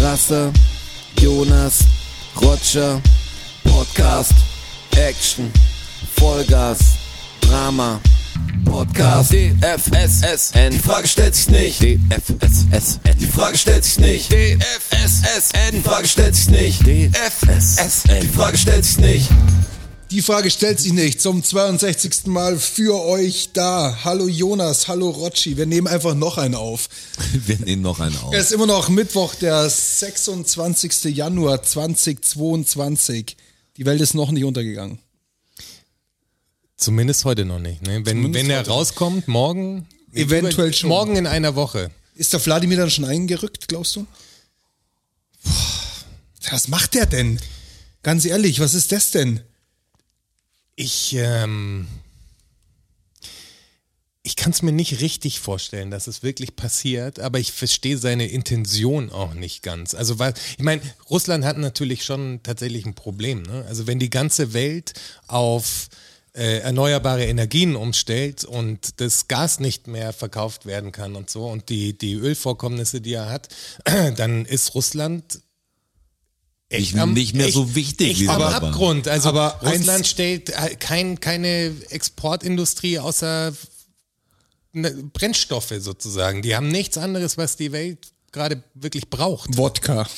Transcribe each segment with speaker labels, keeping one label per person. Speaker 1: Rasse, Jonas, Roger, Podcast, Action, Vollgas, Drama, Podcast, DFSSN, die Frage stellt sich nicht, DFSSN, die Frage stellt sich nicht, DFSSN, die Frage stellt sich nicht, DFSSN, die Frage stellt sich nicht.
Speaker 2: Die Frage stellt sich nicht. Zum 62. Mal für euch da. Hallo Jonas, hallo Rocci. Wir nehmen einfach noch einen auf.
Speaker 3: Wir nehmen noch einen auf.
Speaker 2: Es ist immer noch Mittwoch, der 26. Januar 2022. Die Welt ist noch nicht untergegangen.
Speaker 4: Zumindest heute noch nicht. Ne? Wenn,
Speaker 2: Zumindest
Speaker 4: wenn er
Speaker 2: heute
Speaker 4: rauskommt, morgen.
Speaker 2: Eventuell
Speaker 4: über-
Speaker 2: schon.
Speaker 4: Morgen in einer Woche.
Speaker 2: Ist der Vladimir dann schon eingerückt, glaubst du? Was macht der denn? Ganz ehrlich, was ist das denn?
Speaker 4: Ich, ähm, ich kann es mir nicht richtig vorstellen, dass es wirklich passiert, aber ich verstehe seine Intention auch nicht ganz. Also, weil, ich meine, Russland hat natürlich schon tatsächlich ein Problem. Ne? Also, wenn die ganze Welt auf äh, erneuerbare Energien umstellt und das Gas nicht mehr verkauft werden kann und so und die, die Ölvorkommnisse, die er hat, dann ist Russland
Speaker 3: Nicht- nicht mehr so wichtig, wie
Speaker 4: Echt
Speaker 3: sie
Speaker 4: am
Speaker 3: mal waren.
Speaker 4: Abgrund. Also
Speaker 2: Aber
Speaker 4: Russland
Speaker 2: eins-
Speaker 4: stellt äh, kein, keine Exportindustrie außer ne, Brennstoffe sozusagen. Die haben nichts anderes, was die Welt gerade wirklich braucht.
Speaker 2: Wodka.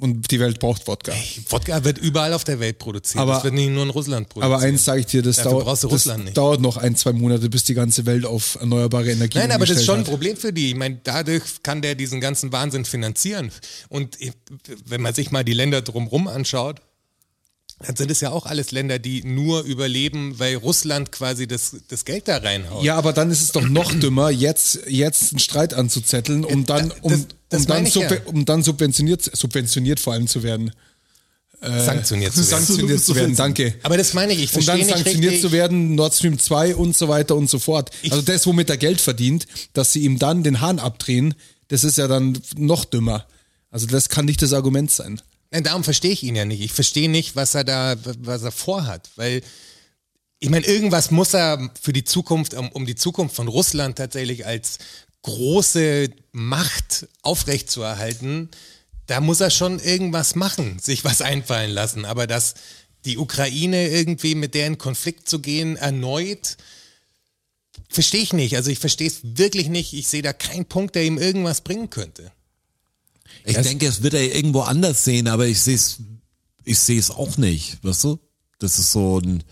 Speaker 2: Und die Welt braucht Wodka.
Speaker 4: Wodka wird überall auf der Welt produziert.
Speaker 2: Aber-
Speaker 4: das wird nicht nur in Russland produziert.
Speaker 2: Aber eins sage ich dir, das,
Speaker 4: Dafür
Speaker 2: dauert,
Speaker 4: brauchst du
Speaker 2: das
Speaker 4: Russland nicht.
Speaker 2: dauert noch ein, zwei Monate, bis die ganze Welt auf erneuerbare Energien
Speaker 4: Nein, aber das ist schon ein
Speaker 2: umgestellt hat.
Speaker 4: Problem für die. Ich meine, dadurch kann der diesen ganzen Wahnsinn finanzieren. Und eh, wenn man sich mal die Länder drumherum anschaut, dann sind es ja auch alles Länder, die nur überleben, weil Russland quasi das, das Geld da reinhaut.
Speaker 2: Ja, aber dann ist es doch noch dümmer, jetzt, jetzt einen Streit anzuzetteln, um dann, um,
Speaker 4: Äh, das- das
Speaker 2: um, dann,
Speaker 4: meine ich ja.
Speaker 2: sub, um dann subventioniert, subventioniert vor allem zu werden. Um
Speaker 4: sanktioniert zu werden.
Speaker 2: Sanktioniert zu werden, danke.
Speaker 4: Aber das meine ich, ich
Speaker 2: Um
Speaker 4: verstehe
Speaker 2: dann
Speaker 4: nicht
Speaker 2: sanktioniert
Speaker 4: richtig.
Speaker 2: zu werden, Nord Stream 2 und so weiter und so fort. also das, womit er Geld verdient, dass sie ihm dann den Hahn abdrehen, das ist ja dann noch dümmer. Also das kann nicht das Argument sein.
Speaker 4: Nein, darum verstehe ich ihn ja nicht. Ich verstehe nicht, was er da, was er vorhat, weil ich meine, irgendwas muss er für die Zukunft, um, um die Zukunft von Russland tatsächlich als große Macht aufrechtzuerhalten, da muss er schon irgendwas machen, sich was einfallen lassen. Aber dass die Ukraine irgendwie mit der in Konflikt zu gehen erneut, verstehe ich nicht. Also ich verstehe es wirklich nicht. Ich sehe da keinen Punkt, der ihm irgendwas bringen könnte.
Speaker 3: Ich denke, es wird er irgendwo anders sehen, aber ich sehe es, ich sehe es auch nicht, weißt du? Das ist so ein,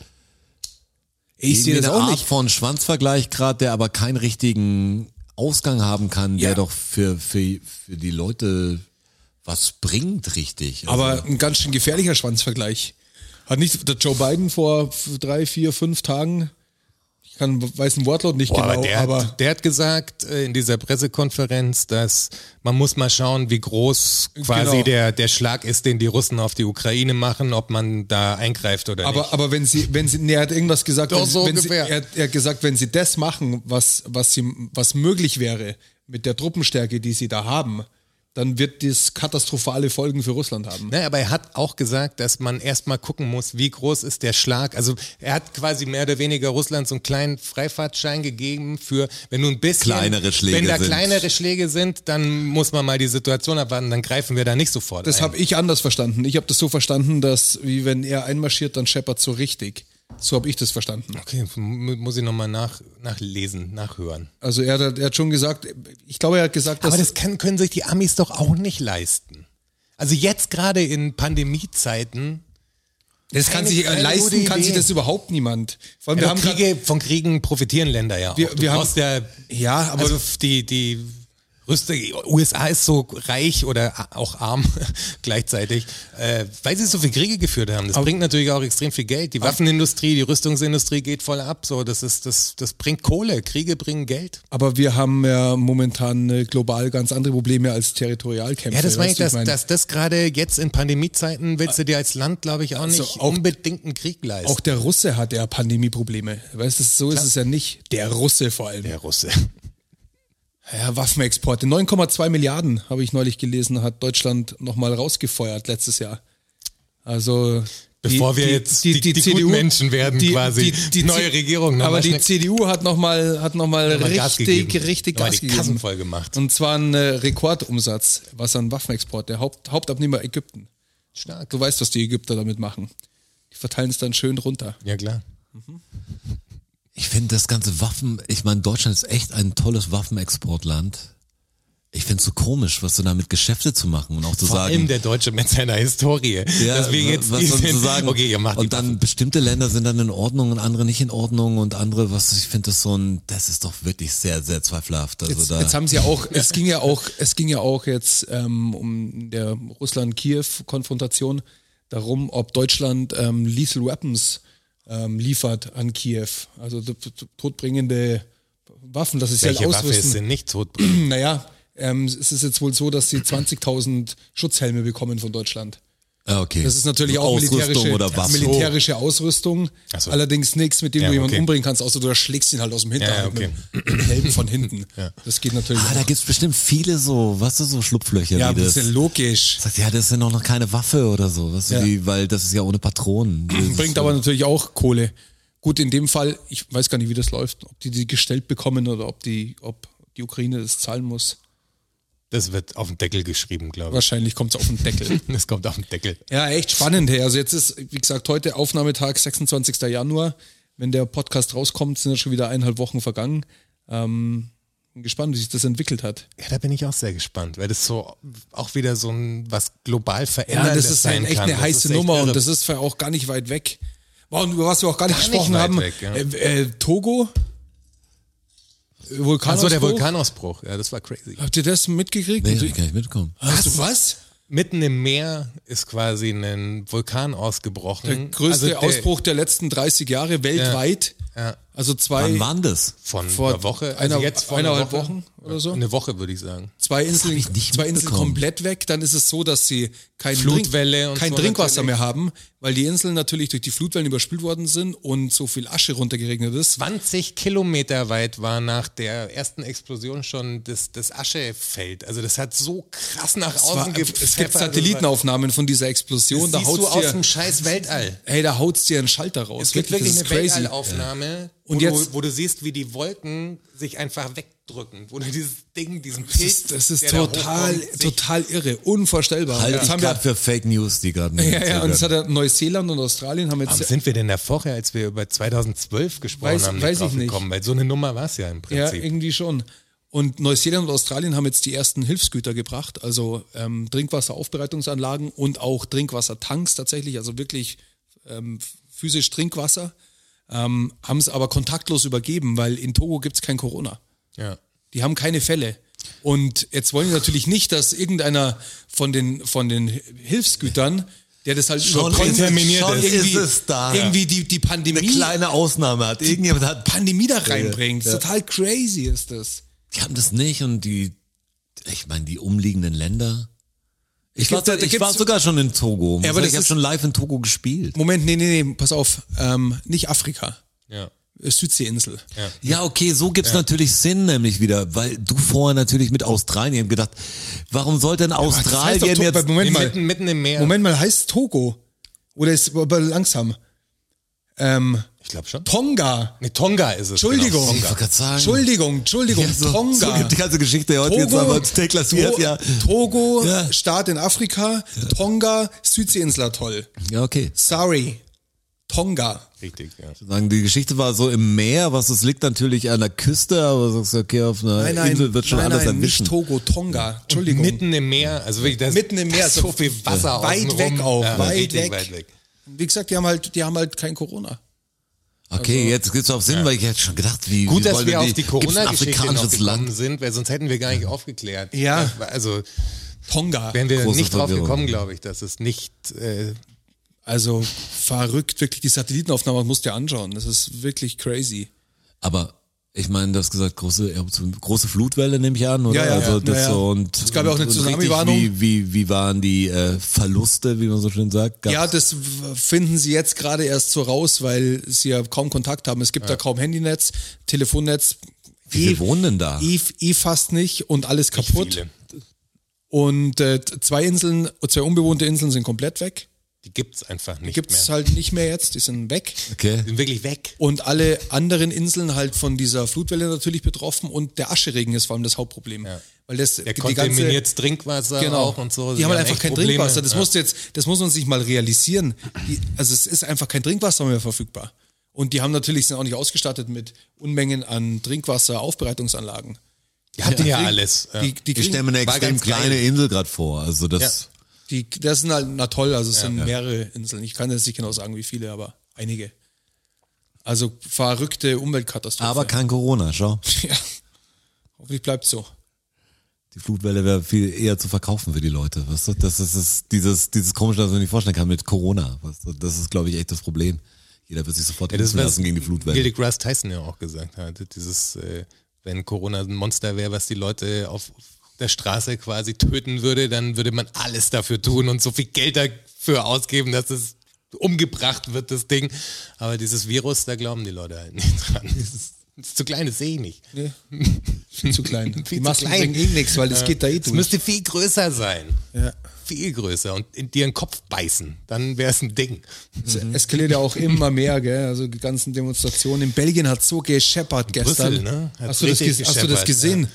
Speaker 2: Ich sehe
Speaker 3: irgendwie
Speaker 2: das
Speaker 3: eine
Speaker 2: auch
Speaker 3: Art
Speaker 2: nicht.
Speaker 3: von Schwanzvergleich gerade, der aber keinen richtigen Ausgang haben kann,
Speaker 2: Ja.
Speaker 3: der doch für, für, für die Leute was bringt, richtig. Also,
Speaker 2: Aber ein ganz schön gefährlicher Schwanzvergleich. Hat nicht der Joe Biden vor f- drei, vier, fünf Tagen, ich kann, weiß den Wortlaut nicht
Speaker 4: Boah,
Speaker 2: genau,
Speaker 4: aber, der,
Speaker 2: aber
Speaker 4: hat, der hat gesagt äh, in dieser Pressekonferenz, dass man muss mal schauen, wie groß quasi
Speaker 2: Genau.
Speaker 4: der, der Schlag ist, den die Russen auf die Ukraine machen, ob man da eingreift oder
Speaker 2: Aber,
Speaker 4: nicht.
Speaker 2: aber wenn sie, wenn sie, nee, er hat irgendwas gesagt,
Speaker 4: Doch,
Speaker 2: wenn,
Speaker 4: so
Speaker 2: wenn sie,
Speaker 4: ungefähr.
Speaker 2: er, er hat gesagt, wenn sie das machen, was, was sie, was möglich wäre mit der Truppenstärke, die sie da haben, dann wird das katastrophale Folgen für Russland haben.
Speaker 4: Ne, aber er hat auch gesagt, dass man erstmal gucken muss, wie groß ist der Schlag. Also er hat quasi mehr oder weniger Russland so einen kleinen Freifahrtschein gegeben für, wenn du ein bisschen
Speaker 3: Kleinere Schläge
Speaker 4: wenn da
Speaker 3: sind.
Speaker 4: kleinere Schläge sind, dann muss man mal die Situation abwarten, dann greifen wir da nicht sofort.
Speaker 2: Das
Speaker 4: ein.
Speaker 2: habe ich anders verstanden. Ich habe das so verstanden, dass wie wenn er einmarschiert, dann scheppert so richtig. So habe ich das verstanden.
Speaker 4: Okay, mu- muss ich nochmal nach, nachlesen, nachhören.
Speaker 2: Also er hat, er hat schon gesagt, ich glaube, er hat gesagt, dass
Speaker 4: Aber das kann, können sich die Amis doch auch nicht leisten. Also jetzt gerade in Pandemiezeiten,
Speaker 2: das äh,
Speaker 4: keine- keine
Speaker 2: leisten
Speaker 4: gute
Speaker 2: kann sich
Speaker 4: Idee.
Speaker 2: das überhaupt niemand. Vor allem, wir
Speaker 4: ja,
Speaker 2: haben grad-
Speaker 4: Kriege, von Kriegen profitieren Länder ja auch.
Speaker 2: Wir-
Speaker 4: du
Speaker 2: wir haben-
Speaker 4: brauchst ja,
Speaker 2: ja, aber
Speaker 4: also die, die Rüste, USA ist so reich oder a- auch arm gleichzeitig, äh, weil sie so viele Kriege geführt haben. Das bringt natürlich auch extrem viel Geld. Die Waffenindustrie, die Rüstungsindustrie geht voll ab. So, das ist, das, das bringt Kohle. Kriege bringen Geld.
Speaker 2: Aber wir haben ja momentan äh, global ganz andere Probleme als Territorialkämpfe.
Speaker 4: Ja, das meine ich,
Speaker 2: weißt du,
Speaker 4: dass, dass das gerade jetzt in Pandemiezeiten willst du dir als Land, glaube ich, auch nicht
Speaker 2: Also auch-
Speaker 4: unbedingt einen Krieg leisten.
Speaker 2: Auch der Russe hat ja Pandemieprobleme. Weißt du, so ist es ja nicht. Der Russe vor allem.
Speaker 4: der Russe.
Speaker 2: Ja, Waffenexporte. 9,2 Milliarden, habe ich neulich gelesen, hat Deutschland nochmal rausgefeuert letztes Jahr. Also
Speaker 4: Bevor wir jetzt die, die, guten Menschen werden
Speaker 2: die-
Speaker 4: quasi.
Speaker 2: die- die
Speaker 4: Neue
Speaker 2: C-
Speaker 4: Regierung.
Speaker 2: Aber die
Speaker 4: nochmal schnell-
Speaker 2: CDU hat nochmal hat noch mal
Speaker 4: nochmal
Speaker 2: richtig,
Speaker 4: Gas gegeben.
Speaker 2: richtig
Speaker 4: Nochmal
Speaker 2: Gas
Speaker 4: die
Speaker 2: gegeben.
Speaker 4: Kassen voll gemacht.
Speaker 2: Und zwar ein äh, Rekordumsatz, was an Waffenexport, der Haupt, Hauptabnehmer Ägypten.
Speaker 4: Stark.
Speaker 2: Du weißt, was die Ägypter damit machen. Die verteilen es dann schön runter.
Speaker 4: Ja, klar.
Speaker 3: Ich finde das ganze Waffen, ich meine, Deutschland ist echt ein tolles Waffenexportland. Ich finde es so komisch, was du damit Geschäfte zu machen und auch zu
Speaker 4: Vor
Speaker 3: sagen.
Speaker 4: allem der Deutsche mit seiner Historie.
Speaker 3: Ja,
Speaker 4: dass wir jetzt
Speaker 3: was soll man
Speaker 4: diesen,
Speaker 3: so sagen?
Speaker 4: okay, ihr macht die
Speaker 3: und dann bestimmte Länder sind dann in Ordnung und andere nicht in Ordnung und andere, was ich finde, das so ein, das ist doch wirklich sehr, sehr zweifelhaft. Also
Speaker 2: Jetzt,
Speaker 3: da,
Speaker 2: jetzt haben sie ja auch, es ging ja auch, es ging ja auch jetzt ähm, um der Russland-Kiew-Konfrontation darum, ob Deutschland ähm, Lethal Weapons ähm, liefert an Kiew. Also t- t- todbringende Waffen, das ist ja
Speaker 4: welche Waffe ist
Speaker 2: Ausrüsten.
Speaker 4: denn nicht tot?
Speaker 2: Naja, ähm, es ist jetzt wohl so, dass sie 20.000 Schutzhelme bekommen von Deutschland.
Speaker 3: ah, okay.
Speaker 2: Das ist natürlich auch
Speaker 3: Ausrüstung
Speaker 2: militärische,
Speaker 3: oder Waffen.
Speaker 2: militärische Ausrüstung.
Speaker 4: Ach so.
Speaker 2: Allerdings nichts, mit dem
Speaker 4: Ja,
Speaker 2: du jemanden
Speaker 4: okay.
Speaker 2: umbringen kannst, außer du schlägst ihn halt aus dem Hinterhalt
Speaker 4: Ja, ja,
Speaker 2: mit dem Helm von hinten. Das geht natürlich.
Speaker 3: Ah, da gibt's bestimmt viele so, weißt du, so Schlupflöcher,
Speaker 2: ja,
Speaker 3: die
Speaker 2: das
Speaker 3: das.
Speaker 2: ist ja logisch.
Speaker 3: Sagt, ja, das ist ja noch keine Waffe oder so, weißt du,
Speaker 2: Ja.
Speaker 3: die, weil das ist ja ohne Patronen. Das ist
Speaker 2: Bringt
Speaker 3: so-
Speaker 2: aber natürlich auch Kohle. Gut, in dem Fall, ich weiß gar nicht, wie das läuft, ob die die gestellt bekommen oder ob die, ob die Ukraine das zahlen muss.
Speaker 4: Das wird auf den Deckel geschrieben, glaube ich.
Speaker 2: Wahrscheinlich kommt es auf den Deckel.
Speaker 4: Das kommt auf den Deckel.
Speaker 2: Ja, echt spannend. Hey. Also jetzt ist, wie gesagt, heute Aufnahmetag, 26. Januar. Wenn der Podcast rauskommt, sind ja schon wieder eineinhalb Wochen vergangen. Ähm, bin gespannt, wie sich das entwickelt hat.
Speaker 4: Ja, da bin ich auch sehr gespannt, weil das so auch wieder so ein was global verändert
Speaker 2: das ist
Speaker 4: sein
Speaker 2: halt echt
Speaker 4: kann.
Speaker 2: eine
Speaker 4: Das
Speaker 2: heiße
Speaker 4: ist echt
Speaker 2: Nummer
Speaker 4: irre.
Speaker 2: und das ist auch gar nicht weit weg. Wow, Und über was wir auch gar nicht
Speaker 4: Gar nicht
Speaker 2: gesprochen
Speaker 4: weit
Speaker 2: haben,
Speaker 4: weg, ja.
Speaker 2: äh, äh, Togo, Äh, Vulkanausbruch.
Speaker 4: also der Vulkanausbruch, ja, das war crazy.
Speaker 2: Habt ihr das mitgekriegt?
Speaker 3: Nee, hab ich kann nicht mitkommen.
Speaker 2: Hast du was?
Speaker 4: Mitten im Meer ist quasi ein Vulkan ausgebrochen.
Speaker 2: Der größte
Speaker 4: Also
Speaker 2: Ausbruch der letzten 30 Jahre weltweit.
Speaker 4: Ja.
Speaker 2: Also
Speaker 3: Wann
Speaker 2: zwei,
Speaker 3: waren das?
Speaker 4: von
Speaker 2: vor
Speaker 4: einer Woche, also
Speaker 2: einer-
Speaker 4: jetzt vor
Speaker 2: eineinhalb Wochen oder so?
Speaker 4: Eine Woche würde ich sagen.
Speaker 2: zwei Inseln,
Speaker 3: hab ich nicht
Speaker 2: zwei Inseln
Speaker 3: mitbekommen.
Speaker 2: komplett weg, dann ist es so, dass sie kein,
Speaker 4: Flutwelle
Speaker 2: Drink,
Speaker 4: und
Speaker 2: kein
Speaker 4: so
Speaker 2: Trinkwasser
Speaker 4: natürlich.
Speaker 2: mehr haben, weil die Inseln natürlich durch die Flutwellen überspült worden sind und so viel Asche runtergeregnet ist.
Speaker 4: 20 Kilometer weit war nach der ersten Explosion schon das, das Aschefeld. Also das hat so krass nach
Speaker 2: Es, war,
Speaker 4: außen gepfeffert.
Speaker 2: es gibt
Speaker 4: Das war- also
Speaker 2: Satellitenaufnahmen von dieser Explosion,
Speaker 4: Das
Speaker 2: da
Speaker 4: siehst du
Speaker 2: haut's
Speaker 4: aus dem
Speaker 2: dir,
Speaker 4: scheiß Weltall.
Speaker 2: hey, da haut's dir einen Schalter raus.
Speaker 4: Es gibt
Speaker 2: Wirklich,
Speaker 4: wirklich eine
Speaker 2: das ist crazy.
Speaker 4: Weltallaufnahme,
Speaker 2: Und
Speaker 4: wo,
Speaker 2: jetzt-
Speaker 4: du, wo du siehst, wie die Wolken sich einfach wegdrücken. Wo du dieses Ding, diesen
Speaker 2: Das
Speaker 4: Pilz,
Speaker 2: ist, das ist
Speaker 4: der da
Speaker 2: total,
Speaker 4: hochkommt, sich-
Speaker 2: total irre, unvorstellbar.
Speaker 3: Halt
Speaker 2: Jetzt
Speaker 3: ich
Speaker 2: haben wir-
Speaker 3: gerade für Fake News, die gerade
Speaker 2: ja, ja, und es hat ja Neuseeland und Australien haben jetzt
Speaker 4: Warum sind wir denn da vorher, als wir über 2012 gesprochen
Speaker 2: Weiß-
Speaker 4: haben,
Speaker 2: weiß ich
Speaker 4: drauf
Speaker 2: nicht.
Speaker 4: gekommen? Weil so eine Nummer war es ja im
Speaker 2: Ja,
Speaker 4: Prinzip.
Speaker 2: irgendwie schon. Und Neuseeland und Australien haben jetzt die ersten Hilfsgüter gebracht, also ähm, Trinkwasseraufbereitungsanlagen und auch Trinkwassertanks tatsächlich, also wirklich ähm, physisch Trinkwasser, ähm, haben es aber kontaktlos übergeben, weil in Togo gibt's kein Corona.
Speaker 4: ja.
Speaker 2: Die haben keine Fälle. Und jetzt wollen wir natürlich nicht, dass irgendeiner von den, von den Hilfsgütern, der das halt
Speaker 3: Schon
Speaker 2: überprüft,
Speaker 3: kontaminiert ist.
Speaker 2: irgendwie,
Speaker 3: Ist es da.
Speaker 2: irgendwie die, die Pandemie,
Speaker 3: eine kleine Ausnahme hat. Irgendjemand hat
Speaker 2: Pandemie da reinbringt.
Speaker 3: Ja.
Speaker 2: Total crazy ist das.
Speaker 3: Die haben das nicht und die, ich meine, die umliegenden Länder. Ich,
Speaker 2: glaub,
Speaker 3: war,
Speaker 2: da- da
Speaker 3: ich
Speaker 2: gibt's-
Speaker 3: war sogar schon in Togo.
Speaker 2: Ja, aber
Speaker 3: ich
Speaker 2: das
Speaker 3: habe
Speaker 2: ist-
Speaker 3: schon live in Togo gespielt.
Speaker 2: Moment, nee, nee, nee, pass auf. Ähm, nicht Afrika,
Speaker 4: ja.
Speaker 2: äh, Südseeinsel.
Speaker 3: Ja, okay, so gibt's natürlich Sinn nämlich wieder, weil du vorher natürlich mit Australien gedacht, warum soll denn
Speaker 2: das heißt
Speaker 3: Australien
Speaker 2: doch,
Speaker 3: jetzt...
Speaker 2: Moment
Speaker 4: Nee,
Speaker 2: mal.
Speaker 4: mitten, mitten im Meer.
Speaker 2: Moment mal, heißt Togo? Oder ist aber langsam? Ähm,
Speaker 4: Ich glaube schon.
Speaker 2: Tonga.
Speaker 4: Nee, Tonga ist es.
Speaker 2: Entschuldigung.
Speaker 4: Genau,
Speaker 3: Ich wollte
Speaker 4: Tonga.
Speaker 3: gerade sagen.
Speaker 2: Entschuldigung, Entschuldigung,
Speaker 3: Ja, so, so
Speaker 2: Tonga.
Speaker 3: gibt die ganze Geschichte heute jetzt aber deklassiert,
Speaker 2: To-
Speaker 3: ja.
Speaker 2: Togo,
Speaker 3: Ja.
Speaker 2: Staat in Afrika, Tonga, Südseeinsler, toll.
Speaker 3: Ja, okay.
Speaker 2: Sorry, Tonga.
Speaker 4: Richtig, ja.
Speaker 3: Sagen, die Geschichte war so im Meer, was es liegt natürlich an der Küste, aber sagst du, okay, auf einer
Speaker 2: Nein, nein,
Speaker 3: Insel wird schon
Speaker 2: nein,
Speaker 3: anders
Speaker 2: nein,
Speaker 3: erwischen.
Speaker 2: nicht Togo, Tonga. Entschuldigung.
Speaker 4: Mitten im Meer. Also wirklich, das,
Speaker 2: Mitten im Meer,
Speaker 4: das ist so
Speaker 2: so
Speaker 4: viel Wasser
Speaker 2: weit
Speaker 4: außenrum.
Speaker 2: weg auch,
Speaker 4: Ja,
Speaker 2: weit
Speaker 4: richtig
Speaker 2: weg.
Speaker 4: weit weg.
Speaker 2: Wie gesagt, die haben halt, die haben halt kein Corona.
Speaker 3: Okay,
Speaker 2: Also,
Speaker 3: jetzt gibt's auch Sinn, weil ich hätte schon gedacht, wie
Speaker 4: Gut,
Speaker 3: wie
Speaker 4: dass
Speaker 3: wollen
Speaker 4: wir
Speaker 3: denn
Speaker 4: auf die
Speaker 3: gibt's ein
Speaker 4: Corona-Geschichte noch
Speaker 3: afrikanisches
Speaker 4: gekommen
Speaker 3: Land.
Speaker 4: sind, weil sonst hätten wir gar nicht aufgeklärt.
Speaker 2: Ja.
Speaker 4: Also
Speaker 2: Tonga.
Speaker 4: wären wir
Speaker 3: Große
Speaker 4: nicht drauf
Speaker 3: Verwirrung.
Speaker 4: gekommen, glaube ich, dass es nicht... Äh,
Speaker 2: Also verrückt, wirklich die Satellitenaufnahme musst du dir anschauen. Das ist wirklich crazy.
Speaker 3: Aber ich meine, du hast gesagt, große, ihr habt so eine große Flutwelle nehme ich an, oder?
Speaker 2: Ja, ja,
Speaker 3: also
Speaker 2: ja,
Speaker 3: das
Speaker 2: ja, ja.
Speaker 3: so und
Speaker 2: Es gab ja auch eine
Speaker 3: und richtig,
Speaker 2: Tsunami-Warnung.
Speaker 3: Wie, wie, wie waren die äh, Verluste, wie man so schön sagt? Gab's-
Speaker 2: Ja, das w- finden sie jetzt gerade erst so raus, weil sie ja kaum Kontakt haben. Es gibt da kaum Handynetz, Telefonnetz.
Speaker 3: Wie viele wohnen denn da?
Speaker 2: Eh, eh fast nicht und alles kaputt.
Speaker 4: viele.
Speaker 2: Und äh, t- zwei Inseln, zwei unbewohnte Inseln sind komplett weg.
Speaker 4: Die gibt's einfach nicht
Speaker 2: Gibt es
Speaker 4: mehr.
Speaker 2: halt nicht mehr jetzt, die sind weg.
Speaker 4: Die
Speaker 3: Okay.
Speaker 4: sind wirklich weg.
Speaker 2: Und alle anderen Inseln halt von dieser Flutwelle natürlich betroffen und der Ascheregen ist vor allem das Hauptproblem.
Speaker 4: Ja.
Speaker 2: Weil das
Speaker 4: Der
Speaker 2: die ganze
Speaker 4: kontaminiert Trinkwasser auch und so.
Speaker 2: Die haben halt einfach
Speaker 4: echt
Speaker 2: kein
Speaker 4: Probleme.
Speaker 2: Trinkwasser. Das
Speaker 4: Ja.
Speaker 2: musst du jetzt, das muss man sich mal realisieren. Die, also es ist einfach kein Trinkwasser mehr verfügbar. Und die haben natürlich sind auch nicht ausgestattet mit Unmengen an Trinkwasseraufbereitungsanlagen.
Speaker 4: Die hatten ja
Speaker 2: Trink-
Speaker 4: alles. Ja.
Speaker 2: Die, die
Speaker 3: Ich stelle
Speaker 2: kriegen,
Speaker 3: mir eine
Speaker 4: War
Speaker 3: extrem
Speaker 4: ganz geil.
Speaker 3: kleine Insel gerade vor. Also das.
Speaker 2: die, das sind halt, na toll, also es sind mehrere Inseln. Ich kann jetzt nicht genau sagen, wie viele, aber einige. Also verrückte Umweltkatastrophe.
Speaker 3: Aber kein Corona, schau.
Speaker 2: ja. Hoffentlich bleibt so.
Speaker 3: Die Flutwelle wäre viel eher zu verkaufen für die Leute, weißt du? Das ist, es- dieses, dieses komische, das man nicht vorstellen kann mit Corona. Weißt du? Das ist, glaube ich, echt das Problem. Jeder wird sich sofort
Speaker 4: Ja,
Speaker 3: ja,
Speaker 4: das ist, was
Speaker 3: lassen gegen die
Speaker 4: Neil
Speaker 3: Flutwelle.
Speaker 4: deGrasse Tyson ja auch gesagt hat. Dieses, äh, wenn Corona ein Monster wäre, was die Leute auf der Straße quasi töten würde, dann würde man alles dafür tun und so viel Geld dafür ausgeben, dass es umgebracht wird, das Ding. Aber dieses Virus, da glauben die Leute halt nicht dran. Das ist, das ist zu klein, das sehe ich nicht.
Speaker 2: Nee. Viel zu klein.
Speaker 4: Viel
Speaker 2: die
Speaker 4: zu
Speaker 2: Masken
Speaker 4: klein.
Speaker 2: bringen eh nichts, weil das geht da eh
Speaker 4: Es
Speaker 2: durch.
Speaker 4: müsste viel größer sein.
Speaker 2: Ja.
Speaker 4: Viel größer und in dir einen Kopf beißen. Dann wäre es ein Ding.
Speaker 2: Es
Speaker 4: Mhm.
Speaker 2: eskaliert ja auch immer mehr, gell? Also die ganzen Demonstrationen. In Belgien hat so gescheppert gestern.
Speaker 4: Brüssel, ne? Hat
Speaker 2: Hast, du das,
Speaker 4: richtig
Speaker 2: ge- hast du das
Speaker 4: gescheppert,
Speaker 2: gesehen?
Speaker 4: Ja.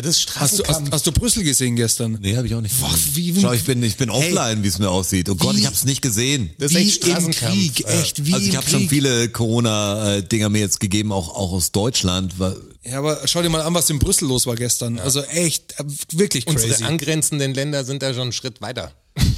Speaker 4: Das ist
Speaker 2: Hast, du, hast,
Speaker 4: Straßenkampf.
Speaker 2: hast du Brüssel gesehen gestern?
Speaker 3: Nee, habe ich auch nicht. gesehen.
Speaker 2: wie-
Speaker 3: schau, ich bin, ich bin
Speaker 2: Hey.
Speaker 3: offline, wie es mir aussieht. Oh Gott,
Speaker 2: Wie-
Speaker 3: ich habe es nicht gesehen.
Speaker 4: Das ist
Speaker 2: wie
Speaker 4: echt
Speaker 2: im
Speaker 4: Straßenkampf.
Speaker 2: Krieg,
Speaker 4: Ja.
Speaker 2: echt, wie
Speaker 3: also ich
Speaker 2: im
Speaker 3: habe schon
Speaker 2: Krieg.
Speaker 3: viele Corona-Dinger mir jetzt gegeben, auch, auch aus Deutschland. weil-
Speaker 2: Ja, aber schau dir mal an, was in Brüssel los war gestern. Also echt, äh, wirklich
Speaker 4: Unsere
Speaker 2: crazy.
Speaker 4: angrenzenden Länder sind da schon einen Schritt weiter.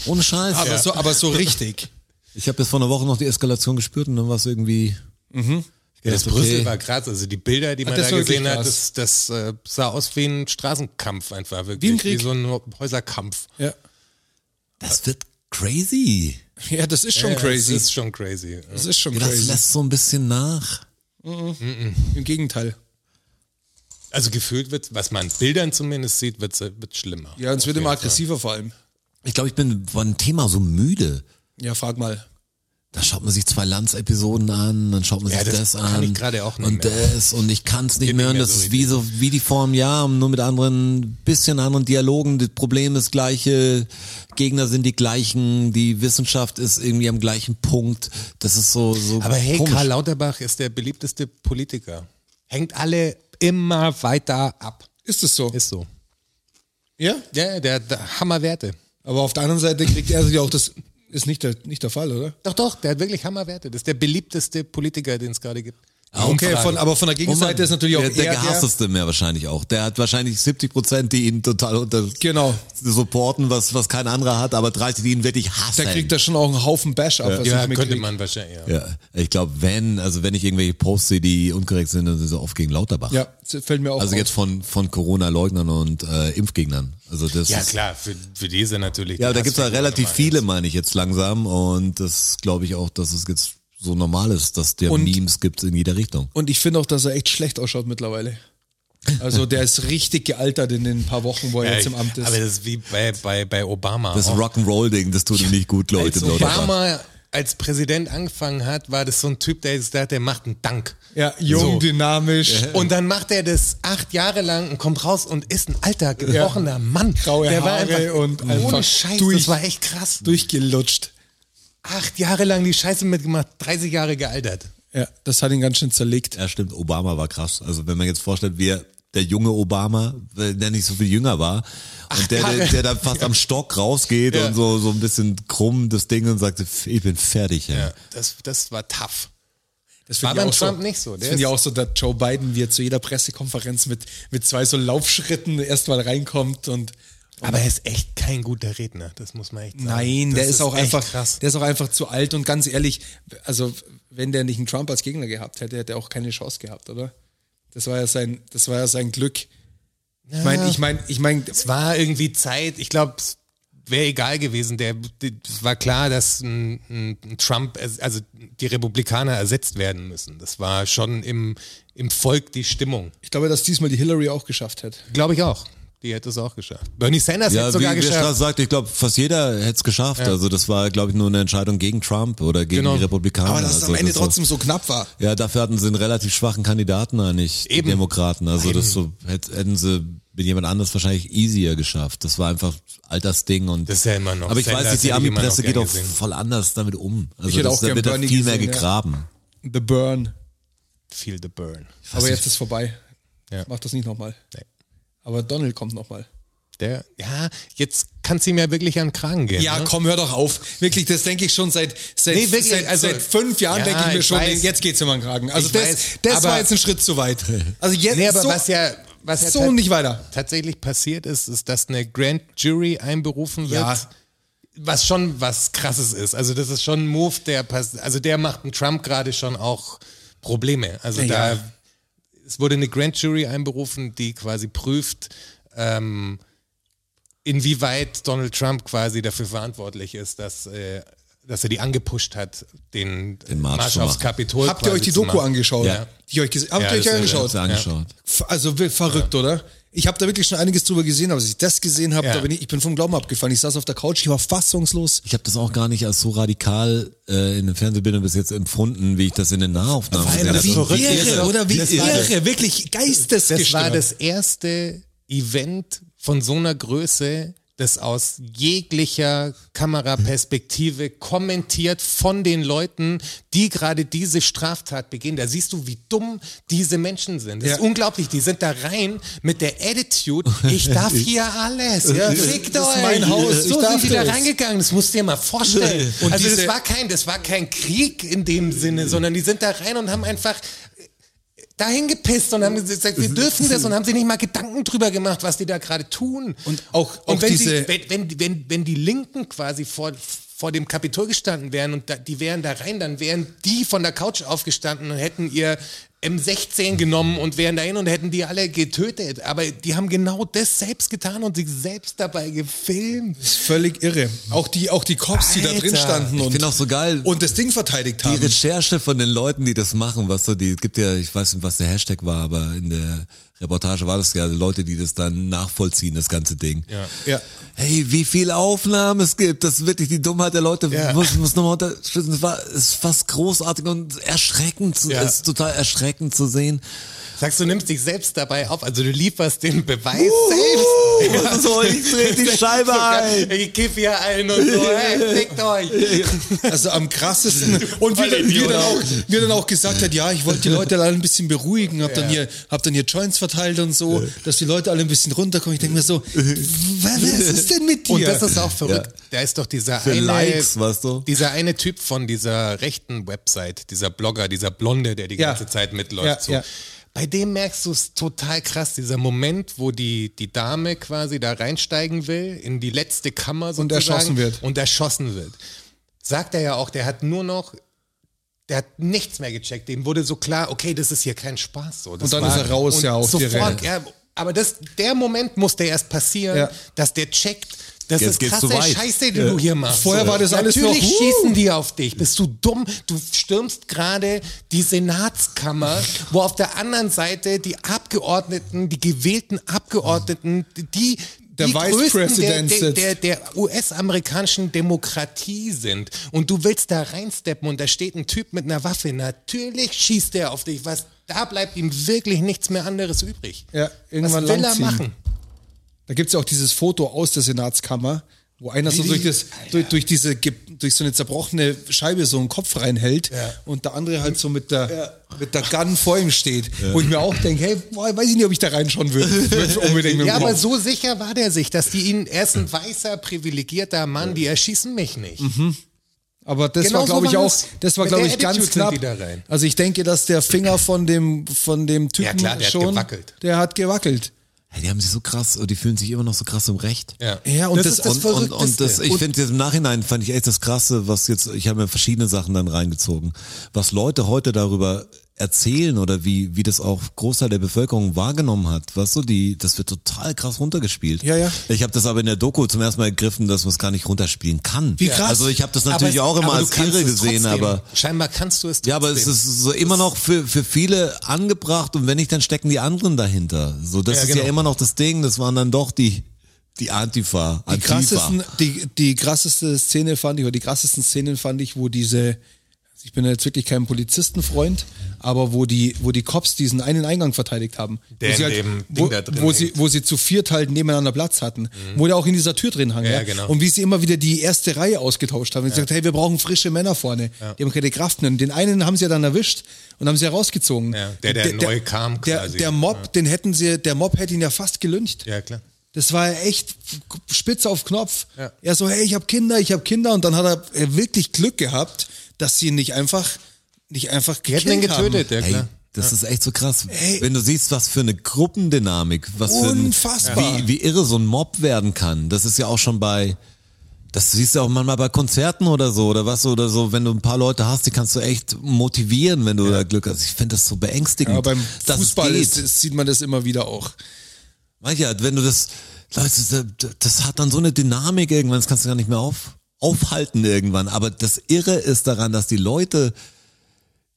Speaker 3: Ohne Scheiß.
Speaker 2: Aber, so, aber so richtig.
Speaker 3: Ich habe jetzt vor einer Woche noch die Eskalation gespürt und dann war es irgendwie. Mhm.
Speaker 4: Das Brüssel war krass. Also die Bilder, die man
Speaker 2: das
Speaker 4: da
Speaker 2: war wirklich
Speaker 4: gesehen hat,
Speaker 2: krass.
Speaker 4: das, das äh, sah aus wie ein Straßenkampf einfach. Wirklich.
Speaker 2: Wie im Krieg.
Speaker 4: Wie so ein Häuserkampf.
Speaker 2: Ja,
Speaker 3: Das wird crazy.
Speaker 2: ja das ist schon
Speaker 4: Ja,
Speaker 2: crazy.
Speaker 4: Das ist schon crazy. Ja.
Speaker 2: das ist schon
Speaker 3: Ja, das
Speaker 2: crazy.
Speaker 3: lässt so ein bisschen nach.
Speaker 2: Im Gegenteil.
Speaker 4: Also gefühlt wird, was man an Bildern zumindest sieht, wird wird schlimmer.
Speaker 2: Ja, und es
Speaker 4: Auf
Speaker 2: wird immer
Speaker 4: jeden Fall.
Speaker 2: aggressiver vor allem.
Speaker 3: Ich glaube, ich bin von dem Thema so müde.
Speaker 2: Ja, frag mal.
Speaker 3: Da schaut man sich zwei Lanz-Episoden an, dann schaut man
Speaker 4: Ja,
Speaker 3: sich
Speaker 4: das
Speaker 3: das,
Speaker 4: kann
Speaker 3: an.
Speaker 4: ich gerade auch nicht
Speaker 3: Und
Speaker 4: mehr.
Speaker 3: das, und ich kann es nicht
Speaker 4: Geht
Speaker 3: mehr
Speaker 4: nicht
Speaker 3: hören.
Speaker 4: mehr
Speaker 3: Das
Speaker 4: so
Speaker 3: ist wie so, wie die vor einem Jahr, um nur mit anderen, bisschen anderen Dialogen. Das Problem ist gleiche, Gegner sind die gleichen, die Wissenschaft ist irgendwie am gleichen Punkt. Das ist so, so.
Speaker 4: Aber hey,
Speaker 3: komisch.
Speaker 4: Karl Lauterbach ist der beliebteste Politiker. Hängt alle immer weiter ab.
Speaker 2: Ist es so?
Speaker 4: Ist so.
Speaker 2: Ja?
Speaker 4: Ja, der, der Hammerwerte.
Speaker 2: Aber auf der anderen Seite kriegt er sich auch das. Ist nicht der, nicht der Fall, oder?
Speaker 4: Doch, doch, der hat wirklich Hammerwerte. Das ist der beliebteste Politiker, den es gerade gibt.
Speaker 2: Okay,
Speaker 4: Umfragen.
Speaker 2: von, aber von der
Speaker 3: Und man-
Speaker 2: Gegenseite ist natürlich auch
Speaker 3: Oh der, der
Speaker 2: eher
Speaker 3: gehassteste mehr wahrscheinlich auch. Der hat wahrscheinlich 70 Prozent, die ihn total unter
Speaker 2: Genau.
Speaker 3: supporten, was, was kein anderer hat, aber 30, die ihn wirklich hassen.
Speaker 2: der kriegt da schon auch einen Haufen Bash ab. was
Speaker 4: ja,
Speaker 2: ich
Speaker 4: könnte
Speaker 2: mitkrieg.
Speaker 4: man wahrscheinlich. Ja.
Speaker 3: ja, ich glaube, wenn, also wenn ich irgendwelche Posts sehe, die unkorrekt sind, dann sind sie oft gegen Lauterbach.
Speaker 2: Ja, das fällt mir auch
Speaker 3: Also
Speaker 2: auf.
Speaker 3: jetzt von, von Corona-Leugnern und äh, Impfgegnern. Also das
Speaker 4: Ja,
Speaker 3: ist,
Speaker 4: klar, für, für diese natürlich.
Speaker 3: Ja,
Speaker 4: die
Speaker 3: da gibt's ja
Speaker 4: Hassfigur
Speaker 3: relativ
Speaker 4: Nummer
Speaker 3: viele,
Speaker 4: eins.
Speaker 3: meine ich jetzt langsam. Und das glaube ich auch, dass es jetzt so normal ist, dass der
Speaker 2: Und-
Speaker 3: Memes gibt in jeder Richtung.
Speaker 2: Und ich finde auch, dass er echt schlecht ausschaut mittlerweile. Also der ist richtig gealtert in den paar Wochen, wo er
Speaker 4: Ja,
Speaker 2: jetzt im Amt ist.
Speaker 4: Aber das ist wie bei, bei, bei Obama.
Speaker 3: Das
Speaker 4: auch.
Speaker 3: Rock'n'Roll-Ding, das tut ihm nicht gut, Leute.
Speaker 4: Oh. Als
Speaker 3: im Lauterbach.
Speaker 4: Obama als Präsident angefangen hat, war das so ein Typ, der gesagt hat, der macht einen Dank.
Speaker 2: ja, jung,
Speaker 4: So.
Speaker 2: dynamisch.
Speaker 4: Und dann macht er das acht Jahre lang und kommt raus und ist ein alter, gebrochener Mann.
Speaker 2: Graue
Speaker 4: der war
Speaker 2: Haare
Speaker 4: einfach,
Speaker 2: und einfach
Speaker 4: ohne Scheiß,
Speaker 2: durch.
Speaker 4: das war echt krass.
Speaker 2: Durchgelutscht.
Speaker 4: Acht Jahre lang die Scheiße mitgemacht, 30 Jahre gealtert.
Speaker 2: Ja, das hat ihn ganz schön zerlegt.
Speaker 3: Ja, stimmt, Obama war krass. Also wenn man jetzt vorstellt, wie er- der junge Obama, wenn der nicht so viel jünger war und der, der, der da fast am Stock rausgeht
Speaker 4: Ja.
Speaker 3: und so, so ein bisschen krumm das Ding und sagt, ich bin fertig. Ja.
Speaker 4: Das, das war tough.
Speaker 2: Das
Speaker 4: War
Speaker 2: finde ich
Speaker 4: beim
Speaker 2: auch so.
Speaker 4: Trump nicht so.
Speaker 2: Das
Speaker 4: Der
Speaker 2: finde ich
Speaker 4: ist-
Speaker 2: auch so, dass Joe Biden, wie er zu jeder Pressekonferenz mit, mit zwei so Laufschritten erstmal reinkommt und
Speaker 4: Aber er ist echt kein guter Redner, das muss man echt sagen.
Speaker 2: Nein,
Speaker 4: das
Speaker 2: der ist, auch
Speaker 4: echt
Speaker 2: einfach,
Speaker 4: krass.
Speaker 2: der ist auch einfach zu alt und ganz ehrlich, also wenn der nicht einen Trump als Gegner gehabt hätte, hätte er auch keine Chance gehabt, oder? Das war ja sein, das war ja sein Glück. Ich meine, ich meine, ich meine,
Speaker 4: Es war irgendwie Zeit, ich glaube, es wäre egal gewesen. Der, die- es war klar, dass ein, ein, ein Trump, also die Republikaner ersetzt werden müssen. Das war schon im, im Volk die Stimmung.
Speaker 2: ich glaube, dass diesmal die Hillary auch geschafft hätte.
Speaker 4: Glaube ich auch. Die hätte es auch geschafft. Bernie Sanders hätte es
Speaker 3: Ja, wie,
Speaker 4: sogar
Speaker 3: wie
Speaker 4: geschafft.
Speaker 3: Strauss sagt, ich glaube, fast jeder hätte es geschafft. Also das war, glaube ich, nur eine Entscheidung gegen Trump oder gegen
Speaker 4: Genau.
Speaker 3: die Republikaner. also, das war-
Speaker 2: so knapp war.
Speaker 3: Ja, dafür hatten sie einen relativ schwachen Kandidaten eigentlich, die
Speaker 4: Eben.
Speaker 3: Demokraten. Also das so hätt- hätten sie mit jemand anders wahrscheinlich easier geschafft. Das war einfach Altersding und
Speaker 4: Das ist ja immer noch.
Speaker 3: aber ich
Speaker 4: Sender,
Speaker 3: weiß
Speaker 4: das
Speaker 3: nicht, die
Speaker 4: hätte ich immer
Speaker 3: Ami-Presse
Speaker 4: noch gern
Speaker 3: geht auch
Speaker 4: gesehen.
Speaker 3: voll anders damit um. Also
Speaker 2: hätte
Speaker 3: das,
Speaker 2: auch
Speaker 3: da
Speaker 2: gern
Speaker 3: wird da
Speaker 2: Bernie
Speaker 3: viel mehr
Speaker 2: gesehen, ja.
Speaker 3: gegraben.
Speaker 2: The Burn.
Speaker 4: Feel the burn.
Speaker 2: Aber jetzt ist vorbei.
Speaker 4: Ja.
Speaker 2: Mach das nicht nochmal.
Speaker 4: Nee.
Speaker 2: Aber Donald kommt nochmal.
Speaker 4: Der, ja, jetzt kannst du ihm ja wirklich an den Kragen gehen.
Speaker 2: Ja,
Speaker 4: ne?
Speaker 2: komm, hör doch auf. Wirklich, das denke ich schon seit, seit,
Speaker 4: Nee, wirklich,
Speaker 2: seit, also
Speaker 4: so-
Speaker 2: seit fünf Jahren
Speaker 4: Ja,
Speaker 2: denke ich mir
Speaker 4: ich
Speaker 2: schon,
Speaker 4: weiß.
Speaker 2: jetzt geht's um den Kragen. Also
Speaker 4: Ich
Speaker 2: das,
Speaker 4: weiß,
Speaker 2: das war
Speaker 4: aber-
Speaker 2: jetzt ein Schritt zu weit. Also jetzt
Speaker 4: Nee, aber
Speaker 2: so,
Speaker 4: was ja, was ja
Speaker 2: so
Speaker 4: tat-
Speaker 2: nicht weiter.
Speaker 4: tatsächlich passiert ist, ist, dass eine Grand Jury einberufen wird.
Speaker 2: Ja.
Speaker 4: Was schon was krasses ist. Also, das ist schon ein Move, der passt. Also, der macht einen Trump gerade schon auch Probleme. Also,
Speaker 2: Ja.
Speaker 4: da. Es wurde eine Grand Jury einberufen, die quasi prüft, ähm, inwieweit Donald Trump quasi dafür verantwortlich ist, dass, äh, dass er die angepusht hat, den,
Speaker 3: Den Marsch
Speaker 4: Marsch,
Speaker 3: zu
Speaker 4: aufs
Speaker 3: machen.
Speaker 4: Kapitol.
Speaker 2: Habt ihr
Speaker 4: quasi
Speaker 2: euch die
Speaker 4: zu
Speaker 2: Doku
Speaker 4: machen.
Speaker 2: angeschaut?
Speaker 3: Ja.
Speaker 2: Die ihr euch ges- habt
Speaker 4: Ja,
Speaker 2: ihr euch
Speaker 4: das ist-
Speaker 2: angeschaut?
Speaker 3: Hab's angeschaut.
Speaker 2: F- Also wir- verrückt, oder? Ich habe da wirklich schon einiges drüber gesehen, aber als ich das gesehen habe,
Speaker 4: Ja.
Speaker 2: da bin ich, ich bin vom Glauben abgefallen. Ich saß auf der Couch, ich war fassungslos.
Speaker 3: Ich habe das auch gar nicht als so radikal äh, in den Fernsehbildern bis jetzt empfunden, wie ich das in den Nahaufnahmen
Speaker 2: Weil,
Speaker 3: gesehen
Speaker 2: wie
Speaker 3: habe.
Speaker 4: verrückt
Speaker 2: irre,
Speaker 4: ist.
Speaker 2: oder? Wie
Speaker 4: Das war das-
Speaker 2: irre, wirklich
Speaker 4: Das war
Speaker 2: geistesgestört.
Speaker 4: das erste Event von so einer Größe, das aus jeglicher Kameraperspektive kommentiert von den Leuten, die gerade diese Straftat begehen. Da siehst du, wie dumm diese Menschen sind. Das ist
Speaker 2: Ja.
Speaker 4: unglaublich. Die sind da rein mit der Attitude, ich darf hier alles.
Speaker 2: Ja,
Speaker 4: Fickt
Speaker 2: das ist
Speaker 4: euch.
Speaker 2: mein Haus, ich
Speaker 4: So
Speaker 2: darf
Speaker 4: sind die da
Speaker 2: das.
Speaker 4: reingegangen. Das musst du dir mal vorstellen.
Speaker 2: Und
Speaker 4: also
Speaker 2: diese-
Speaker 4: das war, kein, das war kein Krieg in dem Sinne, sondern die sind da rein und haben einfach dahin gepisst und haben gesagt, wir dürfen das und haben sich nicht mal Gedanken drüber gemacht, was die da gerade tun.
Speaker 2: Und auch- auch
Speaker 4: und wenn,
Speaker 2: diese-
Speaker 4: die, wenn, wenn, wenn, wenn die Linken quasi vor, vor dem Kapitol gestanden wären und da, die wären da rein, dann wären die von der Couch aufgestanden und hätten ihr M16 genommen und wären dahin und hätten die alle getötet. Aber die haben genau das selbst getan und sich selbst dabei gefilmt.
Speaker 2: Das ist völlig irre. Auch die, auch die Cops, die da drin
Speaker 4: Alter.
Speaker 2: standen
Speaker 3: Ich
Speaker 2: und,
Speaker 3: finde auch so geil,
Speaker 2: und das Ding verteidigt
Speaker 3: die
Speaker 2: haben.
Speaker 3: Recherche von den Leuten, die das machen, was so, die es gibt ja, ich weiß nicht, was der Hashtag war, aber in der Reportage war das ja Leute, die das dann nachvollziehen, das ganze Ding. Ja.
Speaker 2: Ja.
Speaker 3: Hey, wie viel Aufnahmen es gibt, das ist wirklich die Dummheit der Leute,
Speaker 4: Ja.
Speaker 3: muss, muss nochmal unterstützen. Es war, es ist fast großartig und erschreckend, zu,
Speaker 4: Ja.
Speaker 3: es ist total erschreckend zu sehen.
Speaker 4: Sagst du, nimmst dich selbst dabei auf, also du lieferst den Beweis selbst.
Speaker 3: Ja. So, ich dreh die Scheibe ein.
Speaker 4: Ich kiff hier allen und so, hey, fickt euch.
Speaker 2: Also am krassesten. Und wir, dann- wir, dann auch, wir dann auch gesagt hat, ja, ich wollte die Leute alle ein bisschen beruhigen, hab dann hier, hab dann hier Joints verteilt und so, dass die Leute alle ein bisschen runterkommen. Ich denke mir so, was ist denn mit dir?
Speaker 4: Und das ist auch verrückt. Da ist doch dieser
Speaker 3: Für
Speaker 4: eine,
Speaker 3: Likes, weißt du?
Speaker 4: dieser eine Typ von dieser rechten Website, dieser Blogger, dieser Blonde, der die
Speaker 2: Ja.
Speaker 4: ganze Zeit mitläuft.
Speaker 2: Ja,
Speaker 4: so.
Speaker 2: ja.
Speaker 4: Bei dem merkst du es total krass, dieser Moment, wo die, die Dame quasi da reinsteigen will, in die letzte Kammer sozusagen.
Speaker 2: erschossen wird.
Speaker 4: Und erschossen wird. Sagt er ja auch, der hat nur noch, der hat nichts mehr gecheckt. Dem wurde so klar, okay, das ist hier kein Spaß. So, das
Speaker 2: Und dann ist er raus, ja, auch
Speaker 4: sofort,
Speaker 2: direkt.
Speaker 4: ja, aber das, der Moment musste erst passieren,
Speaker 2: Ja.
Speaker 4: dass der checkt, das
Speaker 3: Jetzt
Speaker 4: ist
Speaker 3: geht's
Speaker 4: krasse
Speaker 3: zu weit.
Speaker 4: Scheiße, die du hier machst.
Speaker 2: Äh, Vorher war das alles
Speaker 4: Natürlich
Speaker 2: noch,
Speaker 4: schießen die auf dich. Bist du dumm? Du stürmst gerade die Senatskammer, wo auf der anderen Seite die Abgeordneten, die gewählten Abgeordneten, die
Speaker 2: Der
Speaker 4: die
Speaker 2: Vice
Speaker 4: größten der,
Speaker 2: President
Speaker 4: der,
Speaker 2: sitzt.
Speaker 4: der, der US-amerikanischen Demokratie sind und du willst da reinsteppen und da steht ein Typ mit einer Waffe. Natürlich schießt der auf dich. Was, da bleibt ihm wirklich nichts mehr anderes übrig.
Speaker 2: Ja, irgendwann
Speaker 4: Was will er
Speaker 2: langziehen.
Speaker 4: machen?
Speaker 2: Da gibt's ja auch dieses Foto aus der Senatskammer, wo einer so durch, das, durch, durch, diese, ge- durch so eine zerbrochene Scheibe so einen Kopf reinhält und der andere halt so mit der, mit der Gun vor ihm steht. Wo ich mir auch denke, hey, boah, weiß ich nicht, ob ich da reinschauen würde. Würde. unbedingt mit dem
Speaker 4: Ja, aber
Speaker 2: Kopf.
Speaker 4: so sicher war der sich, dass die ihn, er ist ein weißer, privilegierter Mann, die erschießen mich nicht.
Speaker 3: Mhm.
Speaker 2: Aber das
Speaker 4: Genau
Speaker 2: war,
Speaker 4: so
Speaker 2: glaube ich,
Speaker 4: war
Speaker 2: auch,
Speaker 4: es.
Speaker 2: das war,
Speaker 4: Mit
Speaker 2: glaube
Speaker 4: der
Speaker 2: ich, ganz
Speaker 4: Attitude sind
Speaker 2: knapp.
Speaker 4: die da rein.
Speaker 2: Also ich denke, dass der Finger von dem, von dem Typen
Speaker 4: klar, der hat
Speaker 2: schon,
Speaker 4: gewackelt.
Speaker 2: der hat gewackelt.
Speaker 3: Hey, die haben sich so krass, oh, die fühlen sich immer noch so krass im Recht.
Speaker 2: Ja, und das,
Speaker 4: ist das
Speaker 2: und,
Speaker 3: und,
Speaker 4: Verrückteste.
Speaker 3: und das, ich
Speaker 4: Und-
Speaker 3: finde jetzt im Nachhinein fand ich echt das Krasse, was jetzt, ich habe mir verschiedene Sachen dann reingezogen, was Leute heute darüber erzählen oder wie, wie das auch Großteil der Bevölkerung wahrgenommen hat, weißt du, die, das wird total krass runtergespielt.
Speaker 2: Ja, ja.
Speaker 3: Ich habe das aber in der Doku zum ersten Mal ergriffen, dass man es gar nicht runterspielen kann.
Speaker 2: Wie krass.
Speaker 3: Also ich habe das natürlich
Speaker 4: Aber-
Speaker 3: auch immer
Speaker 4: aber du
Speaker 3: als
Speaker 4: kannst
Speaker 3: irre
Speaker 4: es
Speaker 3: gesehen,
Speaker 4: trotzdem.
Speaker 3: aber
Speaker 4: Scheinbar kannst du es trotzdem.
Speaker 3: ja, aber es ist so immer noch für, für viele angebracht und wenn nicht, dann stecken die anderen dahinter. So, das
Speaker 4: Ja,
Speaker 3: ist ja
Speaker 4: genau.
Speaker 3: immer noch das Ding, das waren dann doch die, die Antifa.
Speaker 2: Die
Speaker 3: Antifa.
Speaker 2: krassesten, die, die krasseste Szene fand ich, oder die krassesten Szenen fand ich, wo diese, ich bin jetzt wirklich kein Polizistenfreund, aber wo die, wo die Cops diesen einen Eingang verteidigt haben,
Speaker 4: Der
Speaker 2: wo sie, halt
Speaker 4: in dem Ding
Speaker 2: wo,
Speaker 4: da drin
Speaker 2: wo, sie,
Speaker 4: hängt. Mhm.
Speaker 2: wo sie zu viert halt nebeneinander Platz hatten, wo der auch in dieser Tür drin hang.
Speaker 4: Ja,
Speaker 2: Ja,
Speaker 4: genau.
Speaker 2: Und wie sie immer wieder die erste Reihe ausgetauscht haben. Und gesagt, hey, wir brauchen frische Männer vorne. Die haben keine Kraft mehr. Und den einen haben sie ja dann erwischt und haben sie herausgezogen.
Speaker 4: Ja, der, der neu kam
Speaker 2: Der,
Speaker 4: quasi.
Speaker 2: der Mob, den hätten sie, der Mob hätte ihn ja fast gelüncht.
Speaker 4: Ja, klar.
Speaker 2: Das war echt spitz auf Knopf.
Speaker 4: Ja.
Speaker 2: Er so, hey, ich habe Kinder, ich habe Kinder. Und dann hat er äh, wirklich Glück gehabt, dass sie ihn nicht einfach, nicht einfach
Speaker 4: Die hätten ihn
Speaker 2: gekillt haben.
Speaker 4: getötet, ja
Speaker 3: Ey,
Speaker 4: klar.
Speaker 3: das ist echt so krass.
Speaker 2: Ey.
Speaker 3: Wenn du siehst, was für eine Gruppendynamik, was für ein,
Speaker 2: Unfassbar.
Speaker 3: Wie, wie irre so ein Mob werden kann. Das ist ja auch schon bei, das siehst du auch manchmal bei Konzerten oder so oder was oder so. Wenn du ein paar Leute hast, die kannst du echt motivieren, wenn du da Glück hast. Ich finde das so beängstigend.
Speaker 2: Aber beim
Speaker 3: dass es
Speaker 2: Fußball
Speaker 3: geht.
Speaker 2: ist, ist, sieht man das immer wieder auch.
Speaker 3: Manchmal, wenn du das, Leute, das- das hat dann so eine Dynamik irgendwann, das kannst du gar nicht mehr auf, aufhalten irgendwann. Aber das Irre ist daran, dass die Leute,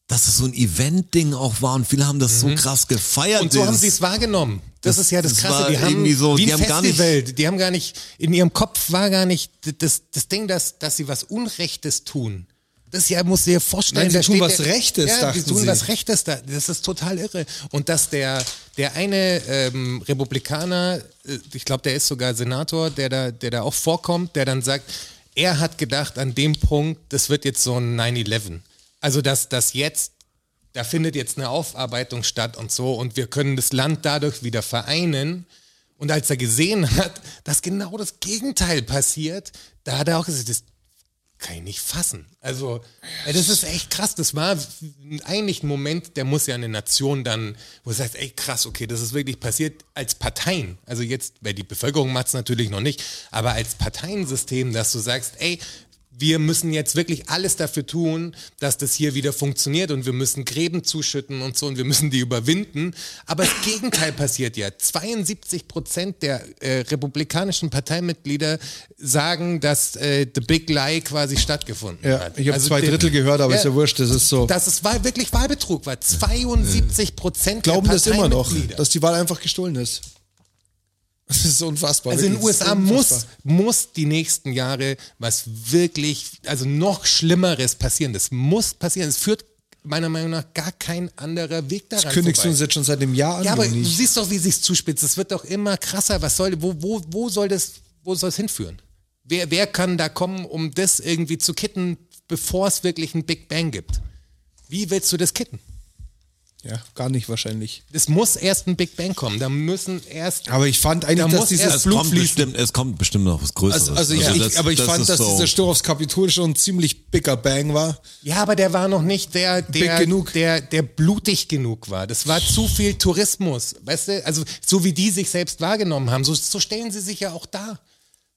Speaker 3: dass es so ein Event-Ding auch war und viele haben das
Speaker 2: Mhm.
Speaker 3: so krass gefeiert.
Speaker 4: Und so haben
Speaker 3: dieses-
Speaker 4: sie es wahrgenommen. Das,
Speaker 3: Das-
Speaker 4: ist ja das,
Speaker 3: das war
Speaker 4: Krasse. Die haben,
Speaker 3: irgendwie so,
Speaker 4: wie ein
Speaker 3: die haben gar nicht-
Speaker 4: Festival, die haben gar nicht, in ihrem Kopf war gar nicht d- das, das Ding, dass, dass sie was Unrechtes tun. Das ja, musst du dir vorstellen.
Speaker 2: Nein, sie
Speaker 4: da
Speaker 2: tun
Speaker 4: steht
Speaker 2: was
Speaker 4: der-
Speaker 2: Rechtes,
Speaker 4: ja,
Speaker 2: dachten
Speaker 4: sie tun
Speaker 2: sie.
Speaker 4: was Rechtes da. Das ist total irre. Und dass der, der eine ähm, Republikaner, äh, ich glaube, der ist sogar Senator, der da, der da auch vorkommt, der dann sagt, er hat gedacht an dem Punkt, das wird jetzt so ein 9-11. Also, dass, dass jetzt da findet jetzt eine Aufarbeitung statt und so und wir können das Land dadurch wieder vereinen. Und als er gesehen hat, dass genau das Gegenteil passiert, da hat er auch gesagt, das kann ich nicht fassen. Also, ja, das ist echt krass. Das war eigentlich ein Moment, der muss ja eine Nation dann, wo du sagst, ey krass, okay, das ist wirklich passiert als Parteien. Also jetzt, weil die Bevölkerung macht es natürlich noch nicht, aber als Parteiensystem, dass du sagst, ey, wir müssen jetzt wirklich alles dafür tun, dass das hier wieder funktioniert und wir müssen Gräben zuschütten und so und wir müssen die überwinden. Aber das Gegenteil passiert ja. 72 Prozent der äh, republikanischen Parteimitglieder sagen, dass äh, The Big Lie quasi stattgefunden
Speaker 2: Ja,
Speaker 4: hat.
Speaker 2: ich habe
Speaker 4: Also
Speaker 2: zwei
Speaker 4: den-
Speaker 2: Drittel gehört, aber
Speaker 4: Ja.
Speaker 2: ist ja wurscht. Das ist so.
Speaker 4: Dass es war, wirklich Wahlbetrug war. 72 Prozent
Speaker 2: glauben
Speaker 4: der
Speaker 2: das immer noch,
Speaker 4: Parteimitglieder.
Speaker 2: dass die Wahl einfach gestohlen ist. Das ist unfassbar.
Speaker 4: Also in den
Speaker 2: wirklich.
Speaker 4: USA
Speaker 2: Unfassbar.
Speaker 4: muss, muss die nächsten Jahre was wirklich, also noch Schlimmeres passieren. Das muss passieren. Es führt meiner Meinung nach gar kein anderer Weg daran.
Speaker 2: Das kündigst du
Speaker 4: vorbei.
Speaker 2: uns jetzt schon seit einem Jahr an.
Speaker 4: Ja, aber
Speaker 2: oder
Speaker 4: du
Speaker 2: nicht?
Speaker 4: siehst doch, wie sich's zuspitzt. Es wird doch immer krasser. Was soll, wo, wo, wo soll das, wo soll es hinführen? Wer, wer kann da kommen, um das irgendwie zu kitten, bevor es wirklich ein Big Bang gibt? Wie willst du das kitten?
Speaker 2: ja, gar nicht wahrscheinlich.
Speaker 4: Es muss erst ein Big Bang kommen. Da müssen erst.
Speaker 2: Aber ich fand eigentlich,
Speaker 4: Da
Speaker 2: dass
Speaker 4: muss
Speaker 2: dieses
Speaker 4: erst
Speaker 3: es kommt,
Speaker 2: Blutfließen-
Speaker 3: bestimmt, es kommt bestimmt noch was Größeres.
Speaker 2: Also, also ich,
Speaker 3: Also
Speaker 2: ich,
Speaker 3: das-
Speaker 2: aber ich
Speaker 3: das
Speaker 2: fand,
Speaker 3: ist
Speaker 2: dass
Speaker 3: so-
Speaker 2: dieser Sturm aufs Kapitol schon ein ziemlich bigger Bang war.
Speaker 4: Ja, aber der war noch nicht der, der,
Speaker 2: genug.
Speaker 4: der, der blutig genug war. Das war zu viel Tourismus. Weißt du, also so wie die sich selbst wahrgenommen haben, so, so stellen sie sich ja auch da.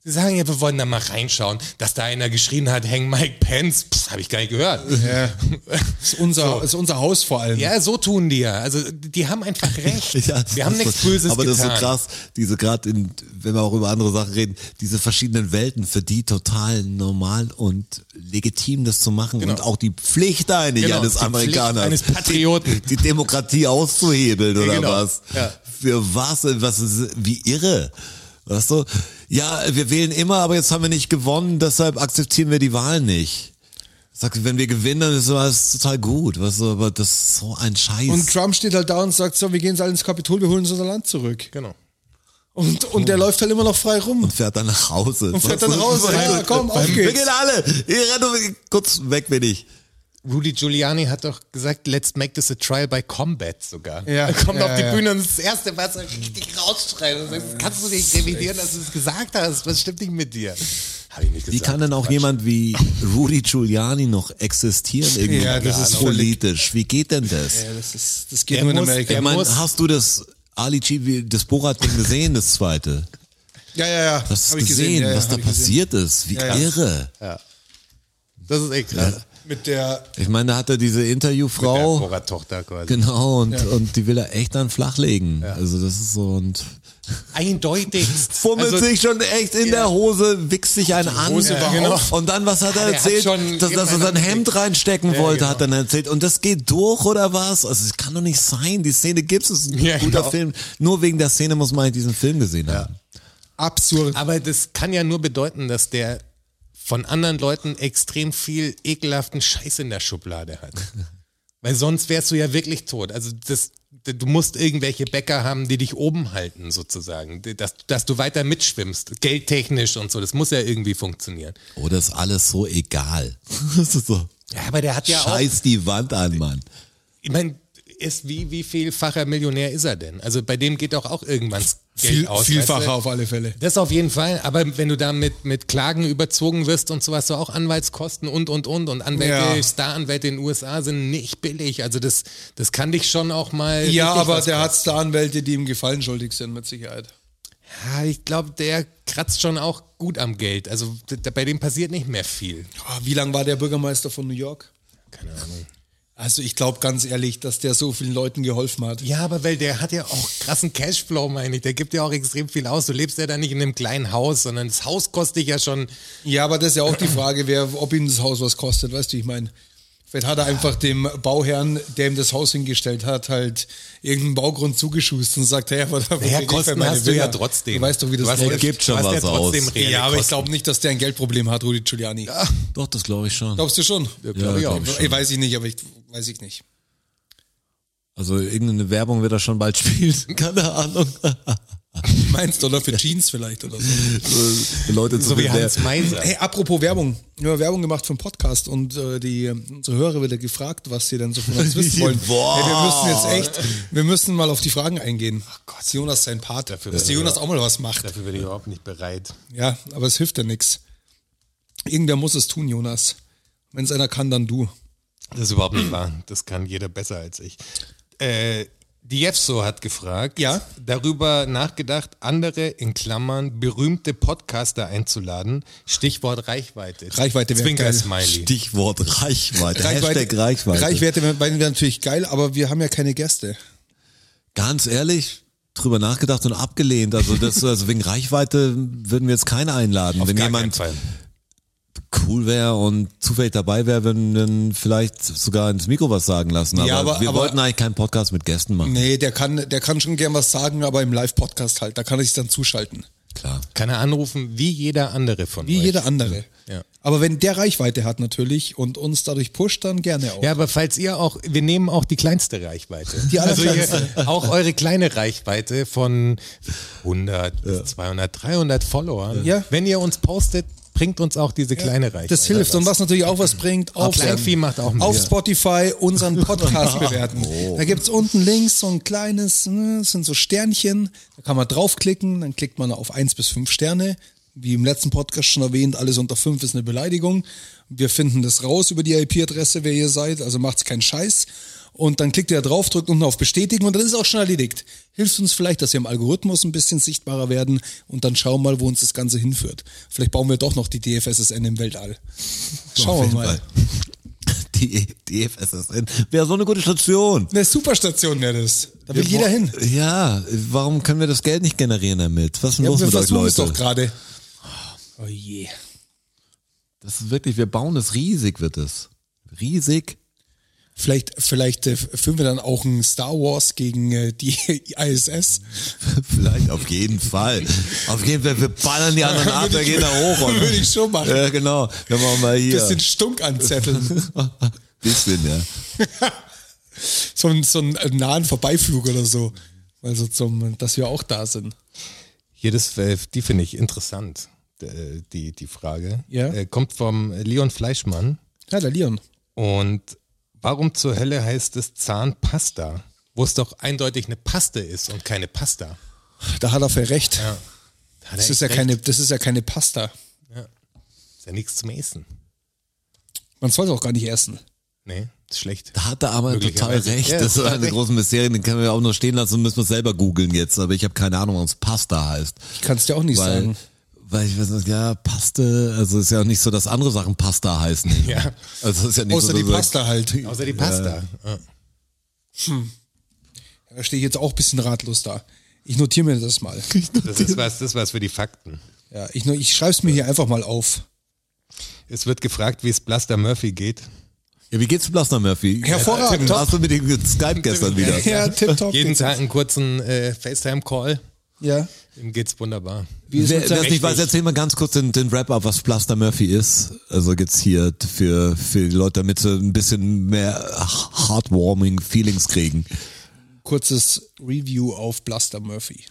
Speaker 4: Sie sagen ja, wir wollen da mal reinschauen, dass da einer geschrien hat, häng Mike Pence, pff, habe ich gar nicht gehört.
Speaker 2: Ja. ist, unser, ist unser Haus vor allem.
Speaker 4: Ja, so tun die ja. Also die haben einfach recht.
Speaker 3: Ja,
Speaker 4: wir haben
Speaker 3: das
Speaker 4: nichts
Speaker 3: ist so-
Speaker 4: Böses
Speaker 3: Aber das
Speaker 4: getan.
Speaker 3: ist so krass, diese gerade, in- wenn wir auch über andere Sachen reden, diese verschiedenen Welten, für die total normal und legitim das zu machen und auch die Pflicht eigentlich
Speaker 4: Genau,
Speaker 3: eines
Speaker 4: die Pflicht
Speaker 3: Amerikaners,
Speaker 4: eines Patrioten.
Speaker 3: die, die Demokratie auszuhebeln oder
Speaker 4: Genau,
Speaker 3: was.
Speaker 4: ja.
Speaker 3: Für was, was ist, wie irre. Weißt du, ja, wir wählen immer, aber jetzt haben wir nicht gewonnen, deshalb akzeptieren wir die Wahl nicht. Sagt, wenn wir gewinnen, dann ist das total gut, weißt du, aber das ist so ein Scheiß.
Speaker 2: Und Trump steht halt da und sagt so, wir gehen jetzt alle ins Kapitol, wir holen uns unser Land zurück.
Speaker 4: Genau.
Speaker 2: Und, und der läuft halt immer noch frei rum.
Speaker 3: und fährt dann nach Hause.
Speaker 2: Und fährt dann raus. Ja, komm, auf
Speaker 3: Wir
Speaker 2: geht's.
Speaker 3: gehen alle. Ihr rennt um- kurz weg bin ich.
Speaker 4: Rudy Giuliani hat doch gesagt, let's make this a trial by combat sogar.
Speaker 2: Ja,
Speaker 4: er kommt
Speaker 2: ja,
Speaker 4: auf die
Speaker 2: ja.
Speaker 4: Bühne und das erste, was er richtig rausschreit und sagt, das kannst du nicht revidieren, dass du es gesagt hast. Was stimmt nicht mit dir? Habe ich nicht gesagt.
Speaker 3: Wie kann denn auch jemand wie Rudy Giuliani noch existieren? Irgendwie
Speaker 2: Ja, das ist völlig-
Speaker 3: politisch. Wie geht denn das?
Speaker 2: Ja, das, ist, das geht
Speaker 4: Der
Speaker 2: nur in
Speaker 4: muss-
Speaker 2: Amerika.
Speaker 4: der
Speaker 3: ich meine,
Speaker 4: muss-
Speaker 3: hast du das Ali G, das Borat-Ding gesehen, das zweite?
Speaker 2: ja, ja, ja.
Speaker 3: Hast du
Speaker 2: hab
Speaker 3: gesehen,
Speaker 2: ich ja, ja,
Speaker 3: was
Speaker 2: hab
Speaker 3: da
Speaker 2: ich gesehen.
Speaker 3: passiert ist? Wie
Speaker 2: Ja, ja.
Speaker 3: irre.
Speaker 4: Das ist echt krass.
Speaker 2: Mit der,
Speaker 3: Ich meine, da hat er diese Interviewfrau.
Speaker 4: Der tochter quasi.
Speaker 3: Genau, und, und die will er echt dann flachlegen. Also das ist so und
Speaker 4: Eindeutigst.
Speaker 3: fummelt
Speaker 4: Also,
Speaker 3: sich schon echt in der Hose, wichst sich einen an.
Speaker 2: Hose war
Speaker 3: genau.
Speaker 2: auf.
Speaker 3: Und dann, was hat er
Speaker 4: Ah, der hat
Speaker 3: erzählt?
Speaker 4: schon
Speaker 3: dass, dass er sein
Speaker 4: jemanden
Speaker 3: Hemd reinstecken wollte, hat er
Speaker 4: genau.
Speaker 3: dann erzählt. Und das geht durch oder was? Also, es kann doch nicht sein. Die Szene gibt's. Es ist ein
Speaker 4: Ja,
Speaker 3: guter
Speaker 4: genau.
Speaker 3: Film. Nur wegen der Szene muss halt man diesen Film gesehen haben.
Speaker 2: absurd.
Speaker 4: Aber das kann ja nur bedeuten, dass der von anderen Leuten extrem viel ekelhaften Scheiß in der Schublade hat. Weil sonst wärst du ja wirklich tot. Also das, du musst irgendwelche Bäcker haben, die dich oben halten sozusagen, dass, dass du weiter mitschwimmst, geldtechnisch und so. Das muss ja irgendwie funktionieren.
Speaker 3: Oh, das ist alles so egal. Das ist so.
Speaker 4: Ja, aber der hat ja auch,
Speaker 3: Scheiß die Wand an, Mann.
Speaker 4: ich meine, ist wie, wie vielfacher Millionär ist er denn? Also bei dem geht doch auch irgendwann das Geld
Speaker 2: Viel,
Speaker 4: aus. weißt
Speaker 2: vielfacher
Speaker 4: du?
Speaker 2: auf alle Fälle.
Speaker 4: Das auf jeden Fall, aber wenn du da mit, mit Klagen überzogen wirst und sowas, so auch Anwaltskosten und, und, und. Und Anwälte,
Speaker 2: Ja.
Speaker 4: Staranwälte in den USA sind nicht billig. Also das, das kann dich schon auch mal.
Speaker 2: Ja,
Speaker 4: richtig
Speaker 2: aber
Speaker 4: was
Speaker 2: der hat Staranwälte, die ihm Gefallen schuldig sind, mit Sicherheit.
Speaker 4: Ja, ich glaube, der kratzt schon auch gut am Geld. Also d- d- bei dem passiert nicht mehr viel.
Speaker 2: Ah, Wie lange war der Bürgermeister von New York?
Speaker 4: Keine Ahnung.
Speaker 2: Also ich glaube ganz ehrlich, dass der so vielen Leuten geholfen hat.
Speaker 4: Ja, aber weil der hat ja auch krassen Cashflow, meine ich. Der gibt ja auch extrem viel aus. Du lebst ja da nicht in einem kleinen Haus, sondern das Haus kostet dich ja schon.
Speaker 2: Ja, aber das ist ja auch die Frage, wer, ob ihm das Haus was kostet, weißt du, ich meine. Vielleicht hat er einfach dem Bauherrn, der ihm das Haus hingestellt hat, halt irgendeinen Baugrund zugeschustert und sagt, hey, aber dafür
Speaker 4: Naja,
Speaker 2: krieg ich
Speaker 4: Kosten
Speaker 2: für meine
Speaker 4: hast du
Speaker 2: Villa.
Speaker 4: ja trotzdem.
Speaker 2: Du weißt doch, wie
Speaker 4: Du
Speaker 2: das
Speaker 4: hast ja-
Speaker 2: läuft.
Speaker 3: gibt schon
Speaker 4: du hast
Speaker 3: was
Speaker 4: ja trotzdem
Speaker 3: aus.
Speaker 4: reelle
Speaker 2: Ja, aber ich
Speaker 4: Kosten.
Speaker 2: glaube nicht, dass der ein Geldproblem hat, Rudi Giuliani.
Speaker 3: Doch, das glaube ich schon.
Speaker 2: Glaubst du schon?
Speaker 3: glaub ich auch. glaub ich schon.
Speaker 2: Weiß ich nicht, aber ich weiß ich nicht.
Speaker 3: Also irgendeine Werbung wird er schon bald spielen. Keine Ahnung.
Speaker 2: Meinst du, oder für Jeans vielleicht oder so?
Speaker 3: Äh, Leute zu
Speaker 4: So wie
Speaker 3: der-
Speaker 4: Hans Meiser.
Speaker 2: Hey, apropos Werbung. Wir haben Werbung gemacht für einen Podcast und äh, die, äh, unsere Hörer wieder gefragt, was sie denn so von uns wissen wollen.
Speaker 3: Boah.
Speaker 2: Hey, wir müssen jetzt echt, wir müssen mal auf die Fragen eingehen. Ach Gott, Jonas sein Part.
Speaker 4: Dafür
Speaker 2: dass
Speaker 4: bin
Speaker 2: der
Speaker 4: ich
Speaker 2: Jonas auch mal was macht.
Speaker 4: Dafür bin ich überhaupt nicht bereit.
Speaker 2: Ja, aber es hilft ja nichts. Irgendwer muss es tun, Jonas. Wenn es einer kann, dann du.
Speaker 4: Das ist überhaupt nicht wahr. Das kann jeder besser als ich. Äh, die Jeffso hat gefragt,
Speaker 2: Ja.
Speaker 4: darüber nachgedacht, andere in Klammern berühmte Podcaster einzuladen. Stichwort Reichweite.
Speaker 2: Reichweite wäre geil.
Speaker 4: Zwinker-Smiley.
Speaker 3: Stichwort Reichweite. Hashtag Reichweite.
Speaker 2: Reichweite wäre wäre natürlich geil, aber wir haben ja keine Gäste.
Speaker 3: Ganz ehrlich, drüber nachgedacht und abgelehnt. Also, das, also wegen Reichweite würden wir jetzt keinen einladen. Wenn
Speaker 4: Gar
Speaker 3: jemand
Speaker 4: keinen Fall.
Speaker 3: cool wäre und zufällig dabei wäre, würden wir dann vielleicht sogar ins Mikro was sagen lassen. Aber,
Speaker 2: Ja, aber-
Speaker 3: wir
Speaker 2: aber-
Speaker 3: wollten eigentlich keinen Podcast mit Gästen machen.
Speaker 2: Nee, der kann, der kann schon gern was sagen, aber im Live-Podcast halt. Da kann er sich dann zuschalten.
Speaker 3: Klar.
Speaker 4: Kann er anrufen wie jeder andere von
Speaker 2: Wie
Speaker 4: euch.
Speaker 2: jeder andere.
Speaker 4: Ja.
Speaker 2: Aber wenn der Reichweite hat natürlich und uns dadurch pusht, dann gerne auch.
Speaker 4: Ja, aber falls ihr auch, wir nehmen auch die kleinste Reichweite.
Speaker 2: Die
Speaker 4: also ihr,
Speaker 2: allerkleinste.
Speaker 4: auch eure kleine Reichweite von 100, bis 200, 300 Followern.
Speaker 2: Ja.
Speaker 4: Wenn ihr uns postet, bringt uns auch diese kleine Reichweite. Also
Speaker 2: Das hilft und was natürlich auch was bringt, auf,
Speaker 4: Kleinvieh macht auch mit. Oh.
Speaker 2: auf
Speaker 4: Ja.
Speaker 2: Spotify unseren Podcast bewerten. Da gibt's unten links so ein kleines, ne, das sind so Sternchen, da kann man draufklicken, dann klickt man auf 1 bis 5 Sterne. Wie im letzten Podcast schon erwähnt, alles unter 5 ist eine Beleidigung. Wir finden das raus über die IP-Adresse, wer ihr seid, also macht's keinen Scheiß. Und dann klickt ihr da drauf, drückt unten auf Bestätigen und dann ist es auch schon erledigt. Hilft uns vielleicht, dass wir im Algorithmus ein bisschen sichtbarer werden und dann schauen wir mal, wo uns das Ganze hinführt. Vielleicht bauen wir doch noch die DFSSN im Weltall. Schauen wir mal.
Speaker 3: Die E DFSSN wäre so eine gute Station.
Speaker 2: Eine Superstation wäre das. Da will
Speaker 3: Wir
Speaker 2: jeder
Speaker 3: bra-
Speaker 2: hin.
Speaker 3: Ja, warum können wir das Geld nicht generieren damit? Was ist denn
Speaker 2: Ja,
Speaker 3: los
Speaker 2: wir
Speaker 3: mit euch
Speaker 2: versuchen es
Speaker 3: Leute?
Speaker 2: doch gerade. Oh je.
Speaker 3: das ist wirklich, wir bauen es riesig, wird es. Riesig.
Speaker 2: Vielleicht, vielleicht äh, filmen wir dann auch ein Star Wars gegen äh, die ISS.
Speaker 3: Vielleicht, auf jeden Fall. Auf jeden Fall, wir ballern die anderen ab, wir gehen da hoch. Und,
Speaker 2: Würde ich schon machen.
Speaker 3: Ja, genau. Wir machen mal hier.
Speaker 2: Bisschen Stunk anzetteln.
Speaker 3: Bisschen, ja.
Speaker 2: so, ein, so einen nahen Vorbeiflug oder so. Also zum, dass wir auch da sind.
Speaker 4: Hier, das, äh, die finde ich interessant, d- äh, die, die Frage.
Speaker 2: Ja.
Speaker 4: Äh, Kommt vom Leon Fleischmann.
Speaker 2: Ja, der Leon.
Speaker 4: Und warum zur Hölle heißt es Zahnpasta? Wo es doch eindeutig eine Paste ist und keine Pasta.
Speaker 2: Da hat er voll recht.
Speaker 4: Da hat er
Speaker 2: Das ist
Speaker 4: echt
Speaker 2: ja
Speaker 4: recht.
Speaker 2: keine, das ist ja keine Pasta.
Speaker 4: Ist ja nichts zum Essen.
Speaker 2: Man soll es auch gar nicht essen.
Speaker 4: Nee, ist schlecht.
Speaker 3: Da hat er aber total
Speaker 4: Möglicherweise.
Speaker 3: recht.
Speaker 4: Ja,
Speaker 3: das ist
Speaker 4: total
Speaker 3: eine
Speaker 4: recht.
Speaker 3: große Mysterien, den können wir auch nur stehen lassen und müssen wir selber googeln jetzt. Aber ich habe keine Ahnung, was Pasta heißt.
Speaker 2: Ich kann es dir auch nicht
Speaker 3: weil,
Speaker 2: sagen.
Speaker 3: weil ich weiß nicht, ja, Paste, also ist ja auch nicht so, dass andere Sachen Pasta heißen.
Speaker 4: Ja.
Speaker 3: Also ist ja nicht
Speaker 2: Außer
Speaker 3: so,
Speaker 2: die
Speaker 3: dass-
Speaker 2: Pasta halt.
Speaker 4: Außer die Pasta. Ah, Ja.
Speaker 2: Da stehe ich jetzt auch ein bisschen ratlos da. Ich notiere mir das mal.
Speaker 4: Das ist was, das ist was für die Fakten.
Speaker 2: Ja, ich, no- ich schreibe es mir hier einfach mal auf.
Speaker 4: Es wird gefragt, wie es Blaster Murphy geht.
Speaker 3: Ja, wie geht's Blasner Murphy?
Speaker 2: Hervorragend.
Speaker 3: Warst du mit dem Skype gestern wieder?
Speaker 2: Ja, tipptopp.
Speaker 4: Jeden Tag einen kurzen äh, FaceTime-Call.
Speaker 2: Ja.
Speaker 4: Ihm geht's wunderbar.
Speaker 2: Wie ist
Speaker 3: Wer
Speaker 2: mit seinem-
Speaker 3: wer es nicht weiß,
Speaker 4: Richtig.
Speaker 3: erzähl mal ganz kurz den, den Wrap-Up, was Plaster Murphy ist. Also jetzt hier für, für die Leute, damit sie ein bisschen mehr heartwarming Feelings kriegen.
Speaker 2: Kurzes Review auf Blaster Murphy.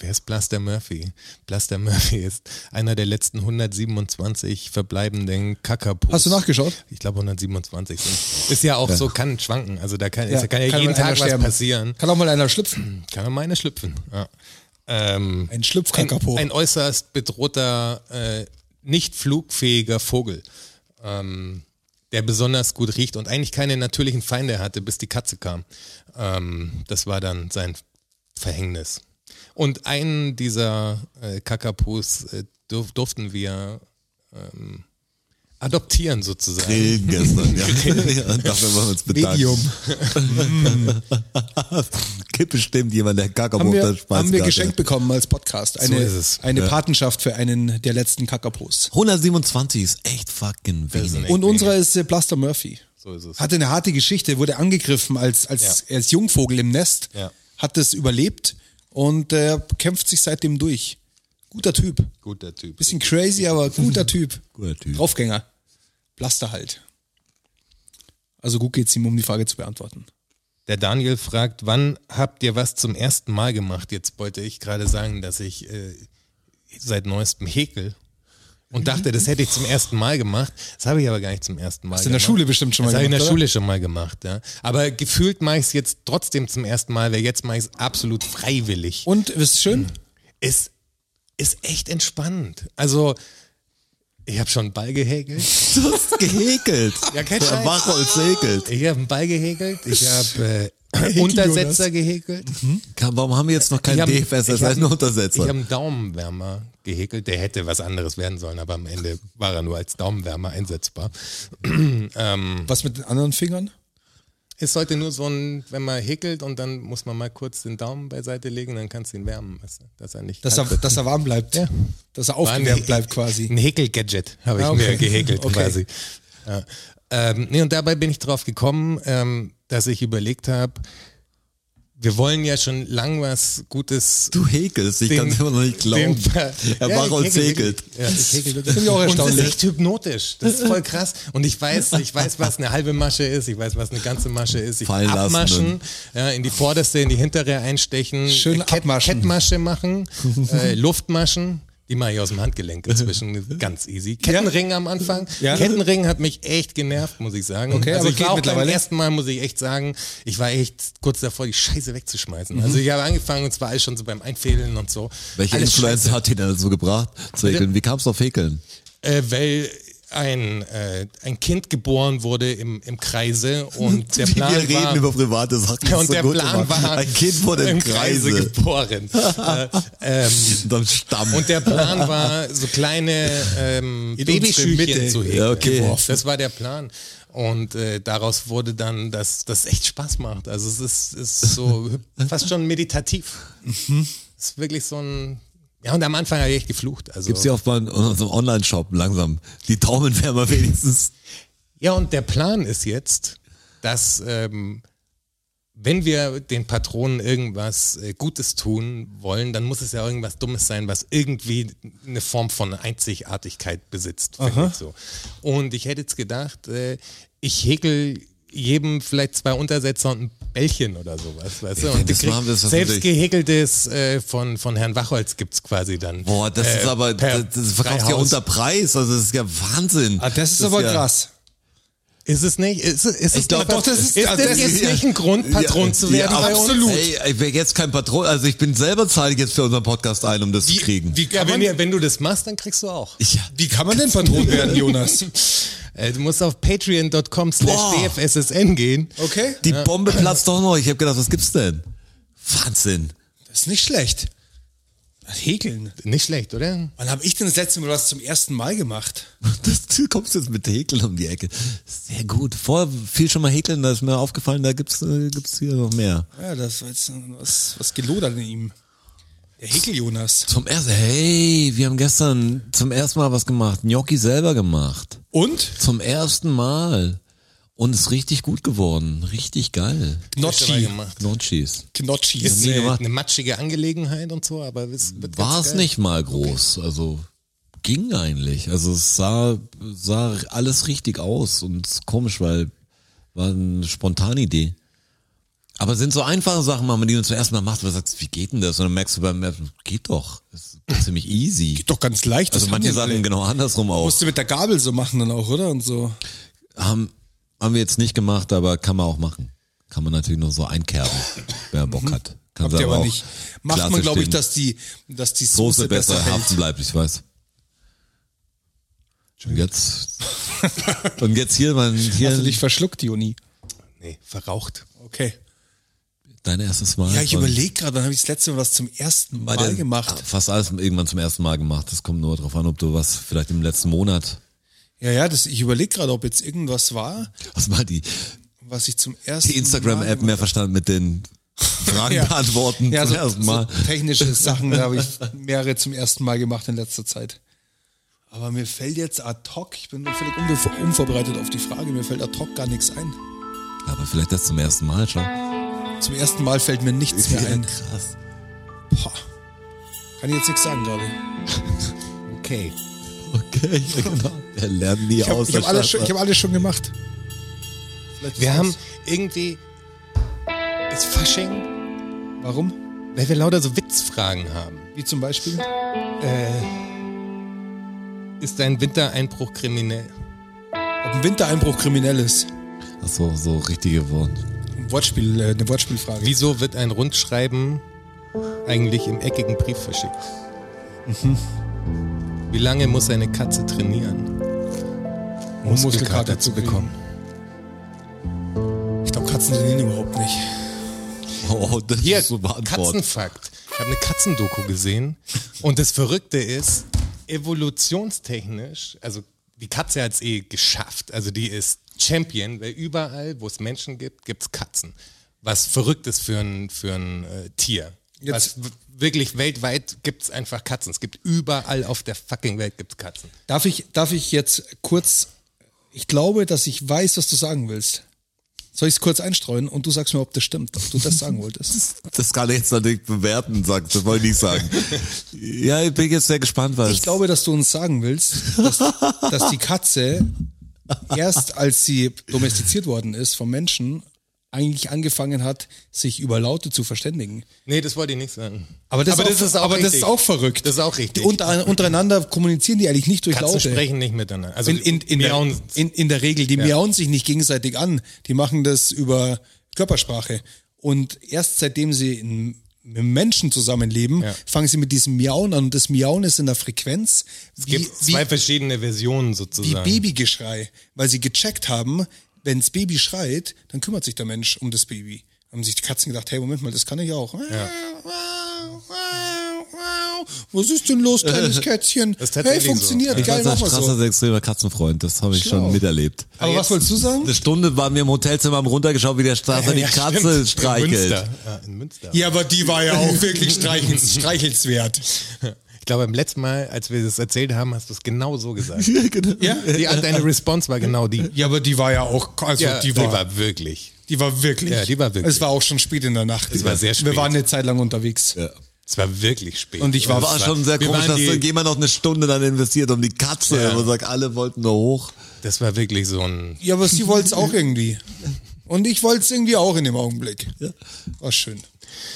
Speaker 4: Wer ist Blaster Murphy? Blaster Murphy ist einer der letzten 127 verbleibenden Kakapus.
Speaker 2: Hast du nachgeschaut?
Speaker 4: Ich glaube 127 sind. Ist ja auch so, kann schwanken. Also da kann ja, kann ja
Speaker 2: kann
Speaker 4: jeden
Speaker 2: mal einer
Speaker 4: Tag was
Speaker 2: sterben.
Speaker 4: passieren.
Speaker 2: Kann auch mal einer schlüpfen.
Speaker 4: Kann er meine schlüpfen. Ja. Ähm,
Speaker 2: Ein
Speaker 4: ein,
Speaker 2: Schlüpfkakapo.
Speaker 4: ein äußerst bedrohter, äh, nicht flugfähiger Vogel, ähm, der besonders gut riecht und eigentlich keine natürlichen Feinde hatte, bis die Katze kam. Ähm, das war dann sein Verhängnis. Und einen dieser äh, Kakapus äh, durf, durften wir ähm, adoptieren sozusagen.
Speaker 3: Grillen gestern, ja. ja dafür wollen wir uns bedanken.
Speaker 2: Medium.
Speaker 3: Gibt bestimmt jemand, der Kakaobock
Speaker 2: Haben
Speaker 3: da
Speaker 2: wir,
Speaker 3: Spaß
Speaker 2: haben wir
Speaker 3: gehabt
Speaker 2: geschenkt
Speaker 3: hat.
Speaker 2: bekommen als Podcast. Eine,
Speaker 4: ist es.
Speaker 2: eine Patenschaft für einen der letzten Kakapos.
Speaker 3: 127 ist echt fucking
Speaker 4: ist
Speaker 3: wenig.
Speaker 4: echt
Speaker 2: Und
Speaker 4: wenig.
Speaker 2: unserer ist äh, Blaster Murphy.
Speaker 4: So ist es.
Speaker 2: Hatte eine harte Geschichte, wurde angegriffen als, als, als Jungvogel im Nest,
Speaker 4: Ja.
Speaker 2: hat es überlebt und äh, kämpft sich seitdem durch. Guter Typ.
Speaker 4: Guter Typ.
Speaker 2: Bisschen crazy, aber guter Typ.
Speaker 3: Guter Typ.
Speaker 2: Draufgänger. Blaster halt. Also gut geht's ihm, um die Frage zu beantworten.
Speaker 4: Der Daniel fragt, wann habt ihr was zum ersten Mal gemacht? Jetzt wollte ich gerade sagen, dass ich äh, seit neuestem häkel
Speaker 2: Mhm.
Speaker 4: und dachte, das hätte ich zum ersten Mal gemacht. Das habe ich aber gar nicht zum ersten Mal
Speaker 2: Hast du in
Speaker 4: gemacht.
Speaker 2: der Schule bestimmt schon mal
Speaker 4: das habe ich ne? in der
Speaker 2: gemacht,
Speaker 4: Schule schon mal gemacht, ja. Aber gefühlt mache ich es jetzt trotzdem zum ersten Mal, weil jetzt mache ich es absolut freiwillig.
Speaker 2: Und ist schön?
Speaker 4: Es ist echt entspannend. Also, ich habe schon einen Ball gehäkelt.
Speaker 3: Du hast gehäkelt.
Speaker 4: Ja, kein
Speaker 3: Der
Speaker 4: Scheiß.
Speaker 3: Wachholz häkelt.
Speaker 4: Ich habe einen Ball gehäkelt. Ich habe äh, Untersetzer gehäkelt.
Speaker 3: Kann, warum haben wir jetzt noch keinen
Speaker 4: Ich hab-
Speaker 3: DFS, das
Speaker 4: ich hab-
Speaker 3: heißt nur
Speaker 4: Ich habe
Speaker 3: Untersetzer?
Speaker 4: einen Daumenwärmer gehäkelt, der hätte was anderes werden sollen, aber am Ende war er nur als Daumenwärmer einsetzbar. Hm.
Speaker 2: Was mit den anderen Fingern?
Speaker 4: Es sollte nur so ein, wenn man häkelt und dann muss man mal kurz den Daumen beiseite legen, dann kannst du ihn wärmen, weißt du, dass er nicht.
Speaker 2: Dass er, dass er warm bleibt.
Speaker 4: Ja.
Speaker 2: Dass er
Speaker 4: War ein
Speaker 2: aufgewärmt
Speaker 4: Hä-
Speaker 2: bleibt quasi.
Speaker 4: Ein Häkel-Gadget habe ich
Speaker 2: Ah, okay.
Speaker 4: mir gehäkelt
Speaker 2: Okay.
Speaker 4: quasi. Ja. Ähm, nee, und dabei bin ich drauf gekommen, ähm, dass ich überlegt habe, wir wollen ja schon lang was Gutes
Speaker 3: Du häkelst, ich
Speaker 4: Den-
Speaker 3: kann es immer noch nicht glauben.
Speaker 4: Den-
Speaker 3: Herr
Speaker 4: Ja, ich
Speaker 3: Wachholz
Speaker 4: häkel
Speaker 3: häkelt.
Speaker 4: wirklich. Ja, ich häkel
Speaker 2: Finde ich
Speaker 4: wirklich.
Speaker 2: auch
Speaker 4: Und das ist
Speaker 2: erstaunlich.
Speaker 4: echt hypnotisch. Das ist voll krass. Und ich weiß, ich weiß, was eine halbe Masche ist. Ich weiß, was eine ganze Masche ist. Ich
Speaker 3: Fallen lassen
Speaker 4: abmaschen, ja, in die vorderste, in die hintere einstechen.
Speaker 2: Schön
Speaker 4: äh, Kett-
Speaker 2: abmaschen.
Speaker 4: Kettmasche machen, äh, Luftmaschen. Die mache ich aus dem Handgelenk inzwischen ganz easy. Kettenring am Anfang.
Speaker 2: Ja.
Speaker 4: Kettenring hat mich echt genervt, muss ich sagen.
Speaker 2: Okay,
Speaker 4: also
Speaker 2: aber
Speaker 4: ich
Speaker 2: geht
Speaker 4: war auch beim
Speaker 2: mittlerweile?
Speaker 4: ersten Mal, muss ich echt sagen, ich war echt kurz davor, die Scheiße wegzuschmeißen.
Speaker 3: Mhm.
Speaker 4: Also ich habe angefangen und zwar alles schon so beim Einfädeln und so.
Speaker 3: Welche
Speaker 4: alles
Speaker 3: Influencer hat ihn denn dazu gebracht zu häkeln? Wie kam es auf Häkeln?
Speaker 4: äh, weil ein, äh, ein Kind geboren wurde im, im Kreise und der
Speaker 3: Wie
Speaker 4: Plan
Speaker 3: wir reden
Speaker 4: war,
Speaker 3: über private Sachen.
Speaker 4: Ja, und
Speaker 3: das ist so
Speaker 4: der
Speaker 3: gut
Speaker 4: Plan
Speaker 3: gemacht.
Speaker 4: war
Speaker 3: ein Kind wurde im Kreise.
Speaker 4: geboren. äh, ähm,
Speaker 3: Und am Stamm.
Speaker 4: und der Plan war, so kleine ähm,
Speaker 2: unsere
Speaker 4: Babyschüchen
Speaker 2: Mitte.
Speaker 4: zu heben.
Speaker 3: Ja, okay.
Speaker 4: Das war der Plan. Und äh, daraus wurde dann, dass das echt Spaß macht. Also es ist, ist so fast schon meditativ.
Speaker 3: Mhm.
Speaker 4: Es ist wirklich so ein. Ja, und am Anfang habe ich echt geflucht. Also
Speaker 3: Gibt's ja auch mal in unserem Online-Shop langsam. Die Daumenwärmer wenigstens.
Speaker 4: Ja, und der Plan ist jetzt, dass ähm, wenn wir den Patronen irgendwas äh, Gutes tun wollen, dann muss es ja irgendwas Dummes sein, was irgendwie eine Form von Einzigartigkeit besitzt. finde Ich so. Und ich hätte jetzt gedacht, äh, ich häkel jedem vielleicht zwei Untersetzer und ein Bällchen oder sowas. Weißt du?
Speaker 3: Ja,
Speaker 4: Und
Speaker 3: das
Speaker 4: krieg-
Speaker 3: machen wir, das ist
Speaker 4: selbst
Speaker 3: natürlich-
Speaker 4: gehäkeltes äh, von, von Herrn Wachholz gibt's quasi dann.
Speaker 3: Boah, das
Speaker 4: äh,
Speaker 3: ist aber,
Speaker 4: per
Speaker 3: das, das verkauft ja
Speaker 4: Freihaus.
Speaker 3: unter Preis. Also das ist ja Wahnsinn.
Speaker 2: Ah, das ist aber
Speaker 3: ja-
Speaker 2: krass.
Speaker 4: Ist es nicht? Ist, es- ist es
Speaker 3: glaub,
Speaker 4: nicht-
Speaker 2: doch, das ist-
Speaker 4: ist
Speaker 2: also
Speaker 4: das
Speaker 2: das
Speaker 4: jetzt
Speaker 2: ist-
Speaker 4: nicht ein Grund, Patron
Speaker 3: Ja,
Speaker 4: zu werden
Speaker 3: ja,
Speaker 4: bei
Speaker 3: absolut.
Speaker 4: uns?
Speaker 3: Ey, ich wäre jetzt kein Patron. Also ich bin selber zahle ich jetzt für unseren Podcast ein, um das zu kriegen.
Speaker 2: Wie
Speaker 4: Ja,
Speaker 2: kann,
Speaker 4: wenn,
Speaker 2: man,
Speaker 4: ihr, wenn du das machst, dann kriegst du auch.
Speaker 3: ja.
Speaker 2: wie kann man denn Patron werden, Jonas?
Speaker 4: Äh, du musst auf patreon.com slash
Speaker 3: Boah.
Speaker 4: dfssn gehen.
Speaker 2: Okay?
Speaker 3: Die Bombe platzt doch noch. Ich habe gedacht, was gibt's denn? Wahnsinn.
Speaker 2: Das ist nicht schlecht. Das Häkeln.
Speaker 4: Nicht schlecht, oder?
Speaker 2: Wann habe ich denn das letzte Mal was zum ersten Mal gemacht?
Speaker 3: Das, du kommst jetzt mit Häkeln um die Ecke. Sehr gut. Vorher viel schon mal häkeln, da ist mir aufgefallen, da gibt's, äh, gibt's hier noch mehr.
Speaker 2: Ja, das war jetzt was, was gelodert in ihm. Der Häkel-Jonas.
Speaker 3: Zum ersten, hey, wir haben gestern zum ersten Mal was gemacht. Gnocchi selber gemacht.
Speaker 2: Und?
Speaker 3: Zum ersten Mal. Und ist richtig gut geworden. Richtig geil.
Speaker 4: Dabei
Speaker 2: Nocci.
Speaker 4: gemacht.
Speaker 3: Knotschis.
Speaker 2: Knotschis.
Speaker 4: Ist
Speaker 3: nie
Speaker 4: eine,
Speaker 3: gemacht.
Speaker 4: eine matschige Angelegenheit und so, aber es wird
Speaker 3: War
Speaker 4: ganz
Speaker 3: es
Speaker 2: äh,
Speaker 4: geil.
Speaker 3: nicht mal groß. Also ging eigentlich. Also es sah, sah alles richtig aus und ist komisch, weil war eine spontane Idee. Aber es sind so einfache Sachen, Mama, die du zuerst mal machst, weil du sagst, wie geht denn das? Und dann merkst du beim Appen, geht doch. Das ist ziemlich easy.
Speaker 2: Doch ganz leicht.
Speaker 3: Also
Speaker 2: das
Speaker 3: manche
Speaker 2: haben die alle.
Speaker 3: Sachen genau andersrum auch.
Speaker 2: Musst du mit der Gabel so machen dann auch, oder? Und so.
Speaker 3: Haben, haben wir jetzt nicht gemacht, aber kann man auch machen. Kann man natürlich nur so einkerben, wer Bock hat. Kann
Speaker 2: Habt ihr aber
Speaker 3: auch
Speaker 2: nicht. Macht man,
Speaker 3: klassisch
Speaker 2: glaube ich,
Speaker 3: den
Speaker 2: dass die, dass die Soße,
Speaker 3: Soße
Speaker 2: besser,
Speaker 3: besser
Speaker 2: hält.
Speaker 3: haften bleibt, ich weiß. Und jetzt, und jetzt hier, mein, hier
Speaker 2: Hast du dich verschluckt, Joni?
Speaker 4: Nee, verraucht.
Speaker 2: Okay.
Speaker 3: dein erstes Mal.
Speaker 2: Ja, ich
Speaker 3: Und
Speaker 2: überlege gerade, dann habe ich das letzte Mal was zum ersten
Speaker 3: bei Ah.
Speaker 2: Mal
Speaker 3: den-
Speaker 2: gemacht.
Speaker 3: Fast alles irgendwann zum ersten Mal gemacht. Das kommt nur darauf an, ob du was vielleicht im letzten Monat
Speaker 2: Ja, ja, das, ich überlege gerade, ob jetzt irgendwas war,
Speaker 3: hast mal die,
Speaker 2: was ich zum ersten
Speaker 3: die Instagram-App mehr verstanden mit den Fragen
Speaker 2: Ja.
Speaker 3: beantworten
Speaker 2: Ja,
Speaker 3: zum
Speaker 2: so,
Speaker 3: ersten Mal.
Speaker 2: so technische Sachen da habe ich mehrere zum ersten Mal gemacht in letzter Zeit. Aber mir fällt jetzt ad hoc, ich bin völlig unbe- unvorbereitet auf die Frage, mir fällt ad hoc gar nichts ein.
Speaker 3: Aber vielleicht das zum ersten Mal schon.
Speaker 2: Zum ersten Mal fällt mir nichts mehr ein.
Speaker 3: krass.
Speaker 2: Boah. Kann ich jetzt nichts sagen gerade.
Speaker 4: Okay.
Speaker 3: Okay, ja, genau. Der lernt nie
Speaker 2: Ich habe
Speaker 3: aus.
Speaker 2: hab
Speaker 3: der
Speaker 2: alles, schon-
Speaker 3: Scheiße.
Speaker 2: ich hab alles schon gemacht.
Speaker 4: Wir haben irgendwie ist Fasching,
Speaker 2: Warum?
Speaker 4: weil wir lauter so Witzfragen haben.
Speaker 2: Wie zum Beispiel?
Speaker 4: Ist dein Wintereinbruch kriminell?
Speaker 2: Ob ein Wintereinbruch kriminell ist.
Speaker 3: Ach so, so richtige Worte.
Speaker 2: Ein Wortspiel, äh, eine Wortspielfrage.
Speaker 4: Wieso wird ein Rundschreiben eigentlich im eckigen Brief verschickt? Wie lange muss eine Katze trainieren, um Muskelkater zu
Speaker 2: kriegen.
Speaker 4: bekommen?
Speaker 2: Ich glaube, Katzen trainieren überhaupt nicht.
Speaker 3: Oh, das
Speaker 4: Hier,
Speaker 3: ist so beantwortet.
Speaker 4: Katzenfakt. Ich habe eine Katzendoku gesehen und das Verrückte ist, evolutionstechnisch, also die Katze hat es eh geschafft. Also die ist Champion, weil überall, wo es Menschen gibt, gibt es Katzen. Was verrückt ist für ein, für ein äh, Tier.
Speaker 2: Jetzt-
Speaker 4: Was w- wirklich weltweit gibt es einfach Katzen. Es gibt überall auf der fucking Welt gibt's Katzen.
Speaker 2: Darf ich, darf ich jetzt kurz. Ich glaube, dass ich weiß, was du sagen willst. Soll ich es kurz einstreuen und du sagst mir, ob das stimmt, ob du das sagen wolltest?
Speaker 3: Das kann ich jetzt natürlich bewerten, sagt, das wollte ich nicht sagen. ja, ich bin jetzt sehr gespannt, weil
Speaker 2: Ich glaube, dass du uns sagen willst, dass, dass die Katze erst als sie domestiziert worden ist vom Menschen, eigentlich angefangen hat, sich über Laute zu verständigen.
Speaker 4: Nee, das wollte ich nicht sagen.
Speaker 2: Aber das, ist, auch, aber das
Speaker 4: richtig.
Speaker 2: ist auch verrückt.
Speaker 4: Das ist auch richtig.
Speaker 2: Die unter, untereinander kommunizieren die eigentlich nicht durch
Speaker 4: Katzen
Speaker 2: Laute.
Speaker 4: sprechen nicht miteinander. Also
Speaker 2: In, in, in, der,
Speaker 4: miauen
Speaker 2: in, in der Regel, die miauen sich nicht gegenseitig an. Die machen das über Körpersprache. Und erst seitdem sie in, mit Menschen zusammenleben,
Speaker 4: Ja.
Speaker 2: fangen sie mit diesem Miauen an. Und das Miauen ist in der Frequenz wie,
Speaker 4: gibt
Speaker 2: wie,
Speaker 4: zwei verschiedene Versionen
Speaker 2: wie
Speaker 4: sozusagen.
Speaker 2: Babygeschrei. Weil sie gecheckt haben, wenns Baby schreit, dann kümmert sich der Mensch um das Baby. Haben sich die Katzen gedacht, hey, Moment mal, das kann ich auch. Was ist denn los, kleines Kätzchen?
Speaker 4: Das ist
Speaker 2: Hey,
Speaker 4: tatsächlich so.
Speaker 2: funktioniert,
Speaker 4: Ja.
Speaker 2: geil,
Speaker 3: ich war
Speaker 2: mach mal
Speaker 3: Strasser
Speaker 2: so.
Speaker 3: so. extremer Katzenfreund, das habe ich
Speaker 2: Schlau.
Speaker 3: schon miterlebt.
Speaker 2: Aber was wolltest du sagen?
Speaker 3: Eine Stunde waren wir im Hotelzimmer haben runtergeschaut, wie der Strasser die
Speaker 4: Ja,
Speaker 3: Katze
Speaker 4: stimmt. In
Speaker 3: streichelt.
Speaker 4: Münster. Ja, in Münster.
Speaker 2: Ja, aber die war ja auch wirklich streichelns, streichelswert.
Speaker 4: Ich glaube, beim letzten Mal, als wir das erzählt haben, hast du es genau so gesagt.
Speaker 3: Ja, genau.
Speaker 2: Ja?
Speaker 4: Die, also deine Response war genau die.
Speaker 2: Ja, aber die war ja auch, also die, war, die war,
Speaker 4: wirklich.
Speaker 2: wirklich.
Speaker 4: Ja, die war wirklich.
Speaker 2: Es war auch schon spät in der Nacht. Es
Speaker 4: war sehr spät.
Speaker 2: Wir waren eine Zeit lang unterwegs.
Speaker 4: Es war wirklich spät.
Speaker 2: Und ich war-
Speaker 3: War schon sehr
Speaker 4: wir
Speaker 3: komisch,
Speaker 4: waren
Speaker 3: dass
Speaker 4: die-
Speaker 3: dann jemand noch eine Stunde dann investiert um die Katze.
Speaker 4: Ja.
Speaker 3: Und sagt, alle wollten da hoch.
Speaker 4: Das war wirklich so ein.
Speaker 2: Ja, aber sie wollte es auch irgendwie. Und ich wollte es irgendwie auch in dem Augenblick. War schön.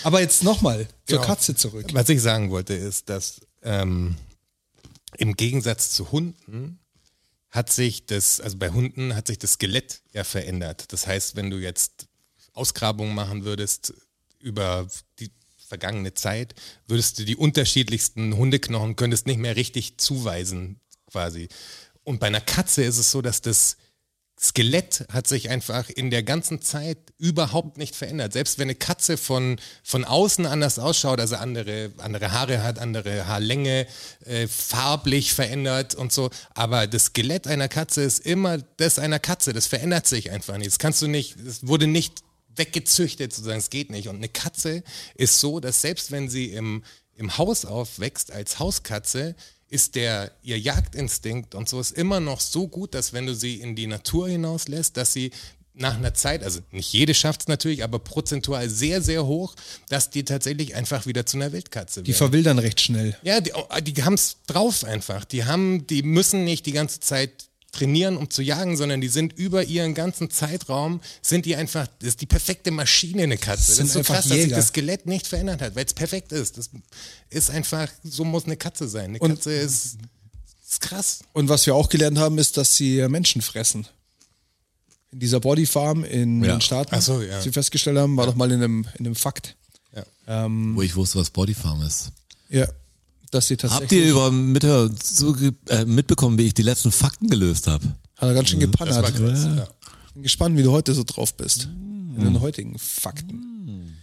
Speaker 2: Aber jetzt nochmal zur
Speaker 4: Genau.
Speaker 2: Katze zurück.
Speaker 4: Was ich sagen wollte, ist, dass ähm, im Gegensatz zu Hunden hat sich das, also bei Hunden hat sich das Skelett ja verändert. Das heißt, wenn du jetzt Ausgrabungen machen würdest über die vergangene Zeit, würdest du die unterschiedlichsten Hundeknochen, könntest nicht mehr richtig zuweisen quasi. Und bei einer Katze ist es so, dass das Skelett hat sich einfach in der ganzen Zeit überhaupt nicht verändert. Selbst wenn eine Katze von, von außen anders ausschaut, also andere, andere Haare hat, andere Haarlänge, äh, farblich verändert und so. Aber das Skelett einer Katze ist immer das einer Katze. Das verändert sich einfach nicht. Das kannst du nicht, das wurde nicht weggezüchtet sozusagen. Es geht nicht. Und eine Katze ist so, dass selbst wenn sie im, im Haus aufwächst als Hauskatze, ist der, ihr Jagdinstinkt und so ist immer noch so gut, dass wenn du sie in die Natur hinauslässt, dass sie nach einer Zeit, also nicht jede schafft es natürlich, aber prozentual sehr, sehr hoch, dass die tatsächlich einfach wieder zu einer Wildkatze werden.
Speaker 2: Die verwildern recht schnell.
Speaker 4: Ja, die, oh, die haben es drauf einfach. Die haben, die müssen nicht die ganze Zeit trainieren, um zu jagen, sondern die sind über ihren ganzen Zeitraum, sind die einfach, das ist die perfekte Maschine, eine Katze. Das,
Speaker 2: sind
Speaker 4: ist so
Speaker 2: einfach
Speaker 4: krass, dass sich
Speaker 2: Jäger.
Speaker 4: das Skelett nicht verändert hat, weil es perfekt ist. Das ist einfach, so muss eine Katze sein. Eine
Speaker 2: Und-
Speaker 4: Katze ist, ist krass.
Speaker 2: Und was wir auch gelernt haben, ist, dass sie äh, Menschen fressen. In dieser Bodyfarm in
Speaker 3: Ja.
Speaker 2: den Staaten,
Speaker 4: Ach so, ja.
Speaker 2: was wir festgestellt haben, war doch mal in einem, in einem Fakt.
Speaker 3: Wo ich wusste, was Bodyfarm ist.
Speaker 2: Ja. Dass sie tatsächlich.
Speaker 3: Habt ihr über Mithör zuge- äh, mitbekommen, wie ich die letzten Fakten gelöst habe?
Speaker 2: Hat er ganz schön
Speaker 4: Das war
Speaker 2: gepannert.
Speaker 4: krass. Ja.
Speaker 2: Bin gespannt, wie du heute so drauf bist. In
Speaker 4: Mhm.
Speaker 2: den heutigen Fakten.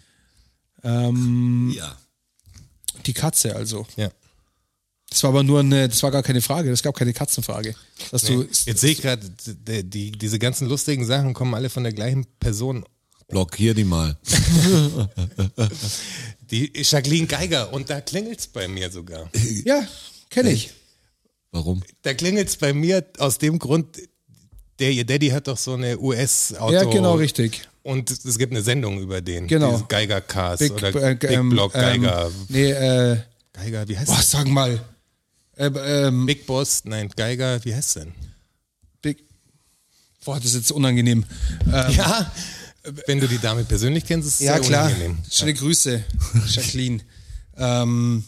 Speaker 2: Ähm,
Speaker 3: Hm. Ja.
Speaker 2: die Katze also.
Speaker 4: Ja.
Speaker 2: Das war aber nur eine, das war gar keine Frage, das gab keine Katzenfrage. Dass du,
Speaker 4: Jetzt sehe ich gerade, die, die, diese ganzen lustigen Sachen kommen alle von der gleichen Person.
Speaker 3: Blockier die mal.
Speaker 4: Die Jacqueline Geiger. Und da klingelt's bei mir sogar.
Speaker 2: ja, kenne ich.
Speaker 3: Warum?
Speaker 4: Da klingelt's bei mir aus dem Grund, der ihr Daddy hat doch so eine US-Auto.
Speaker 2: Ja, genau, richtig.
Speaker 4: Und es gibt eine Sendung über den.
Speaker 2: Genau.
Speaker 4: dieses Geiger-Cars
Speaker 2: Big,
Speaker 4: oder
Speaker 2: äh,
Speaker 4: Big
Speaker 2: ähm,
Speaker 4: Block Geiger.
Speaker 2: Ähm, nee, äh,
Speaker 4: Geiger, wie heißt
Speaker 2: boah,
Speaker 4: das?
Speaker 2: sag mal. Äh, ähm,
Speaker 4: Big Boss, nein, Geiger, wie heißt denn?
Speaker 2: Big. Boah, das ist jetzt unangenehm. Ähm,
Speaker 4: Ja, wenn du die Dame persönlich kennst, ist es
Speaker 2: ja,
Speaker 4: sehr
Speaker 2: klar.
Speaker 4: unangenehm.
Speaker 2: Schöne Grüße, Jacqueline. ähm,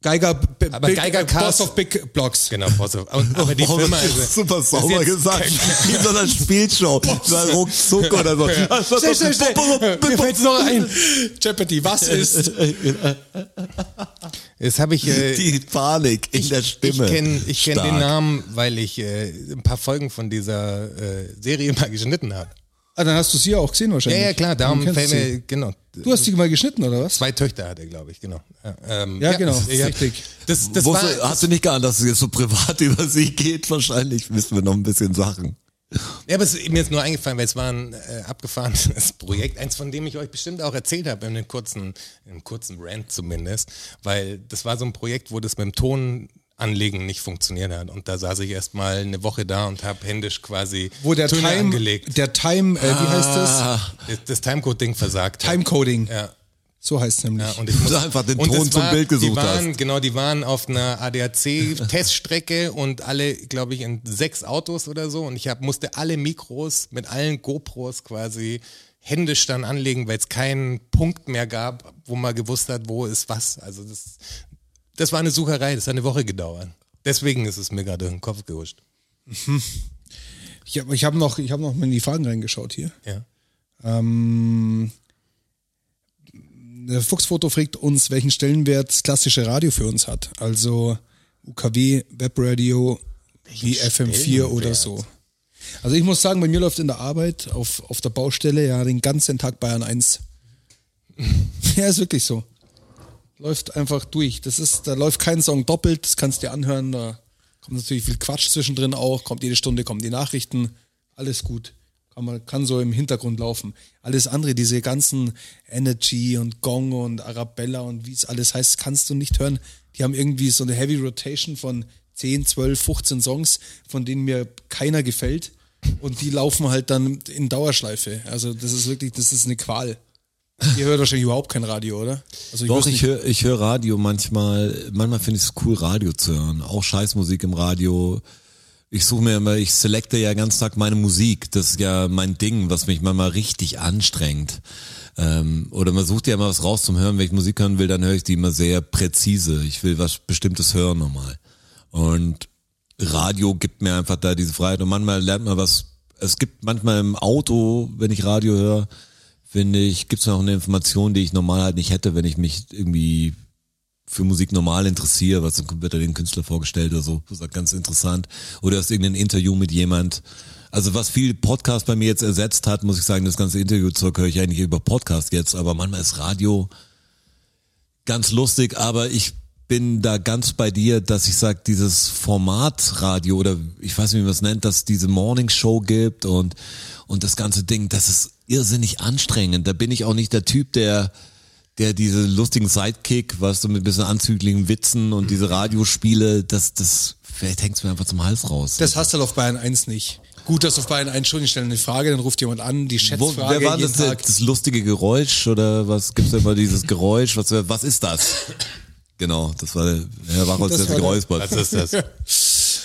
Speaker 2: Geiger, B-
Speaker 4: Aber
Speaker 2: Big,
Speaker 4: Geiger
Speaker 2: Boss
Speaker 4: Cast-
Speaker 2: of Big Blocks.
Speaker 4: Genau, Boss of, und, aber die Firma ist,
Speaker 3: Oh, super sauber
Speaker 4: jetzt-
Speaker 3: gesagt. Wie so eine Spielshow. War ruckzuck oder so.
Speaker 2: Schnell, schnell, schnell. Mir fällt's noch ein. Jeopardy, was ist?
Speaker 4: das habe ich, äh,
Speaker 3: Die Panik in der Stimme.
Speaker 4: Ich kenne ich kenn
Speaker 3: Stark.
Speaker 4: den Namen, weil ich äh, ein paar Folgen von dieser äh, Serie mal geschnitten habe.
Speaker 2: Ah, dann hast du sie auch gesehen
Speaker 4: Ja,
Speaker 2: wahrscheinlich.
Speaker 4: ja, klar, darum
Speaker 2: Dann
Speaker 4: fällt
Speaker 2: kennst du sie.
Speaker 4: mir, genau.
Speaker 2: Du hast die mal geschnitten, oder was?
Speaker 4: Zwei Töchter hat er, glaube ich, genau. Ja, ähm,
Speaker 2: Ja, genau, richtig.
Speaker 4: Das, das war,
Speaker 3: Wusste, hast du nicht geahnt, dass es jetzt so privat über sie geht? Wahrscheinlich wissen wir noch ein bisschen Sachen.
Speaker 4: ja, aber es ist mir jetzt nur eingefallen, weil es war ein äh, abgefahrenes Projekt, eins von dem ich euch bestimmt auch erzählt habe, in einem kurzen, in einem kurzen Rant zumindest, weil das war so ein Projekt, wo das mit dem Ton anlegen nicht funktioniert hat und da saß ich erstmal eine Woche da und habe händisch quasi
Speaker 2: Wo der
Speaker 4: Töne
Speaker 2: Time,
Speaker 4: angelegt.
Speaker 2: der Time, äh, wie heißt das?
Speaker 4: das, das Timecode-Ding versagt. hat.
Speaker 2: Timecoding.
Speaker 4: Ah. Ja.
Speaker 2: So heißt es nämlich.
Speaker 4: Ja, und ich muss,
Speaker 3: Du einfach den
Speaker 4: und
Speaker 3: Ton
Speaker 4: es
Speaker 3: zum Bild
Speaker 4: die
Speaker 3: gesucht
Speaker 4: waren, Genau, die waren auf einer ADAC-Teststrecke und alle, glaube ich, in sechs Autos oder so. Und ich hab, musste alle Mikros mit allen GoPros quasi händisch dann anlegen, weil es keinen Punkt mehr gab, wo man gewusst hat, wo ist was. Also das, das war eine Sucherei, das hat eine Woche gedauert. Deswegen ist es mir gerade in den Kopf gehuscht.
Speaker 2: Ich habe ich hab noch, ich hab noch mal in die Fragen reingeschaut hier.
Speaker 4: Ja.
Speaker 2: Der Fuchsfoto fragt uns, welchen Stellenwert das klassische Radio für uns hat. Also UKW, Webradio, wie FM4 oder
Speaker 4: Stellenwert?
Speaker 2: so. Also ich muss sagen, bei mir läuft in der Arbeit auf, auf der Baustelle ja den ganzen Tag Bayern 1. ja, ist wirklich so. Läuft einfach durch. Das ist, da läuft kein Song doppelt, das kannst du dir anhören. Da kommt natürlich viel Quatsch zwischendrin auch, kommt jede Stunde, kommen die Nachrichten, alles gut. Kann, man, kann so im Hintergrund laufen. Alles andere, diese ganzen Energy und Gong und Arabella und wie es alles heißt, kannst du nicht hören. Die haben irgendwie so eine Heavy Rotation von 10, 12, 15 Songs, von denen mir keiner gefällt. Und die laufen halt dann in Dauerschleife. Also das ist wirklich, das ist eine Qual. Ihr hört wahrscheinlich überhaupt kein Radio, oder? Also
Speaker 3: Doch,
Speaker 2: wüsste
Speaker 3: ich höre ich hör Radio manchmal. Manchmal finde ich es cool, Radio zu hören. Auch Scheißmusik im Radio. Ich suche mir immer, ich selecte ja ganz Tag meine Musik. Das ist ja mein Ding, was mich manchmal richtig anstrengt. Ähm, oder man sucht ja immer was raus zum Hören. Wenn ich Musik hören will, dann höre ich die immer sehr präzise. Ich will was Bestimmtes hören nochmal. Und Radio gibt mir einfach da diese Freiheit. Und manchmal lernt man was. Es gibt manchmal im Auto, wenn ich Radio höre, finde ich, gibt es noch eine Information, die ich normal halt nicht hätte, wenn ich mich irgendwie für Musik normal interessiere, was dann wird da den Künstler vorgestellt oder so, das ist halt ganz interessant. Oder hast irgendein Interview mit jemand. Also was viel Podcast bei mir jetzt ersetzt hat, muss ich sagen, das ganze Interviewzeug höre ich eigentlich über Podcast jetzt, aber manchmal ist Radio ganz lustig, aber ich bin da ganz bei dir, dass ich sag, dieses Formatradio oder ich weiß nicht, wie man es nennt, dass diese Morning Show gibt und und das ganze Ding, das ist irrsinnig anstrengend. Da bin ich auch nicht der Typ, der der diese lustigen Sidekick, weißt du, mit ein bisschen anzüglichen Witzen und diese Radiospiele, das, das, vielleicht hängt's mir einfach zum Hals raus.
Speaker 2: Das hast du halt auf Bayern 1 nicht. Gut, dass auf Bayern 1 schon, ich stelle eine Frage, dann ruft jemand an, die
Speaker 3: Wo,
Speaker 2: Schätzfrage
Speaker 3: wer war
Speaker 2: jeden
Speaker 3: das,
Speaker 2: Tag.
Speaker 3: das lustige Geräusch oder was gibt's da immer dieses Geräusch? Was, was ist das? Genau, das war Herr Wachholz,
Speaker 2: Das
Speaker 3: der hat
Speaker 2: war der-
Speaker 3: geräuspert.
Speaker 4: Was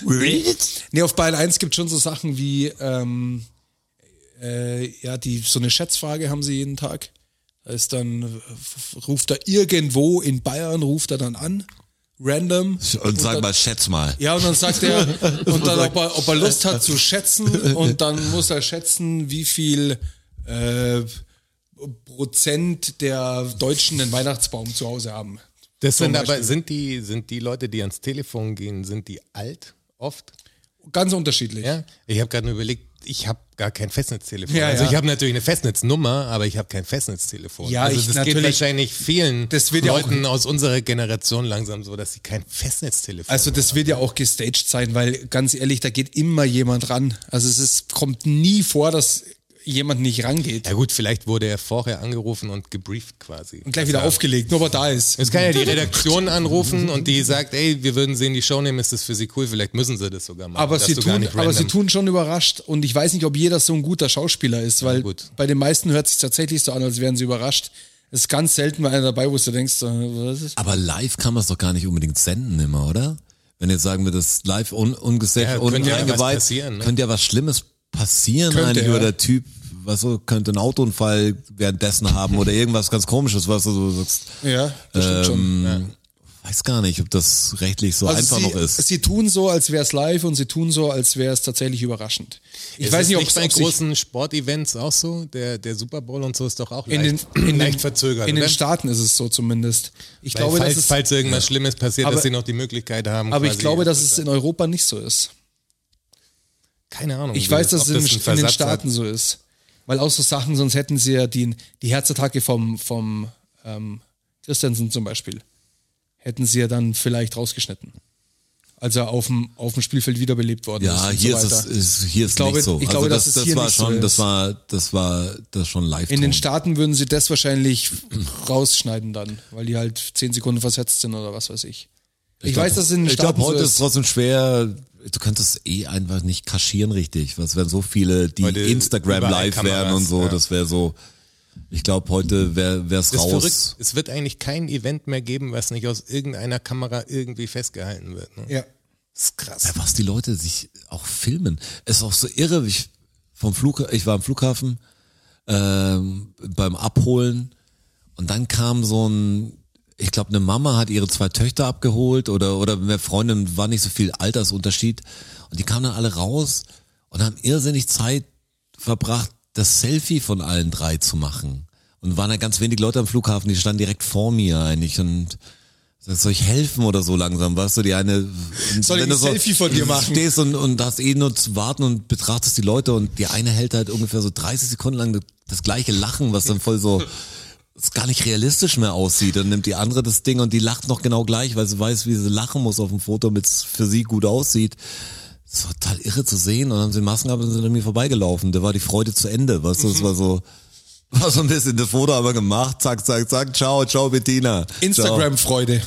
Speaker 4: ist das?
Speaker 2: Nee, auf Bayern 1 gibt schon so Sachen wie, ähm, äh, ja, die, so eine Schätzfrage haben sie jeden Tag. Da ist dann, äh, f- f- ruft er irgendwo in Bayern, ruft er dann an, random.
Speaker 3: Und sag mal, schätz mal.
Speaker 2: Ja, und dann sagt er, und dann, ob er, ob er Lust hat zu schätzen, und dann muss er schätzen, wie viel äh, Prozent der Deutschen den Weihnachtsbaum zu Hause haben.
Speaker 4: Das
Speaker 2: Zum
Speaker 4: sind aber,
Speaker 2: Beispiel.
Speaker 4: sind die, sind die Leute, die ans Telefon gehen, sind die alt oft?
Speaker 2: Ganz unterschiedlich.
Speaker 4: Ja. Ich habe gerade nur überlegt, ich habe gar kein Festnetztelefon.
Speaker 2: Ja,
Speaker 4: also
Speaker 2: ja.
Speaker 4: ich habe natürlich eine Festnetznummer, aber ich habe kein Festnetztelefon.
Speaker 2: Ja,
Speaker 4: also
Speaker 2: ich
Speaker 4: das geht
Speaker 2: natürlich-
Speaker 4: wahrscheinlich vielen
Speaker 2: Das wird ja auch-
Speaker 4: Leuten aus unserer Generation langsam so, dass sie kein Festnetztelefon
Speaker 2: Also das wird ja auch gestaged sein, weil ganz ehrlich, da geht immer jemand ran. Also es ist, kommt nie vor, dass jemand nicht rangeht
Speaker 4: Ja gut, vielleicht wurde er vorher angerufen und gebrieft quasi. Also,
Speaker 2: und gleich wieder aufgelegt, nur weil er da ist.
Speaker 4: Jetzt kann ja die Redaktion anrufen und die sagt, ey, wir würden sie in die Show nehmen, ist das für sie cool, vielleicht müssen sie das sogar machen.
Speaker 2: Aber
Speaker 4: dass
Speaker 2: sie,
Speaker 4: du gar
Speaker 2: tun,
Speaker 4: nicht
Speaker 2: aber sie
Speaker 4: random-
Speaker 2: tun schon überrascht und ich weiß nicht, ob jeder so ein guter Schauspieler ist, weil
Speaker 4: gut.
Speaker 2: bei den meisten hört es sich tatsächlich so an, als wären sie überrascht. Es ist ganz selten mal einer dabei, wo du denkst, so, was ist?
Speaker 3: Aber live kann man es doch gar nicht unbedingt senden immer, oder? Wenn jetzt sagen wir, das live un ungesetzt
Speaker 4: Ja,
Speaker 3: und
Speaker 4: könnte ja was
Speaker 3: eingeweiht,
Speaker 4: passieren, ne?
Speaker 3: könnte ja was Schlimmes passieren
Speaker 2: Könnte,
Speaker 3: eigentlich,
Speaker 2: ja.
Speaker 3: oder der Typ, was so, könnte einen Autounfall währenddessen haben oder irgendwas ganz komisches, was du so sagst.
Speaker 2: Ja, das
Speaker 4: Ähm,
Speaker 2: stimmt schon.
Speaker 3: Weiß gar nicht, ob das rechtlich so
Speaker 2: Also
Speaker 3: einfach
Speaker 2: sie,
Speaker 3: noch ist.
Speaker 2: sie tun so, als wäre es live und sie tun so, als wäre es tatsächlich überraschend. Ich
Speaker 4: Ist
Speaker 2: weiß
Speaker 4: es
Speaker 2: nicht, ob
Speaker 4: nicht
Speaker 2: es
Speaker 4: bei
Speaker 2: ob sich-
Speaker 4: großen Sportevents auch so, der, der Super Bowl und so ist doch auch
Speaker 2: in den,
Speaker 4: leicht,
Speaker 2: in
Speaker 4: leicht
Speaker 2: den,
Speaker 4: verzögert.
Speaker 2: In den
Speaker 4: oder?
Speaker 2: Staaten ist es so zumindest. Ich
Speaker 4: Weil
Speaker 2: glaube,
Speaker 4: falls,
Speaker 2: dass es,
Speaker 4: falls irgendwas Schlimmes passiert,
Speaker 2: Aber-
Speaker 4: dass sie noch die Möglichkeit haben.
Speaker 2: aber ich
Speaker 4: quasi-
Speaker 2: glaube, dass es in Europa nicht so ist.
Speaker 4: keine Ahnung.
Speaker 2: Ich weiß, dass
Speaker 4: ob
Speaker 2: es in,
Speaker 4: einen
Speaker 2: in den
Speaker 4: Versatz
Speaker 2: Staaten so ist. Weil auch so Sachen, sonst hätten sie ja die, die Herzattacke vom, vom ähm, Christensen zum Beispiel, hätten sie ja dann vielleicht rausgeschnitten. Als er auf dem, auf dem Spielfeld wiederbelebt worden ist.
Speaker 3: Ja,
Speaker 2: und
Speaker 3: hier
Speaker 2: so
Speaker 3: ist es,
Speaker 2: weiter.
Speaker 3: ist, hier ist
Speaker 2: glaube-
Speaker 3: nicht so.
Speaker 2: ich glaube,
Speaker 3: also das,
Speaker 2: dass es
Speaker 3: das
Speaker 2: hier
Speaker 3: war
Speaker 2: nicht so
Speaker 3: schon,
Speaker 2: ist.
Speaker 3: das war, das war, das schon live.
Speaker 2: in den
Speaker 3: drum.
Speaker 2: Staaten würden sie das wahrscheinlich rausschneiden dann, weil die halt zehn Sekunden versetzt sind oder was weiß ich. Ich,
Speaker 3: glaub-
Speaker 2: weiß, dass es in den
Speaker 3: Ich glaube,
Speaker 2: Staaten
Speaker 3: heute
Speaker 2: so
Speaker 3: ist trotzdem schwer. Du könntest es eh einfach nicht kaschieren, richtig. Was wären so viele, die
Speaker 4: Heute
Speaker 3: Instagram
Speaker 4: überall
Speaker 3: live
Speaker 4: Kameras,
Speaker 3: wären und so.
Speaker 4: ja.
Speaker 3: Das wäre so. Ich glaube, heute wäre es
Speaker 4: Das ist
Speaker 3: raus.
Speaker 4: verrückt. Es wird eigentlich kein Event mehr geben, was nicht aus irgendeiner Kamera irgendwie festgehalten wird. Ne?
Speaker 2: Ja.
Speaker 4: Das ist krass.
Speaker 3: Was die Leute sich auch filmen. Ist auch so irre. Ich, vom Flug, ich war am Flughafen ähm, beim Abholen und dann kam so ein, ich glaube, eine Mama hat ihre zwei Töchter abgeholt oder oder mehr Freundin war nicht so viel Altersunterschied und die kamen dann alle raus und haben irrsinnig Zeit verbracht, das Selfie von allen drei zu machen und waren da ganz wenig Leute am Flughafen, die standen direkt vor mir eigentlich und sag, soll ich helfen oder so langsam, weißt du, die eine
Speaker 2: Soll ich ein
Speaker 3: wenn du so
Speaker 2: Selfie von dir machen?
Speaker 3: Stehst und, und hast eh nur zu warten und betrachtest die Leute und die eine hält halt ungefähr so 30 Sekunden lang das gleiche Lachen, was dann voll so es gar nicht realistisch mehr aussieht. Dann nimmt die andere das Ding und die lacht noch genau gleich, weil sie weiß, wie sie lachen muss auf dem Foto, damit es für sie gut aussieht. Das war total irre zu sehen. Und dann haben sie Masken gehabt und sind an mir vorbeigelaufen. Da war die Freude zu Ende, weißt du, es war so. War so ein bisschen das Foto aber gemacht, zack, zack, zack, ciao, ciao Bettina. Ciao.
Speaker 2: Instagram-Freude.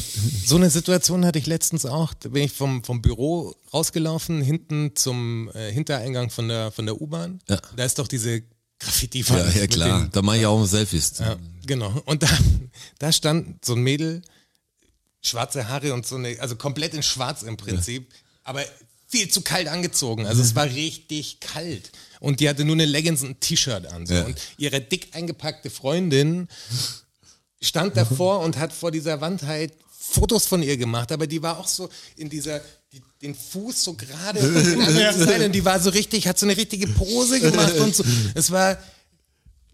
Speaker 4: So eine Situation hatte ich letztens auch. Da bin ich vom, vom Büro rausgelaufen, hinten zum äh, Hintereingang von der, von der U-Bahn.
Speaker 3: Ja.
Speaker 4: Da ist doch diese graffiti
Speaker 3: Ja, ja klar, da mache ich auch Selfies.
Speaker 4: Ja, genau. Und da, da stand so ein Mädel, schwarze Haare und so eine, also komplett in Schwarz im Prinzip, aber viel zu kalt angezogen. Also es war richtig kalt. Und die hatte nur eine Leggings und ein T-Shirt an. So.
Speaker 3: Ja.
Speaker 4: Und ihre dick eingepackte Freundin stand davor und hat vor dieser Wand halt Fotos von ihr gemacht, aber die war auch so in dieser, die, den Fuß so gerade und den anderen zu sein und die war so richtig, hat so eine richtige Pose gemacht und so. Es war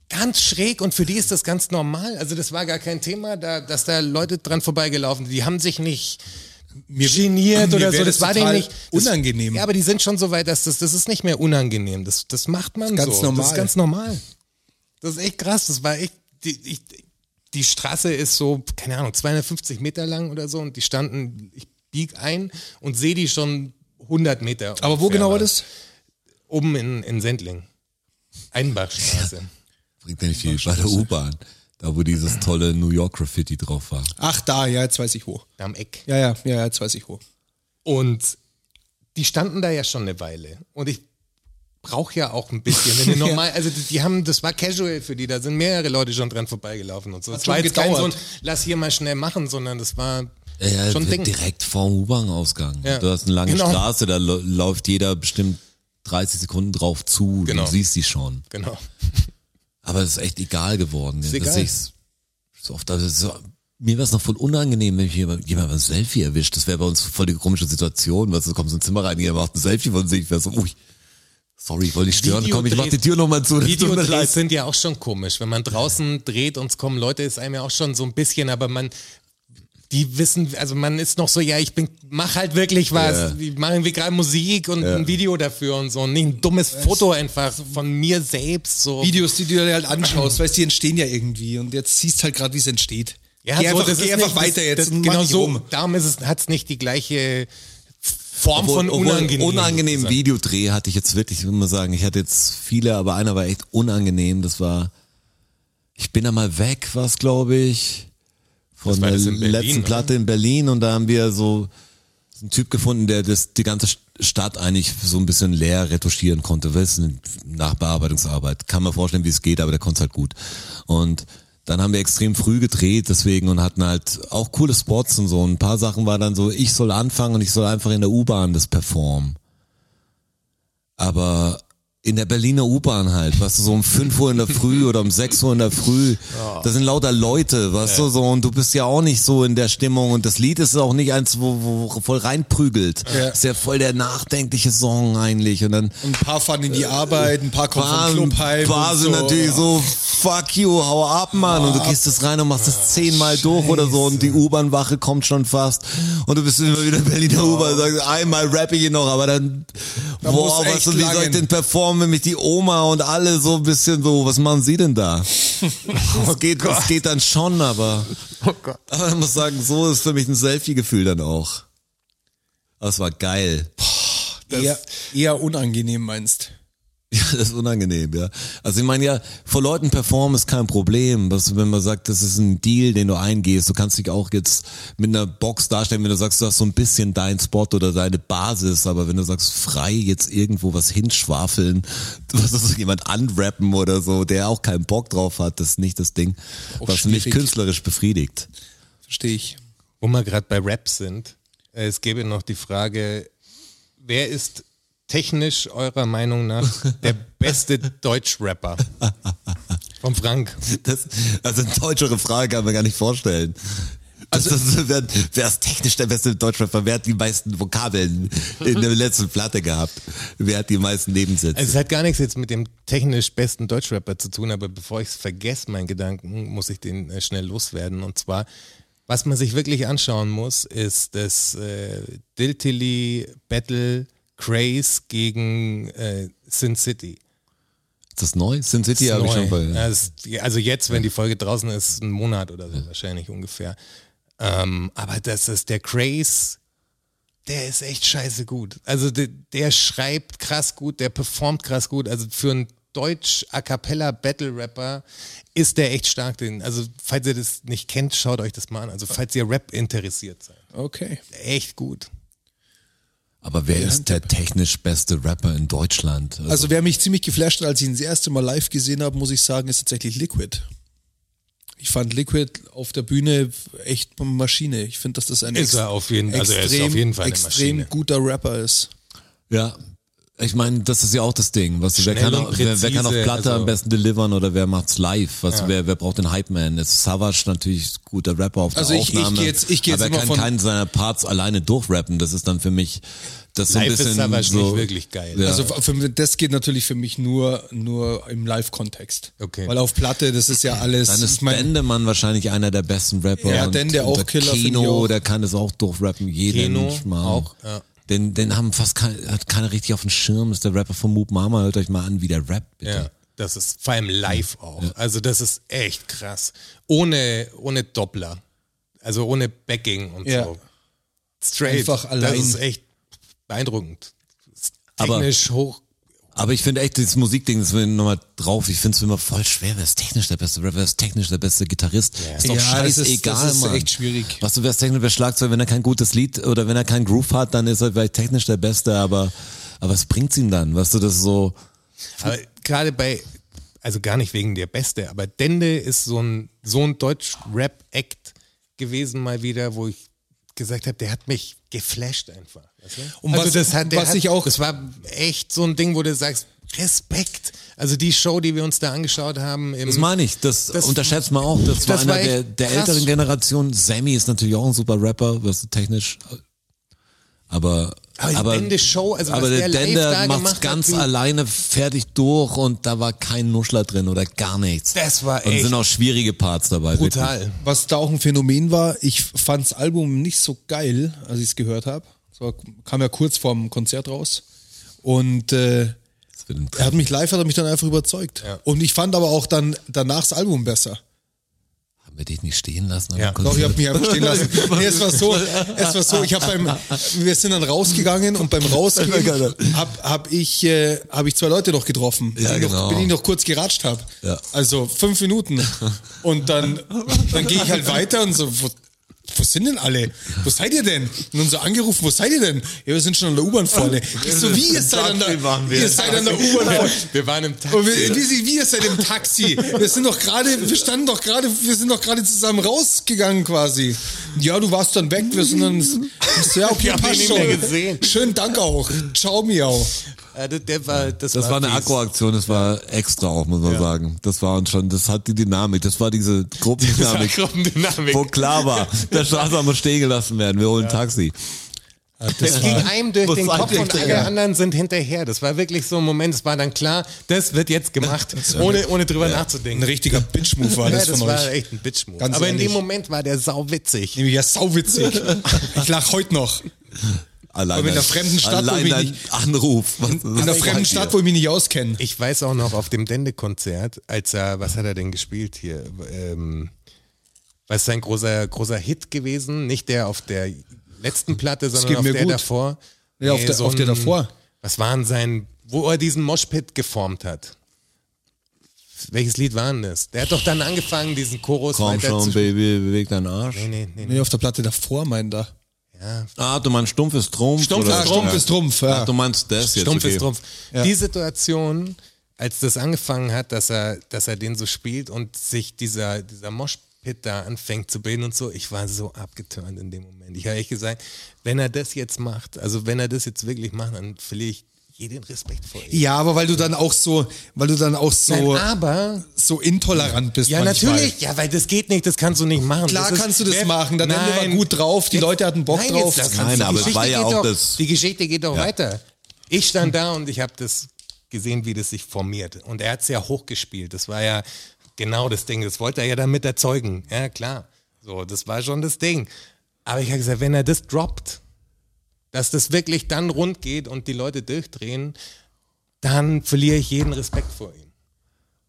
Speaker 4: ganz schräg und für die ist das ganz normal. Also das war gar kein Thema, da, dass da Leute dran vorbeigelaufen sind. Die haben sich nicht geniert
Speaker 2: mir
Speaker 4: oder
Speaker 2: wär
Speaker 4: so.
Speaker 2: das
Speaker 4: Das, war denen
Speaker 2: total
Speaker 4: nicht das,
Speaker 2: unangenehm.
Speaker 4: Ja, aber die sind schon so weit, dass das, das ist nicht mehr unangenehm. Das, das macht man
Speaker 2: Ganz
Speaker 4: so. Das
Speaker 2: normal.
Speaker 4: ist ganz normal. Das ist echt krass. Das war echt. Die, ich, die Straße ist so, keine Ahnung, 250 Meter lang oder so und die standen, ich bieg ein und sehe die schon 100 Meter.
Speaker 2: Aber wo
Speaker 4: ungefähr
Speaker 2: genau war
Speaker 4: weit.
Speaker 2: das?
Speaker 4: Oben in, in Sendling. Einbachstraße.
Speaker 3: Bringt mir nicht viel bei der U-Bahn. Da, wo dieses tolle New York Graffiti drauf war.
Speaker 2: Ach da, ja, jetzt weiß ich wo.
Speaker 4: am Eck.
Speaker 2: Ja, ja, ja, ja, jetzt weiß ich wo.
Speaker 4: Und die standen da ja schon eine Weile. Und ich brauche ja auch ein bisschen. Wenn die normal, also die, die haben, das war casual für die, da sind mehrere Leute schon dran vorbeigelaufen und so. Es
Speaker 2: schon
Speaker 4: war jetzt kein so ein,
Speaker 2: gedauert.
Speaker 4: lass hier mal schnell machen, sondern das war
Speaker 3: Ja,
Speaker 4: schon ein Ding.
Speaker 3: direkt vorm U-Bahn-Ausgang.
Speaker 4: Ja.
Speaker 3: Du hast eine lange
Speaker 4: Genau.
Speaker 3: Straße, da lo- läuft jeder bestimmt 30 Sekunden drauf zu.
Speaker 4: Genau.
Speaker 3: Du siehst die schon.
Speaker 4: Genau.
Speaker 3: Aber es ist echt egal geworden. Ist
Speaker 4: egal.
Speaker 3: so oft, das ist so, mir wäre es noch voll unangenehm, wenn ich jemand, jemand beim Selfie erwischt. Das wäre bei uns voll die komische Situation. Was, du kommst in ein Zimmer rein, jemand macht ein Selfie von sich. Ich wäre so, ui, sorry, ich wollte nicht stören. Komm, ich mach die
Speaker 4: Videodreh-
Speaker 3: Tür nochmal zu. Das tut mir
Speaker 4: Videodrehs
Speaker 3: leid.
Speaker 4: sind ja auch schon komisch. Wenn man draußen dreht und es kommen Leute, ist einem ja auch schon so ein bisschen, aber man, die wissen, also man ist noch so, ja, ich bin, mach halt wirklich was.
Speaker 3: Ja.
Speaker 4: Ich mache irgendwie gerade Musik und ein Video dafür und so. Und nicht ein dummes Foto einfach von mir selbst. So.
Speaker 2: Videos, die du dir halt anschaust, weißt du, die entstehen ja irgendwie und jetzt siehst halt gerade, wie es entsteht. geh einfach,
Speaker 4: das
Speaker 2: geh
Speaker 4: ist
Speaker 2: einfach
Speaker 4: nicht-
Speaker 2: weiter
Speaker 4: das,
Speaker 2: jetzt
Speaker 4: Das,
Speaker 2: und mach um.
Speaker 4: genau
Speaker 2: nicht
Speaker 4: so.
Speaker 2: rum.
Speaker 4: Darum ist es, hat's nicht die gleiche Form von
Speaker 3: Obwohl- obwohl
Speaker 4: unangenehm.
Speaker 3: unangenehmen
Speaker 4: sozusagen.
Speaker 3: Videodreh hatte ich jetzt wirklich, ich muss mal sagen, ich hatte jetzt viele, aber einer war echt unangenehm. Das war, ich bin da mal weg, was glaube ich, von
Speaker 4: Das war
Speaker 3: der
Speaker 4: das in Berlin,
Speaker 3: letzten
Speaker 4: oder?
Speaker 3: Platte in Berlin und da haben wir so einen Typ gefunden, der das, die ganze Stadt eigentlich so ein bisschen leer retuschieren konnte. Das ist eine Nachbearbeitungsarbeit. Kann man vorstellen, wie es geht, aber der konnte es halt gut. Und dann haben wir extrem früh gedreht deswegen und hatten halt auch coole Spots und so. Und ein paar Sachen war dann so, ich soll anfangen und ich soll einfach in der U-Bahn das performen. Aber in der Berliner U-Bahn halt, weißt du, so um 5 Uhr in der Früh oder um 6 Uhr in der Früh, da sind lauter Leute, weißt du, so, und du bist ja auch nicht so in der Stimmung und das Lied ist auch nicht eins, wo, wo wo voll reinprügelt. Ist ja voll der nachdenkliche Song eigentlich und dann
Speaker 2: Ein paar fahren in die Arbeit, ein paar kommen vom
Speaker 3: waren,
Speaker 2: Club heim.
Speaker 3: war
Speaker 2: und
Speaker 3: sie natürlich so, fuck you, hau ab, Mann. Und du gehst das rein und machst das zehnmal durch oder so und die U-Bahn-Wache kommt schon fast. Und du bist immer wieder in Berliner U-Bahn und sagst, einmal rappe ich noch, aber dann, boah,
Speaker 2: muss echt
Speaker 3: was und wie soll ich
Speaker 2: langen.
Speaker 3: denn performen, wenn mich die Oma und alle so ein bisschen so, was machen sie denn da? Es geht, es geht dann schon, aber,
Speaker 2: Oh
Speaker 3: aber ich muss sagen, so ist für mich ein Selfie-Gefühl dann auch. Aber es war geil.
Speaker 2: Eher, eher unangenehm meinst.
Speaker 3: Ja, das ist unangenehm, ja. Also ich meine ja, vor Leuten performen ist kein Problem. Was, wenn man sagt, das ist ein Deal, den du eingehst, du kannst dich auch jetzt mit einer Box darstellen, wenn du sagst, du hast so ein bisschen deinen Spot oder deine Basis, aber wenn du sagst, frei jetzt irgendwo was hinschwafeln, was ist das, jemand anrappen oder so, der auch keinen Bock drauf hat, das ist nicht das Ding, was mich
Speaker 2: schwierig.
Speaker 3: künstlerisch befriedigt.
Speaker 2: Verstehe ich.
Speaker 4: Wo wir gerade bei Rap sind, äh, es gäbe noch die Frage, wer ist technisch eurer Meinung nach der beste Deutschrapper? Vom Frank.
Speaker 3: Das, also eine deutschere Frage kann man gar nicht vorstellen. Also, das, das, wer, wer ist technisch der beste Deutschrapper? Wer hat die meisten Vokabeln in der letzten Platte gehabt? Wer hat die meisten Nebensätze?
Speaker 4: Also es hat gar nichts jetzt mit dem technisch besten Deutschrapper zu tun, aber bevor ich es vergesse, meinen Gedanken, muss ich den äh, schnell loswerden. Und zwar, was man sich wirklich anschauen muss, ist das äh, Diltily Battle Craze gegen äh, Sin City.
Speaker 3: ist das neu? Sin City
Speaker 4: Ist
Speaker 3: habe ich
Speaker 4: neu.
Speaker 3: schon bei.
Speaker 4: Ja, ist- also jetzt, wenn die Folge draußen ist, ein Monat oder so wahrscheinlich ungefähr. Ähm, aber das ist der Craze, der ist echt scheiße gut. Also der, der schreibt krass gut, der performt krass gut. Also für einen Deutsch A cappella Battle Rapper ist der echt stark. Den, also falls ihr das nicht kennt, schaut euch das mal an. Also falls ihr Rap interessiert seid,
Speaker 2: Okay.
Speaker 4: echt gut.
Speaker 3: Aber wer ist der technisch beste Rapper in Deutschland? Also,
Speaker 2: Also wer mich ziemlich geflasht hat, als ich ihn das erste Mal live gesehen habe, muss ich sagen, ist tatsächlich Liquid. Ich fand Liquid auf der Bühne echt eine Maschine. Ich finde, dass das ein
Speaker 4: Ist
Speaker 2: ex-
Speaker 4: er auf jeden- also er ist auf jeden Fall eine Maschine.
Speaker 2: extrem guter Rapper ist.
Speaker 3: ja. Ich meine, das ist ja auch das Ding. Was, wer,
Speaker 4: Schnell
Speaker 3: kann,
Speaker 4: und
Speaker 3: auf- wer, wer kann auf
Speaker 4: präzise,
Speaker 3: Platte
Speaker 4: also-
Speaker 3: am besten delivern oder wer macht's live? Was, wer, wer braucht den Hype Man? Ist Savage natürlich guter Rapper auf der
Speaker 2: Also ich- ich
Speaker 3: Aufnahme.
Speaker 2: geh jetzt- ich geh jetzt
Speaker 3: aber er
Speaker 2: immer
Speaker 3: kann
Speaker 2: von-
Speaker 3: keinen seiner Parts alleine durchrappen. Das ist dann für mich das so ein
Speaker 4: Live ist
Speaker 3: bisschen
Speaker 4: Savage
Speaker 3: so,
Speaker 4: nicht wirklich geil.
Speaker 3: Ja.
Speaker 2: Also für, mich- das geht natürlich für mich nur, nur im Live-Kontext.
Speaker 4: Okay.
Speaker 2: Weil auf Platte, das ist ja alles.
Speaker 3: Dann ist
Speaker 2: ich mein,
Speaker 3: Bendemann wahrscheinlich einer der besten Rapper.
Speaker 2: Ja,
Speaker 3: und-
Speaker 2: denn der
Speaker 3: und
Speaker 2: auch
Speaker 3: der
Speaker 2: Killer, finde ich
Speaker 3: Kino,
Speaker 2: auch.
Speaker 3: der kann das auch durchrappen. Jeden
Speaker 4: Keno
Speaker 3: Schmarrn.
Speaker 4: auch, ja.
Speaker 3: Den, den haben fast kein, hat keiner richtig auf dem Schirm. Das ist der Rapper von Moop Mama. Hört euch mal an, wie der rappt, bitte.
Speaker 4: Ja, das ist vor allem live auch. Also das ist echt krass. Ohne, ohne Doppler. Also ohne Backing und
Speaker 2: Ja.
Speaker 4: so. Straight.
Speaker 2: Einfach allein.
Speaker 4: Das ist echt beeindruckend. Ist
Speaker 3: Aber-
Speaker 4: Technisch hoch.
Speaker 3: Aber ich finde echt, dieses Musikding, das will ich nochmal drauf, ich finde es immer voll schwer, wer ist technisch der beste Rapper, wer ist technisch der beste Gitarrist, ist doch
Speaker 2: Ja, das ist-
Speaker 3: scheißegal,
Speaker 2: das ist
Speaker 3: Mann.
Speaker 2: echt schwierig.
Speaker 3: Was du, wer ist technisch, wer Schlagzeug, wenn er kein gutes Lied oder wenn er keinen Groove hat, dann ist er vielleicht technisch der Beste, aber, aber was bringt's ihm dann, weißt du, das ist so,
Speaker 4: Aber
Speaker 3: Hm.
Speaker 4: gerade bei, also gar nicht wegen der Beste, aber Dende ist so ein, so ein Deutsch-Rap-Act gewesen mal wieder, wo ich gesagt habe, der hat mich geflasht einfach. Weißt du?
Speaker 2: Und was-
Speaker 4: der
Speaker 2: was ich auch-
Speaker 4: Das war echt so ein Ding, wo du sagst, Respekt. Also die Show, die wir uns da angeschaut haben. Im,
Speaker 3: das meine ich, das,
Speaker 4: Das-
Speaker 3: unterschätzt man auch, das, war
Speaker 4: das
Speaker 3: einer
Speaker 4: war echt
Speaker 3: der, der
Speaker 4: krass.
Speaker 3: älteren Generation, Sammy ist natürlich auch ein super Rapper, weißt du, technisch, aber,
Speaker 4: Aber die
Speaker 3: aber,
Speaker 4: Dende-Show, also was
Speaker 3: aber der
Speaker 4: der live da
Speaker 3: Dender
Speaker 4: gemacht
Speaker 3: macht's
Speaker 4: hat,
Speaker 3: ganz
Speaker 4: du-
Speaker 3: alleine fertig durch und da war kein Nuschler drin oder gar nichts.
Speaker 4: das war
Speaker 3: Und
Speaker 4: echt
Speaker 3: sind auch schwierige Parts dabei.
Speaker 4: brutal.
Speaker 2: Was da auch ein Phänomen war, ich fand's Album nicht so geil, als ich es gehört habe. Kam ja kurz vorm Konzert raus. Und äh,
Speaker 3: Wirklich.
Speaker 2: er hat mich live, hat er mich dann einfach überzeugt. Und ich fand aber auch dann danach das Album besser.
Speaker 3: Haben wir dich nicht stehen lassen?
Speaker 4: Ja.
Speaker 3: am
Speaker 2: Doch, ich habe
Speaker 3: Konzert?
Speaker 2: mich einfach stehen lassen. Nee, es war so, es war so, ich habe beim, wir sind dann rausgegangen und beim Rausgehen hab, hab ich, äh, hab ich zwei Leute noch getroffen,
Speaker 3: Ja,
Speaker 2: die
Speaker 3: genau.
Speaker 2: noch, bin ich noch kurz geratscht habe.
Speaker 3: Ja.
Speaker 2: Also fünf Minuten. Und dann, dann gehe ich halt weiter und so, wo, wo sind denn alle? Wo seid ihr denn? Und dann so angerufen, wo seid ihr denn? Ja, wir sind schon an der U-Bahn vorne. Ich so, wie, ihr seid an der, ihr seid an der U-Bahn vorne.
Speaker 4: Wir waren im
Speaker 2: Und
Speaker 4: Taxi.
Speaker 2: wir, wie, wie ist er im Taxi? Wir sind doch gerade, wir standen doch gerade, wir sind doch gerade zusammen rausgegangen quasi. Ja, du warst dann weg, wir sind dann. Ich so, Ja, okay,
Speaker 4: hab ihn
Speaker 2: passt
Speaker 4: nicht
Speaker 2: schon.
Speaker 4: mehr gesehen.
Speaker 2: Schönen Dank auch. Ciao, miau.
Speaker 4: Äh, das, der war, das,
Speaker 3: Das war eine
Speaker 4: fies.
Speaker 3: Akku-Aktion, das war extra auch, muss man sagen. Das war uns schon, das hat die Dynamik, das war diese Gruppendynamik,
Speaker 4: Gruppendynamik.
Speaker 3: wo klar war, der Straßenbahn muss stehen gelassen werden, wir holen ein Taxi.
Speaker 4: Das ging einem durch
Speaker 3: Was
Speaker 4: den
Speaker 3: seid
Speaker 4: Kopf
Speaker 3: ihr
Speaker 4: und
Speaker 3: denn?
Speaker 4: alle anderen sind hinterher. Das war wirklich so ein Moment, es war dann klar, das wird jetzt gemacht, ohne, ohne drüber
Speaker 2: Ein
Speaker 4: nachzudenken.
Speaker 2: richtiger Bitch-Move war das,
Speaker 4: ja, das
Speaker 2: von
Speaker 4: war
Speaker 2: euch.
Speaker 4: echt ein Bitch-Move.
Speaker 2: Ganz
Speaker 4: Aber in dem
Speaker 2: ehrlich.
Speaker 4: Moment war der sauwitzig.
Speaker 2: Nämlich ja sauwitzig. Ich lach heute noch.
Speaker 3: Allein
Speaker 2: Aber in
Speaker 3: ein-
Speaker 2: der fremden Stadt, wo
Speaker 3: allein
Speaker 2: wir
Speaker 3: ein Anruf. Was,
Speaker 2: In einer fremden Stadt, wo ich mich nicht auskenne.
Speaker 4: Ich weiß auch noch auf dem Dende-Konzert, als er, was hat er denn gespielt hier? Ähm, was ist sein großer, großer Hit gewesen? Nicht der auf der letzten Platte, sondern
Speaker 2: geht
Speaker 4: auf
Speaker 2: mir
Speaker 4: der
Speaker 2: gut.
Speaker 4: davor.
Speaker 2: Ja, auf der- auf der davor.
Speaker 4: Was waren sein, wo er diesen Moshpit geformt hat? Welches Lied war denn das? Der hat doch dann angefangen, diesen Chorus
Speaker 3: Komm
Speaker 4: weiter
Speaker 3: schon,
Speaker 4: zu
Speaker 3: Baby, beweg deinen Arsch.
Speaker 4: Nee, nee, nee.
Speaker 2: Nee, auf der Platte davor, meinen da.
Speaker 3: Ah, du meinst Stumpf ist Trumpf?
Speaker 4: Stumpf
Speaker 3: oder?
Speaker 4: ist Trumpf.
Speaker 2: Trumpf ist Trumpf.
Speaker 3: Ach,
Speaker 2: Ja.
Speaker 3: du meinst das jetzt,
Speaker 4: Stumpf
Speaker 3: okay.
Speaker 4: ist Trumpf. Die Situation, als das angefangen hat, dass er, dass er den so spielt und sich dieser, dieser Moshpit da anfängt zu bilden und so, ich war so abgeturnt in dem Moment. Ich habe echt gesagt, wenn er das jetzt macht, also wenn er das jetzt wirklich macht, dann verliere ich jeden Respekt vor ihm.
Speaker 2: Ja, aber weil du dann auch so, weil du dann auch so,
Speaker 4: Nein, aber
Speaker 2: so intolerant bist.
Speaker 4: Ja,
Speaker 2: manchmal.
Speaker 4: natürlich. Ja, weil das geht nicht, das kannst du nicht machen.
Speaker 2: Klar
Speaker 4: ist-
Speaker 2: kannst du das
Speaker 4: Wer-
Speaker 2: machen, der Dende war gut drauf, die Leute hatten Bock
Speaker 4: nein,
Speaker 2: drauf.
Speaker 4: Jetzt,
Speaker 3: Nein,
Speaker 4: nein,
Speaker 3: aber
Speaker 4: aber
Speaker 3: es
Speaker 4: die
Speaker 3: war ja auch
Speaker 4: doch,
Speaker 3: das-
Speaker 4: Die Geschichte geht doch weiter. Ich stand da und ich habe das gesehen, wie das sich formiert. Und er hat es ja hochgespielt. Das war ja genau das Ding. Das wollte er ja damit erzeugen. Ja, klar. So, das war schon das Ding. Aber ich habe gesagt, wenn er das droppt, dass das wirklich dann rund geht und die Leute durchdrehen, dann verliere ich jeden Respekt vor ihm.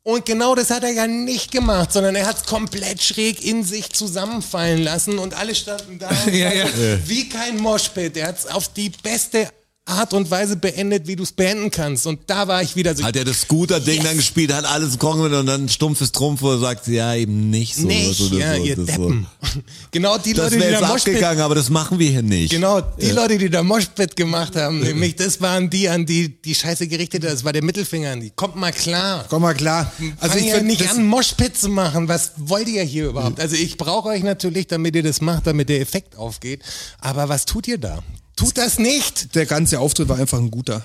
Speaker 4: Und genau das hat er ja nicht gemacht, sondern er hat es komplett schräg in sich zusammenfallen lassen und alle standen da und
Speaker 2: Ja, ja.
Speaker 4: sagten, wie kein Moshpit. Er hat es auf die beste Art und Weise beendet, wie du es beenden kannst. Und da war ich wieder so,
Speaker 3: Hat er das Scooter-Ding dann gespielt, hat alles im Kong und dann Stumpf ist Trumpf, wo er sagt, ja, eben nicht so.
Speaker 4: nicht,
Speaker 3: so,
Speaker 4: ja,
Speaker 3: so,
Speaker 4: ihr
Speaker 3: das so.
Speaker 4: Deppen. Genau die
Speaker 3: Das
Speaker 4: Leute, die
Speaker 3: wäre jetzt
Speaker 4: da Moshpit
Speaker 3: abgegangen, aber das machen wir hier nicht.
Speaker 4: Genau, die Leute, die da Moshpit gemacht haben, nämlich das waren die, an die die Scheiße gerichtet hat. Das war der Mittelfinger an die. Kommt mal klar.
Speaker 2: Komm mal klar.
Speaker 4: Also ich ja
Speaker 2: find,
Speaker 4: nicht
Speaker 2: das- Mhm.
Speaker 4: an, Moshpit zu machen. Was wollt ihr hier überhaupt? Also ich brauche euch natürlich, damit ihr das macht, damit der Effekt aufgeht. Aber was tut ihr da? Tut das nicht!
Speaker 2: Der ganze Auftritt war einfach ein guter.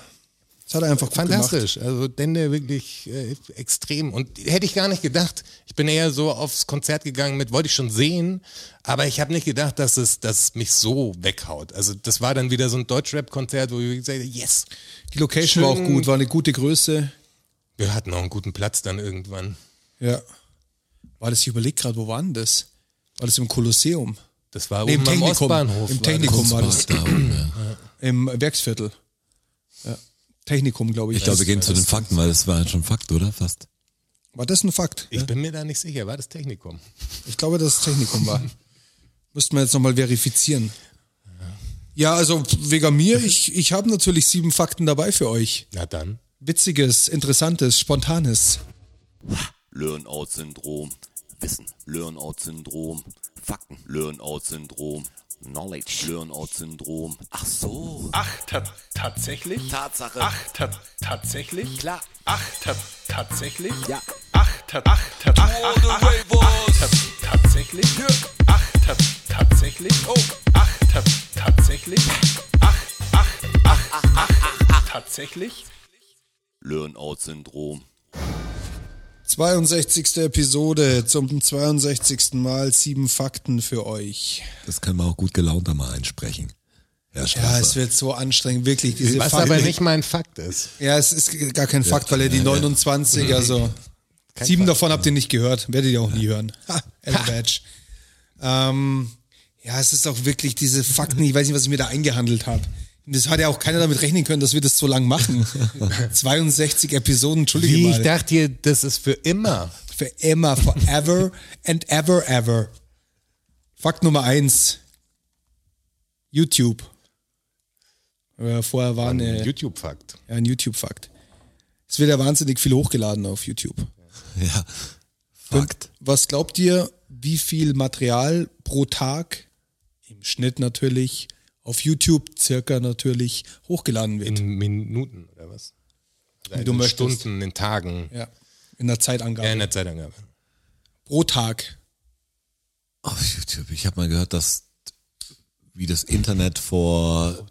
Speaker 2: Das hat er einfach gut
Speaker 4: Fantastisch. Also Dende wirklich äh, extrem. Und hätte ich gar nicht gedacht. Ich bin eher so aufs Konzert gegangen mit, wollte ich schon sehen, aber ich habe nicht gedacht, dass es, dass es mich so weghaut. Also das war dann wieder so ein Deutschrap-Konzert, wo ich gesagt habe, yes.
Speaker 2: gemacht. Die Location war auch
Speaker 4: Schön.
Speaker 2: gut, war eine gute Größe.
Speaker 4: Wir hatten auch einen guten Platz dann irgendwann.
Speaker 2: Ja. War das, ich überlege gerade, wo war denn das? War das im Kolosseum?
Speaker 4: Das war
Speaker 2: Nee,
Speaker 4: oben am Ostbahnhof.
Speaker 2: Im
Speaker 4: war
Speaker 2: Technikum war das.
Speaker 3: Kunstmarkt da oben, ja.
Speaker 2: Im Werksviertel. Ja. Technikum, glaube ich.
Speaker 3: Ich glaube, wir gehen zu den Fakten, weil das war ja schon Fakt, oder? Fast.
Speaker 2: War das ein Fakt?
Speaker 4: das. Ich bin mir da nicht sicher, war das Technikum?
Speaker 2: Ich glaube, dass es Technikum war. Müssten wir jetzt nochmal verifizieren. Ja, also wegen mir, ich, ich habe natürlich sieben Fakten dabei für euch.
Speaker 4: Na dann.
Speaker 2: Witziges, Interessantes, Spontanes.
Speaker 1: Learn-out-Syndrom. Wissen. Learn-out-Syndrom. Fakten. Learn-out-Syndrom. Knowledge. Learn-out-Syndrom. Ach so.
Speaker 5: Ach, ta tatsächlich?
Speaker 1: Tatsache.
Speaker 5: Ach, ta tatsächlich?
Speaker 1: Klar.
Speaker 5: Ach, ta tatsächlich?
Speaker 1: Ja.
Speaker 5: Ach, ta ach, ta ach, ach, ach, ach, ta tatsächlich? Ach, ta tatsächlich? Oh. Ach, ta tatsächlich? Ach, ach, ach, ach, ach, ach, tatsächlich?
Speaker 1: Learn-out-Syndrom.
Speaker 2: 62. Episode zum 62. Mal sieben Fakten für euch.
Speaker 3: Das können wir auch gut gelaunt einmal einsprechen. Herr
Speaker 2: Ja,
Speaker 3: Strasser.
Speaker 2: es wird so anstrengend, wirklich. Diese
Speaker 4: Was
Speaker 2: Fakten.
Speaker 4: aber nicht mein Fakt ist.
Speaker 2: Ja, es ist gar kein Fakt, weil er die
Speaker 4: Mhm.
Speaker 2: 29, also sieben davon habt ihr nicht gehört, werdet ihr auch nie hören. Ha, El Badge. Ähm, ja, es ist auch wirklich diese Fakten, ich weiß nicht, was ich mir da eingehandelt habe. Das hat ja auch keiner damit rechnen können, dass wir das so lang machen. 62 Episoden, entschuldige
Speaker 4: Wie, ich
Speaker 2: mal.
Speaker 4: dachte, hier, das ist für immer.
Speaker 2: Für immer, forever and ever, ever. Fakt Nummer eins. YouTube. Äh, Vorher war eine
Speaker 4: YouTube-Fakt.
Speaker 2: ja, ein YouTube-Fakt. Es wird ja wahnsinnig viel hochgeladen auf YouTube.
Speaker 3: Ja. Fakt.
Speaker 2: Was glaubt ihr, wie viel Material pro Tag, im Schnitt natürlich, auf YouTube circa natürlich, hochgeladen wird?
Speaker 4: In Minuten oder was? Oder
Speaker 2: du
Speaker 4: in
Speaker 2: möchtest.
Speaker 4: Stunden, in Tagen.
Speaker 2: ja, in der Zeitangabe.
Speaker 4: Ja, in der Zeitangabe.
Speaker 2: pro Tag.
Speaker 3: Auf YouTube. Ich habe mal gehört, dass wie das Internet vor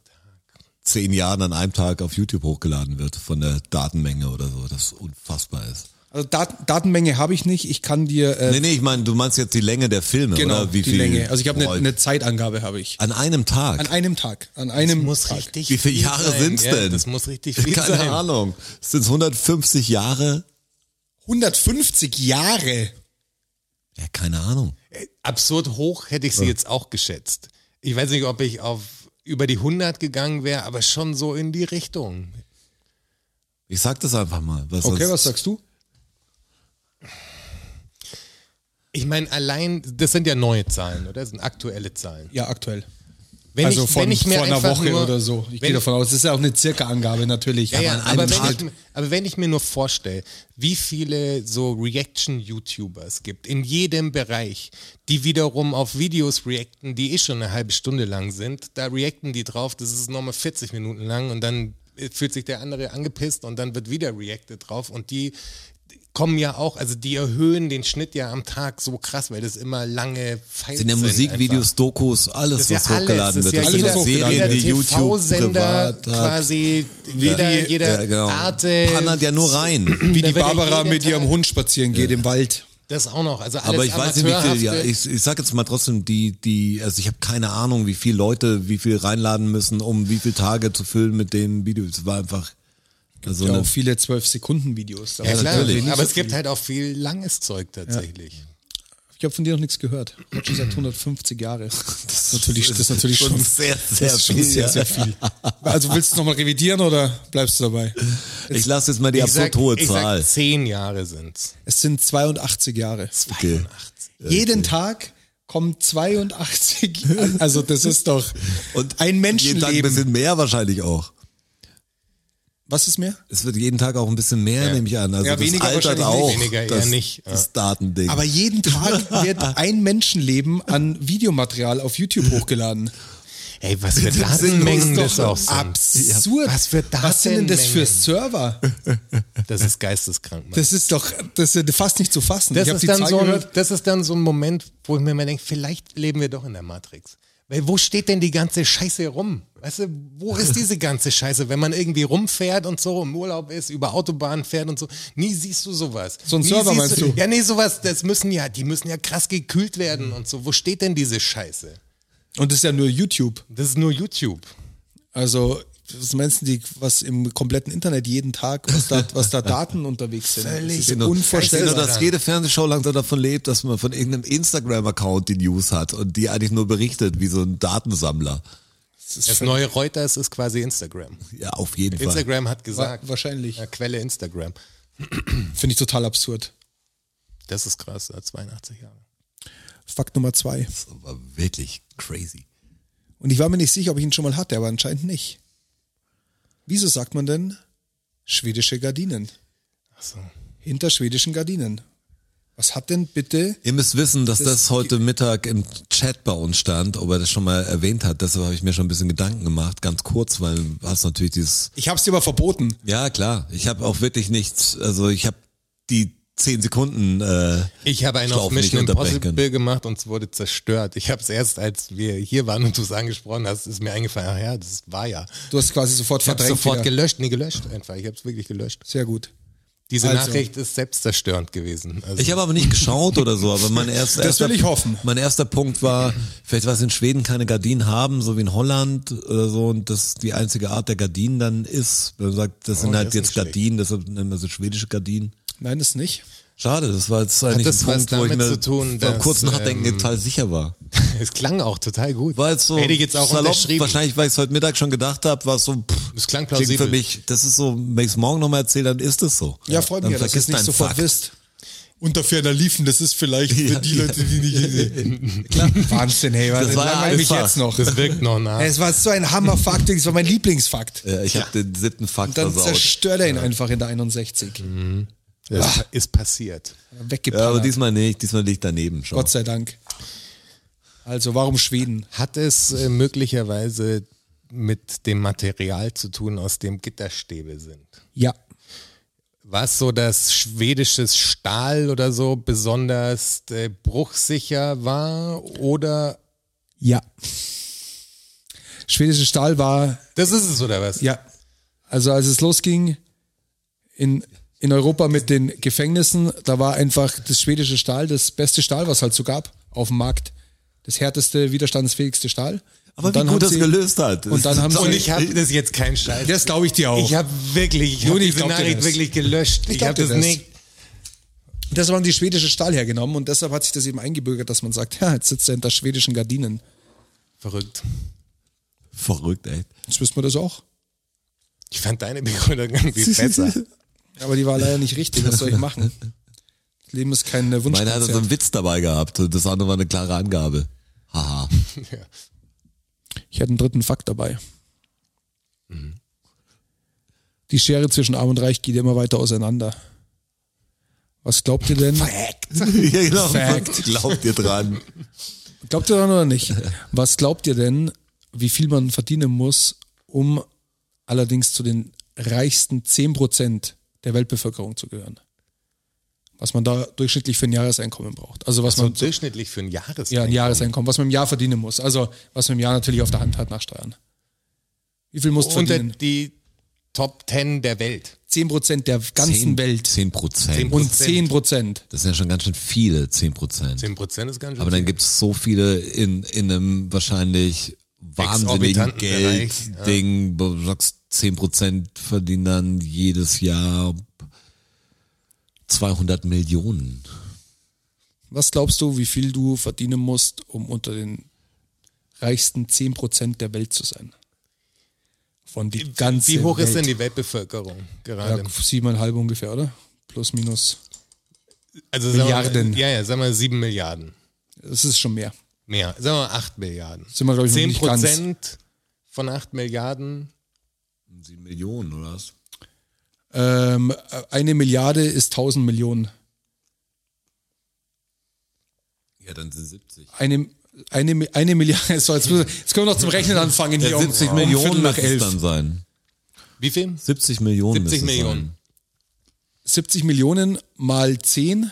Speaker 3: zehn Jahren an einem Tag auf YouTube hochgeladen wird von der Datenmenge oder so, das unfassbar ist.
Speaker 2: Also Dat Datenmenge habe ich nicht. Ich kann dir äh,
Speaker 3: Nee, nee, ich meine, du meinst jetzt die Länge der Filme,
Speaker 2: genau
Speaker 3: oder? Wie
Speaker 2: die
Speaker 3: viel?
Speaker 2: Länge. Also ich habe eine
Speaker 3: Boah,
Speaker 2: eine Zeitangabe habe ich.
Speaker 3: an einem Tag.
Speaker 2: An einem Tag. An einem Tag.
Speaker 3: Wie viele
Speaker 4: viel
Speaker 3: Jahre
Speaker 4: sein.
Speaker 3: sind's
Speaker 4: Ja,
Speaker 3: denn?
Speaker 4: Das muss richtig viel
Speaker 3: Keine
Speaker 4: sein.
Speaker 3: Ahnung. Sind 150 Jahre?
Speaker 2: 150 Jahre.
Speaker 3: Ja, keine Ahnung.
Speaker 4: Absurd hoch hätte ich sie jetzt auch geschätzt. Ich weiß nicht, ob ich auf über die 100 gegangen wäre, aber schon so in die Richtung.
Speaker 3: Ich sag das einfach mal. Was
Speaker 2: Okay,
Speaker 3: sonst-
Speaker 2: was sagst du?
Speaker 4: Ich meine, allein, das sind ja neue Zahlen, oder? Das sind aktuelle Zahlen.
Speaker 2: Ja, aktuell.
Speaker 4: Wenn
Speaker 2: also
Speaker 4: ich,
Speaker 2: von,
Speaker 4: wenn ich mir
Speaker 2: vor einer
Speaker 4: einfach
Speaker 2: Woche
Speaker 4: nur,
Speaker 2: oder so. Ich
Speaker 4: wenn
Speaker 2: gehe davon aus, das ist ja auch eine circa Angabe natürlich.
Speaker 4: Ja, ja,
Speaker 3: an einem
Speaker 4: aber, wenn
Speaker 3: Tag-
Speaker 4: ich, aber wenn ich mir nur vorstelle, wie viele so Reaction-YouTuber es gibt in jedem Bereich, die wiederum auf Videos reacten, die eh schon eine halbe Stunde lang sind, da reacten die drauf, das ist nochmal 40 Minuten lang und dann äh, fühlt sich der andere angepisst und dann wird wieder reacted drauf und die kommen ja auch, also die erhöhen den Schnitt ja am Tag so krass, weil das immer lange Fights
Speaker 3: Sind ja Musikvideos, Dokus, alles,
Speaker 4: Das ist
Speaker 3: was
Speaker 4: ja alles.
Speaker 3: hochgeladen
Speaker 4: Das ist
Speaker 3: wird.
Speaker 4: ja
Speaker 3: das sind
Speaker 2: jeder-
Speaker 3: Serien, die
Speaker 4: jeder
Speaker 3: YouTube
Speaker 4: TV-Sender
Speaker 3: privat hat.
Speaker 4: quasi, jeder, jeder
Speaker 3: ja, genau.
Speaker 4: Arte,
Speaker 3: Pannert ja nur rein.
Speaker 2: Wie
Speaker 4: Da
Speaker 2: die
Speaker 4: wird ja
Speaker 2: Barbara
Speaker 4: jeden
Speaker 2: mit
Speaker 4: Tag-
Speaker 2: ihrem Hund spazieren geht im Wald.
Speaker 4: Das auch noch. Also alles
Speaker 3: Aber ich weiß nicht, wie viel, ja,
Speaker 4: Amateurhafte.
Speaker 3: ich, ich sag jetzt mal trotzdem, die, die, also ich habe keine Ahnung, wie viele Leute, wie viel reinladen müssen, um wie viele Tage zu füllen mit den Videos. Es war einfach so
Speaker 2: ja,
Speaker 3: eine
Speaker 2: auch viele Also 12-Sekunden-Videos.
Speaker 4: ja, klar,
Speaker 3: natürlich.
Speaker 4: aber es gibt halt auch viel langes Zeug tatsächlich.
Speaker 2: Ich habe von dir noch nichts gehört. Ich hab schon seit 150 Jahre. Das ist natürlich, das ist natürlich schon,
Speaker 3: sehr, sehr,
Speaker 2: das ist schon sehr, sehr viel. Also willst du nochmal revidieren oder bleibst du dabei?
Speaker 3: Ich lasse jetzt mal die
Speaker 4: Ich
Speaker 3: absolut
Speaker 4: sag,
Speaker 3: hohe
Speaker 4: ich
Speaker 3: Zahl.
Speaker 4: Sag, zehn Jahre sind's.
Speaker 2: Es sind 82 Jahre.
Speaker 3: Okay.
Speaker 2: Jeden Tag kommen 82. Also das ist doch ein
Speaker 3: Und jeden Tag ein
Speaker 2: Menschenleben.
Speaker 3: bisschen mehr wahrscheinlich auch.
Speaker 2: Was ist mehr?
Speaker 3: Es wird jeden Tag auch ein bisschen mehr, nehme ich an. Also
Speaker 2: Ja,
Speaker 3: das
Speaker 2: weniger
Speaker 3: altert
Speaker 2: wahrscheinlich
Speaker 3: auch.
Speaker 2: nicht.
Speaker 4: Weniger eher
Speaker 3: das,
Speaker 4: nicht, ja.
Speaker 3: Das Datending.
Speaker 2: Aber jeden Tag wird ein Menschenleben an Videomaterial auf YouTube hochgeladen.
Speaker 4: Ey, was für
Speaker 3: Das sind
Speaker 4: Datenmengen
Speaker 3: bloß
Speaker 4: das
Speaker 3: doch
Speaker 4: auch sind.
Speaker 2: Absurd.
Speaker 4: Was für
Speaker 2: Was sind denn das für
Speaker 4: Datenmengen?
Speaker 2: Server?
Speaker 4: Das ist geisteskrank. Mann.
Speaker 2: Das ist doch das ist fast nicht zu fassen.
Speaker 4: Das
Speaker 2: ich habe
Speaker 4: ist
Speaker 2: die
Speaker 4: dann
Speaker 2: Zahl
Speaker 4: so ein,
Speaker 2: gehört.
Speaker 4: das ist dann so ein Moment, wo ich mir mal denke, vielleicht leben wir doch in der Matrix. Weil wo steht denn die ganze Scheiße rum? Weißt du, wo ist diese ganze Scheiße, wenn man irgendwie rumfährt und so im Urlaub ist, über Autobahnen fährt und so, nie siehst du sowas.
Speaker 2: So ein
Speaker 4: nie
Speaker 2: Server
Speaker 4: siehst
Speaker 2: meinst du?
Speaker 4: Ja, nee, sowas, das müssen ja, die müssen ja krass gekühlt werden und so. Wo steht denn diese Scheiße?
Speaker 2: Und das ist ja nur YouTube.
Speaker 4: Das ist nur YouTube.
Speaker 2: Also was meinst du, die, was im kompletten Internet jeden Tag, was da, was da Daten unterwegs sind?
Speaker 4: Völlig
Speaker 2: das ist
Speaker 3: Genau.
Speaker 2: unvorstellbar.
Speaker 3: Nur, dass jede Fernsehshow langsam davon lebt, dass man von irgendeinem Instagram-Account die News hat und die eigentlich nur berichtet, wie so ein Datensammler.
Speaker 4: Das neue Reuters ist quasi Instagram.
Speaker 3: Ja, auf jeden Fall.
Speaker 4: Instagram hat gesagt,
Speaker 2: Wahrscheinlich.
Speaker 4: ja, Quelle Instagram.
Speaker 2: Finde ich total absurd.
Speaker 4: Das ist krass, 82 Jahre.
Speaker 2: Fakt Nummer zwei.
Speaker 3: Das war wirklich crazy.
Speaker 2: Und ich war mir nicht sicher, ob ich ihn schon mal hatte, aber anscheinend nicht. Wieso sagt man denn Schwedische Gardinen.
Speaker 4: Achso.
Speaker 2: Hinter schwedischen Gardinen. Was hat denn bitte
Speaker 3: Ihr müsst wissen, dass das,
Speaker 2: Das-
Speaker 3: heute Mittag im Chat bei uns stand, ob er das schon mal erwähnt hat. Deshalb habe ich mir schon ein bisschen Gedanken gemacht, ganz kurz, weil du hast natürlich dieses.
Speaker 2: Ich hab's dir mal verboten.
Speaker 3: Ja, klar. Ich habe auch wirklich nichts. Also ich habe die zehn Sekunden. Äh,
Speaker 4: Ich habe einen auf
Speaker 3: Schlaufen nicht
Speaker 4: Mission
Speaker 3: unterbrechen
Speaker 4: Impossible gemacht und es wurde zerstört. Ich habe es erst, als wir hier waren und du es angesprochen hast, ist mir eingefallen, ach ja, das war ja.
Speaker 2: Du hast quasi sofort
Speaker 4: Ich habe
Speaker 2: verdrängt.
Speaker 4: sofort
Speaker 2: wieder.
Speaker 4: gelöscht, nee, gelöscht einfach. Ich habe es wirklich gelöscht.
Speaker 2: Sehr gut.
Speaker 4: Diese
Speaker 2: Also.
Speaker 4: Nachricht ist selbstzerstörend gewesen. Also,
Speaker 3: ich habe aber nicht geschaut oder so. Aber mein erster.
Speaker 2: Das
Speaker 3: erster,
Speaker 2: will ich hoffen.
Speaker 3: Mein erster Punkt war, vielleicht was in Schweden keine Gardinen haben, so wie in Holland oder so, und das die einzige Art der Gardinen dann ist. Wenn man sagt,
Speaker 2: Oh,
Speaker 3: das sind
Speaker 4: der
Speaker 3: halt
Speaker 4: ist
Speaker 3: jetzt
Speaker 4: nicht schlecht.
Speaker 3: Gardinen, deshalb nennen wir sie schwedische Gardinen.
Speaker 2: Nein, das nicht.
Speaker 3: Schade, das war jetzt eigentlich
Speaker 4: das
Speaker 3: ein
Speaker 4: was
Speaker 3: Punkt, wo ich
Speaker 4: damit
Speaker 3: mir
Speaker 4: zu tun,
Speaker 3: beim
Speaker 4: dass,
Speaker 3: kurzen Nachdenken
Speaker 4: ähm,
Speaker 3: total sicher war.
Speaker 4: es klang auch total gut.
Speaker 3: War jetzt so
Speaker 4: Hätte ich jetzt auch
Speaker 3: salopp,
Speaker 4: unterschrieben.
Speaker 3: wahrscheinlich, weil ich es heute Mittag schon gedacht habe, war es so, pff,
Speaker 4: Es klang
Speaker 3: klingt
Speaker 4: plausibel.
Speaker 3: für mich, das ist so, wenn ich es morgen nochmal erzähle, dann ist es so.
Speaker 2: Ja, freut
Speaker 3: dann
Speaker 2: mich, ja, dass du es
Speaker 3: vergisst
Speaker 2: nicht
Speaker 3: dein
Speaker 2: sofort
Speaker 3: Fakt.
Speaker 2: wisst. Unter ferner Liefen, das ist vielleicht für
Speaker 3: Ja,
Speaker 2: die
Speaker 3: ja.
Speaker 2: Leute, die nicht. Klar. Wahnsinn, hey, was
Speaker 3: Das war
Speaker 2: langweil mich
Speaker 3: einfach.
Speaker 2: jetzt noch.
Speaker 4: Das wirkt noch nach.
Speaker 2: Es war so ein Hammerfakt, das war mein Lieblingsfakt.
Speaker 3: Ja, ich habe den siebten Fakt
Speaker 2: Dann
Speaker 3: versaut.
Speaker 2: zerstört er ihn einfach in der 61.
Speaker 3: Ah.
Speaker 4: Das ist passiert.
Speaker 3: Ja, aber
Speaker 2: Weggepackt.
Speaker 3: diesmal nicht, diesmal liegt daneben schon.
Speaker 2: Gott sei Dank. Also, warum Schweden?
Speaker 4: Hat es äh, möglicherweise mit dem Material zu tun, aus dem Gitterstäbe sind?
Speaker 2: Ja.
Speaker 4: Was so das schwedisches Stahl oder so besonders äh, bruchsicher war oder
Speaker 2: Ja. Schwedische Stahl war
Speaker 4: das ist es oder was?
Speaker 2: Ja. Also als es losging in, in Europa mit den Gefängnissen, da war einfach das schwedische Stahl das beste Stahl, was halt so gab auf dem Markt. Das härteste, widerstandsfähigste Stahl.
Speaker 3: aber
Speaker 2: Und dann
Speaker 3: wie gut
Speaker 2: haben
Speaker 3: das
Speaker 2: sie-
Speaker 3: gelöst hat.
Speaker 2: und dann haben sie-
Speaker 4: Und ich habe das jetzt kein Scheiß.
Speaker 2: Das glaube ich dir auch.
Speaker 4: Ich habe wirklich, ich habe
Speaker 2: Oh. Juni, ich
Speaker 4: diese
Speaker 2: glaub dir
Speaker 4: Nachricht
Speaker 2: das.
Speaker 4: wirklich gelöscht. Ich,
Speaker 2: glaub
Speaker 4: habe
Speaker 2: dir
Speaker 4: das,
Speaker 2: das.
Speaker 4: nicht.
Speaker 2: das haben die schwedische Stahl hergenommen und deshalb hat sich das eben eingebürgert, dass man sagt, ja, jetzt sitzt er hinter schwedischen Gardinen.
Speaker 4: Verrückt.
Speaker 3: Verrückt, echt.
Speaker 2: Jetzt wissen wir das auch.
Speaker 4: Ich fand deine Begründung irgendwie besser.
Speaker 2: Aber die war leider nicht richtig. Was soll ich machen? Das Leben ist kein äh,
Speaker 3: Meiner hatte so
Speaker 2: Wunschkonzert.
Speaker 3: einen Witz dabei gehabt und das andere war eine klare Angabe. Haha.
Speaker 2: Ich hatte einen dritten Fakt dabei.
Speaker 3: Mhm.
Speaker 2: Die Schere zwischen Arm und Reich geht immer weiter auseinander. Was glaubt ihr denn?
Speaker 3: ja, genau.
Speaker 2: Fact.
Speaker 3: Glaubt ihr dran?
Speaker 2: Glaubt ihr daran oder nicht? Was glaubt ihr denn, wie viel man verdienen muss, um allerdings zu den reichsten 10% der Weltbevölkerung zu gehören? Was man da durchschnittlich für ein Jahreseinkommen braucht. Also was
Speaker 4: So
Speaker 2: man
Speaker 4: durchschnittlich für ein Jahres.
Speaker 2: ja, ein Jahreseinkommen, was man im Jahr verdienen muss. Also was man im Jahr natürlich auf der Hand hat nach Steuern. Wie viel muss
Speaker 4: Unter
Speaker 2: verdienen?
Speaker 4: die Top Ten der Welt.
Speaker 2: 10% der ganzen Welt.
Speaker 3: Zehn Prozent.
Speaker 2: Und 10 Prozent.
Speaker 3: Das sind ja schon ganz schön viele, 10 Prozent.
Speaker 4: 10 Prozent ist ganz schön.
Speaker 3: Aber dann
Speaker 4: viel.
Speaker 3: gibt's so viele in, in einem wahrscheinlich wahnsinnigen
Speaker 4: Exorbitanten Bereich, ja.
Speaker 3: Geldding, wo du sagst, 10 Prozent verdienen dann jedes Jahr 200 Millionen.
Speaker 2: Was glaubst du, wie viel du verdienen musst, um unter den reichsten 10 Prozent der Welt zu sein? Von die ganzen.
Speaker 4: Wie hoch
Speaker 2: Welt.
Speaker 4: ist denn die Weltbevölkerung gerade?
Speaker 2: Ja, siebeneinhalb ungefähr, oder? Plus, minus.
Speaker 4: also sagen wir mal-
Speaker 2: Milliarden.
Speaker 4: ja, ja, sagen wir 7 Milliarden.
Speaker 2: Das ist schon mehr.
Speaker 4: Mehr. Sagen wir 8 Milliarden.
Speaker 2: Sind wir, glaube ich, noch
Speaker 4: 10
Speaker 2: nicht ganz.
Speaker 4: Prozent von 8 Milliarden.
Speaker 3: 7 Millionen, oder was?
Speaker 2: Ähm, eine Milliarde ist 1000 Millionen.
Speaker 3: Ja, dann sind 70.
Speaker 2: Eine, eine, eine Milliarde. So, jetzt, müssen- jetzt können wir noch zum Rechnen anfangen. Hier
Speaker 3: Ja,
Speaker 2: um-
Speaker 3: 70
Speaker 2: um Viertel
Speaker 3: Millionen
Speaker 2: nach
Speaker 3: nach es
Speaker 2: 11.
Speaker 3: dann sein.
Speaker 4: Wie viel?
Speaker 3: 70 Millionen.
Speaker 4: 70
Speaker 3: müssen es
Speaker 4: Millionen.
Speaker 2: 70 Millionen mal 10,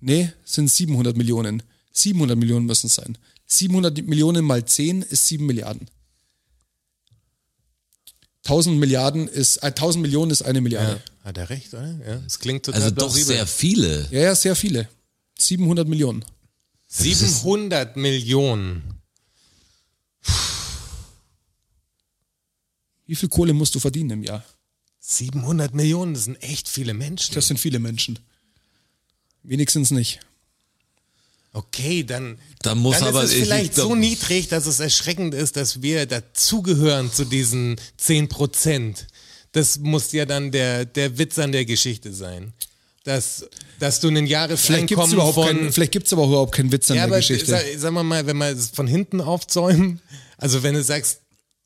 Speaker 2: nee, sind 700 Millionen. 700 Millionen müssen es sein. 700 Millionen mal 10 ist 7 Milliarden. 1000 Milliarden ist, äh, 1000 Millionen ist eine
Speaker 4: Ja.
Speaker 2: Milliarde.
Speaker 4: Hat er recht, oder? Ja. Das klingt
Speaker 3: Sein.
Speaker 4: total
Speaker 3: Also doch
Speaker 4: plausibel.
Speaker 3: sehr viele.
Speaker 2: Ja, ja, sehr viele. 700 Millionen.
Speaker 4: 700 Millionen.
Speaker 2: Wie viel Kohle musst du verdienen im Jahr?
Speaker 4: 700 Millionen, das sind echt viele Menschen.
Speaker 2: Das sind viele Menschen. Wenigstens nicht.
Speaker 4: Okay, dann,
Speaker 3: Dann muss
Speaker 4: dann
Speaker 3: aber-
Speaker 4: ist es
Speaker 3: ich- ich
Speaker 4: vielleicht
Speaker 3: glaub-
Speaker 4: so niedrig, dass es erschreckend ist, dass wir dazugehören zu diesen 10 Prozent. Das muss ja dann der, der Witz an der Geschichte sein. Dass, dass du ein
Speaker 2: Vielleicht gibt es
Speaker 4: Jahreseinkommen
Speaker 2: überhaupt,
Speaker 4: von...
Speaker 2: keinen- vielleicht gibt's aber überhaupt keinen Witz an
Speaker 4: ja,
Speaker 2: der
Speaker 4: aber
Speaker 2: Geschichte.
Speaker 4: sag, sagen wir mal, wenn wir es von hinten
Speaker 3: Ah.
Speaker 4: aufzäumen, also wenn du sagst,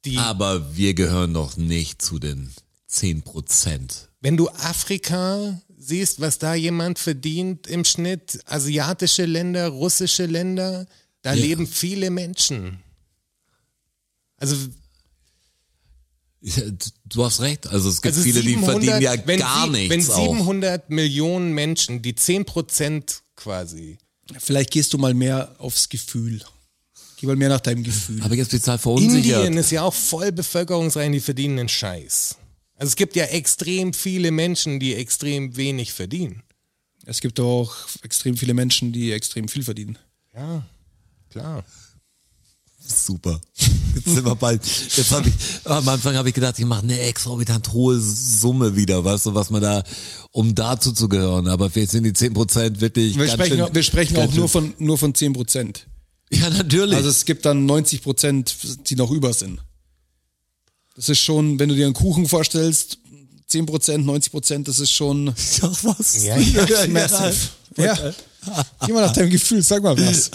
Speaker 4: die...
Speaker 3: Aber wir gehören noch nicht zu den 10 Prozent.
Speaker 4: Wenn du Afrika siehst, was da jemand verdient im Schnitt, asiatische Länder, russische Länder, da
Speaker 3: Ja.
Speaker 4: leben viele Menschen. Also,
Speaker 3: Du hast recht. Also es gibt
Speaker 4: also
Speaker 3: viele, die
Speaker 4: 700
Speaker 3: verdienen ja
Speaker 4: wenn
Speaker 3: gar
Speaker 4: sie-
Speaker 3: nichts
Speaker 4: Wenn
Speaker 3: auch.
Speaker 4: 700 Millionen Menschen, die 10 Prozent quasi,
Speaker 2: Vielleicht gehst du mal mehr aufs Gefühl. Geh mal mehr nach deinem Gefühl.
Speaker 3: Aber jetzt total
Speaker 4: Indien
Speaker 3: verunsichert.
Speaker 4: ist ja auch voll bevölkerungsrein, die verdienen einen Scheiß. Also es gibt ja extrem viele Menschen, die extrem wenig verdienen.
Speaker 2: Es gibt aber auch extrem viele Menschen, die extrem viel verdienen.
Speaker 4: Ja, klar.
Speaker 3: Super. Jetzt sind wir bald. Jetzt hab ich, am Anfang habe ich gedacht, ich mache eine exorbitant hohe Summe wieder, weißt du, was man da, um dazu zu gehören. Aber jetzt sind die 10 Prozent wirklich
Speaker 2: Wir
Speaker 3: ganz
Speaker 2: sprechen,
Speaker 3: schön,
Speaker 2: wir sprechen auch
Speaker 3: ganz
Speaker 2: nur
Speaker 3: schön-
Speaker 2: von, nur von 10 Prozent.
Speaker 3: Ja, natürlich.
Speaker 2: Also es gibt dann 90 Prozent, die noch über sind. Das ist schon, wenn du dir einen Kuchen vorstellst, 10 Prozent, 90 Prozent, das ist schon
Speaker 3: ja, was?
Speaker 4: Ja, ja,
Speaker 2: massive. Ja. Äh, Geh mal nach deinem Gefühl, sag mal was.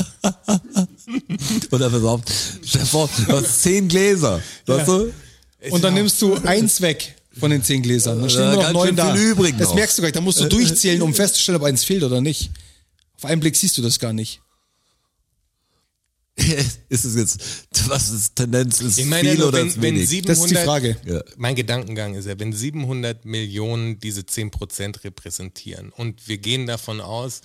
Speaker 3: Oder pass auf, stell vor, du hast zehn Gläser, weißt du?
Speaker 2: Und dann nimmst du eins weg von den 10 Gläsern. Dann stehen
Speaker 3: Ja,
Speaker 2: nur noch
Speaker 3: ganz
Speaker 2: neun
Speaker 3: schön
Speaker 2: da.
Speaker 3: viel übrig
Speaker 2: das
Speaker 3: noch. Äh,
Speaker 2: merkst du gleich, da musst du durchzählen, um festzustellen, ob eins fehlt oder nicht. Auf einen Blick siehst du das gar nicht.
Speaker 3: Oh Ist es jetzt, was ist Tendenz, ist
Speaker 4: Ich meine,
Speaker 3: viel
Speaker 4: nur
Speaker 3: oder
Speaker 4: wenn,
Speaker 3: ist
Speaker 4: wenn
Speaker 3: wenig?
Speaker 4: 700,
Speaker 2: Das ist die Frage.
Speaker 3: Ja.
Speaker 4: Mein Gedankengang ist ja, wenn 700 Millionen diese 10% repräsentieren und wir gehen davon aus,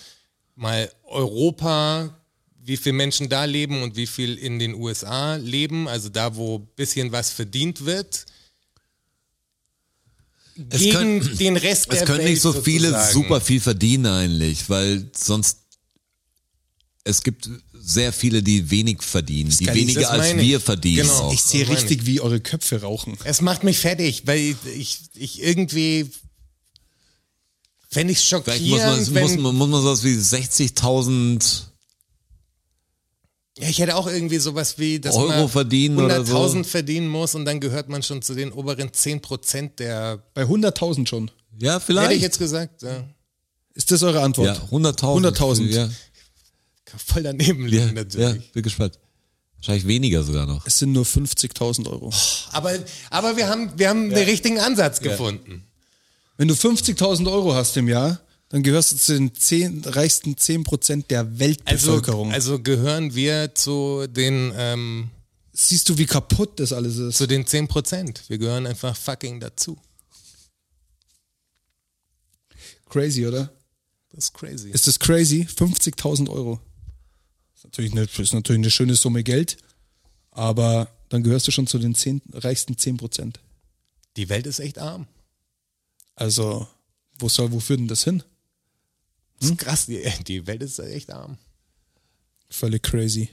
Speaker 4: mal Europa, wie viele Menschen da leben und wie viel in den USA leben, also da, wo bisschen was verdient wird,
Speaker 3: Es
Speaker 4: gegen
Speaker 3: können-
Speaker 4: den Rest der
Speaker 3: Es können
Speaker 4: Welt
Speaker 3: nicht so viele
Speaker 4: sozusagen.
Speaker 3: super viel verdienen eigentlich, weil sonst es gibt sehr viele, die wenig verdienen, die
Speaker 2: kann ich-
Speaker 3: weniger
Speaker 4: das
Speaker 3: als
Speaker 4: meine
Speaker 3: wir
Speaker 4: ich.
Speaker 3: verdienen.
Speaker 4: Genau.
Speaker 3: Auch.
Speaker 2: Ich sehe
Speaker 4: meine
Speaker 2: richtig, wie eure Köpfe rauchen.
Speaker 4: Es macht mich fertig, weil ich, ich irgendwie fände ich
Speaker 3: Vielleicht muss man,
Speaker 4: schockierend,
Speaker 3: muss,
Speaker 4: wenn
Speaker 3: man, muss man sowas wie 60.000
Speaker 4: Ja, ich hätte auch irgendwie sowas wie, dass
Speaker 3: Euro
Speaker 4: man
Speaker 3: verdienen oder so.
Speaker 4: 100.000 verdienen muss und dann gehört man schon zu den oberen 10% der,
Speaker 2: Bei 100.000 schon.
Speaker 3: ja
Speaker 4: hätte ich
Speaker 3: vielleicht,
Speaker 4: jetzt gesagt, ja.
Speaker 2: Ist das eure Antwort?
Speaker 3: ja 100.000,
Speaker 2: 100.000.
Speaker 3: ja,
Speaker 4: voll daneben liegen
Speaker 3: ja, ja,
Speaker 4: natürlich.
Speaker 3: bin gespannt. Wahrscheinlich weniger sogar noch.
Speaker 2: Es sind nur 50.000 Euro.
Speaker 4: Aber, aber wir haben, wir haben den richtigen Ansatz gefunden.
Speaker 2: Wenn du 50.000 Euro hast im Jahr, dann gehörst du zu den 10, reichsten 10% der
Speaker 4: Also,
Speaker 2: Weltbevölkerung.
Speaker 4: also gehören wir zu den, ähm,
Speaker 2: Siehst du, wie kaputt das alles ist?
Speaker 4: zu den 10%. Wir gehören einfach fucking dazu.
Speaker 2: Crazy, oder?
Speaker 4: Das ist crazy.
Speaker 2: Ist das crazy? 50.000 Euro. Ist natürlich, eine, ist natürlich eine schöne Summe Geld, aber dann gehörst du schon zu den 10, reichsten 10%.
Speaker 4: Die Welt ist echt arm.
Speaker 2: Also, wo soll, wo führt denn das hin?
Speaker 4: Das ist krass, die, die Welt ist echt arm.
Speaker 2: Völlig crazy.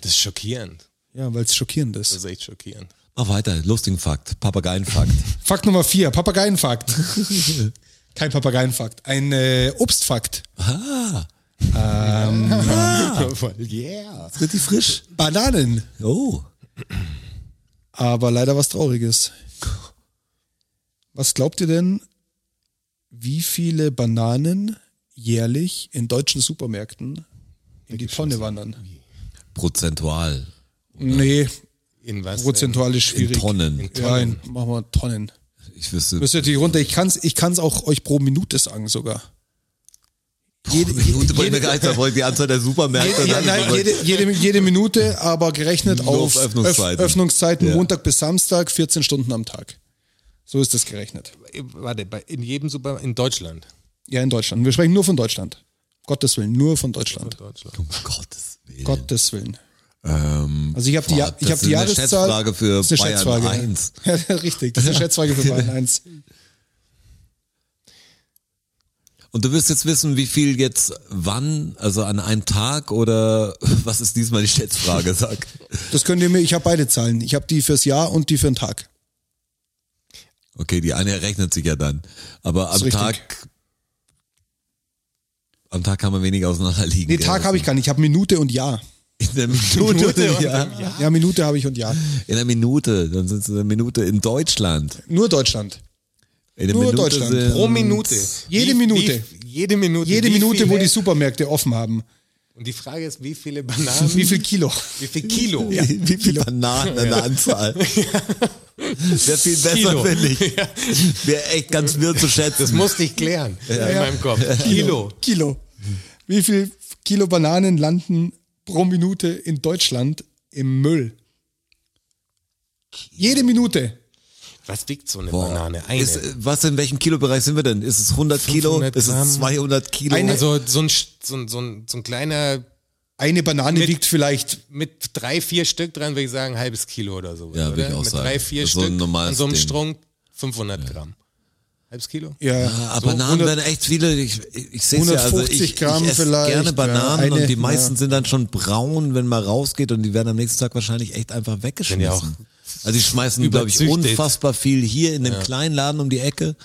Speaker 4: Das ist schockierend.
Speaker 2: Ja, weil es schockierend ist.
Speaker 4: Das ist echt schockierend.
Speaker 3: Mach weiter, lustigen Fakt, Papageienfakt.
Speaker 2: Fakt Nummer vier, Papageienfakt. Kein Papageienfakt, ein äh, Obstfakt.
Speaker 4: Voll, yeah.
Speaker 3: Richtig frisch.
Speaker 2: Bananen.
Speaker 3: Oh.
Speaker 2: Aber leider was Trauriges. Was glaubt ihr denn, wie viele Bananen jährlich in deutschen Supermärkten in die Tonne wandern?
Speaker 3: Prozentual.
Speaker 2: Nee,
Speaker 4: In was?
Speaker 2: prozentual ist
Speaker 3: In
Speaker 2: schwierig.
Speaker 3: Tonnen.
Speaker 2: Ja, in, machen wir Tonnen.
Speaker 3: Ich wüsste.
Speaker 2: Müsst ihr die runter, ich kann es ich kann's auch euch pro Minute sagen sogar. Jede,
Speaker 3: Minute wollen wir gar nicht, da wollen die Anzahl der Supermärkte.
Speaker 2: Ja,
Speaker 3: dann-
Speaker 2: nein, jede, jede, jede Minute, aber gerechnet
Speaker 3: Nur
Speaker 2: auf
Speaker 3: auf Öffnungszeiten.
Speaker 2: Öff- Öffnungszeiten
Speaker 3: Ja.
Speaker 2: Montag bis Samstag, 14 Stunden am Tag. So ist das gerechnet.
Speaker 4: Äh, warte, bei, in jedem Super in Deutschland.
Speaker 2: Ja, in Deutschland. Wir sprechen nur von Deutschland. Gottes Willen, nur von Deutschland.
Speaker 4: Deutschland.
Speaker 3: Um Gottes Willen.
Speaker 2: Gottes Willen.
Speaker 3: Ähm,
Speaker 2: Also ich habe die,
Speaker 3: boah,
Speaker 2: ja, ich hab
Speaker 3: das
Speaker 2: die
Speaker 3: ist eine
Speaker 2: Jahreszahl.
Speaker 3: Schätzfrage für
Speaker 2: das ist eine
Speaker 3: Bayern
Speaker 2: Schätzfrage.
Speaker 3: 1.
Speaker 2: Ja, richtig, das ist eine Schätzfrage für Bayern 1.
Speaker 3: Und du wirst jetzt wissen, wie viel jetzt wann, also an einem Tag oder was ist diesmal die Schätzfrage, sag.
Speaker 2: Das könnt ihr mir, ich habe beide Zahlen. Ich habe die fürs Jahr und die für den Tag.
Speaker 3: Okay, die eine rechnet sich ja dann. Aber am
Speaker 2: Ist richtig.
Speaker 3: Tag. Am Tag kann man wenig auseinander liegen.
Speaker 2: Nee,
Speaker 3: gell?
Speaker 2: Tag habe ich gar nicht. Ich habe Minute und Jahr.
Speaker 3: In der Minute. ja.
Speaker 2: Ja, Minute habe ich und Jahr.
Speaker 3: In der Minute. Dann sind es in der Minute in Deutschland.
Speaker 2: Nur Deutschland.
Speaker 3: In der
Speaker 2: Nur
Speaker 3: Minute
Speaker 2: Deutschland.
Speaker 3: sind-
Speaker 4: Pro Minute.
Speaker 2: Jede Minute.
Speaker 4: Wie, jede Minute.
Speaker 2: Jede
Speaker 4: wie
Speaker 2: Minute,
Speaker 4: viele,
Speaker 2: wo die Supermärkte offen haben.
Speaker 4: Und die Frage ist, wie viele Bananen,
Speaker 2: Wie viel Kilo?
Speaker 4: Ähm, wie viel Kilo?
Speaker 3: Wie viel Bananen an der Anzahl? Wäre viel besser,
Speaker 4: Kilo.
Speaker 3: finde ich. Wäre echt ganz wild zu schätzen.
Speaker 4: Das musste ich klären in meinem Kopf. Kilo.
Speaker 2: Kilo. Wie viel Kilo Bananen landen pro Minute in Deutschland im Müll? Jede Minute.
Speaker 4: Was wiegt so eine
Speaker 3: Boah.
Speaker 4: Banane? Eine.
Speaker 3: Ist, äh, was, in welchem Kilobereich sind wir denn? Ist es 100 Kilo?
Speaker 4: 500
Speaker 3: Ist
Speaker 4: Gramm?
Speaker 3: es 200 Kilo?
Speaker 2: Eine-
Speaker 4: also so ein, Sch- so, ein, so, ein, so ein kleiner
Speaker 2: Eine Banane
Speaker 4: Mit-
Speaker 2: wiegt vielleicht
Speaker 4: mit drei, vier Stück dran, würde ich sagen, ein halbes Kilo oder so.
Speaker 3: Ja,
Speaker 4: oder?
Speaker 3: würde ich auch
Speaker 4: mit
Speaker 3: sagen.
Speaker 4: drei, vier
Speaker 3: So ein
Speaker 4: Stück
Speaker 3: normales
Speaker 4: an so einem
Speaker 3: Ding.
Speaker 4: Strunk 500 Gramm. Halbes Kilo?
Speaker 2: ja,
Speaker 3: Ah,
Speaker 2: so
Speaker 3: Bananen
Speaker 2: 100
Speaker 3: werden echt viele. Ich, ich sehe es ja, also
Speaker 2: 150
Speaker 3: ich,
Speaker 2: Gramm
Speaker 3: ich esse
Speaker 2: vielleicht,
Speaker 3: gerne Bananen
Speaker 2: ja, eine-
Speaker 3: und die meisten
Speaker 2: ja.
Speaker 3: sind dann schon braun, wenn man rausgeht und die werden am nächsten Tag wahrscheinlich echt einfach weggeschmissen.
Speaker 4: ja auch
Speaker 3: also die schmeißen, glaube ich,
Speaker 4: überzüchtet.
Speaker 3: unfassbar viel hier in dem kleinen Laden um die Ecke.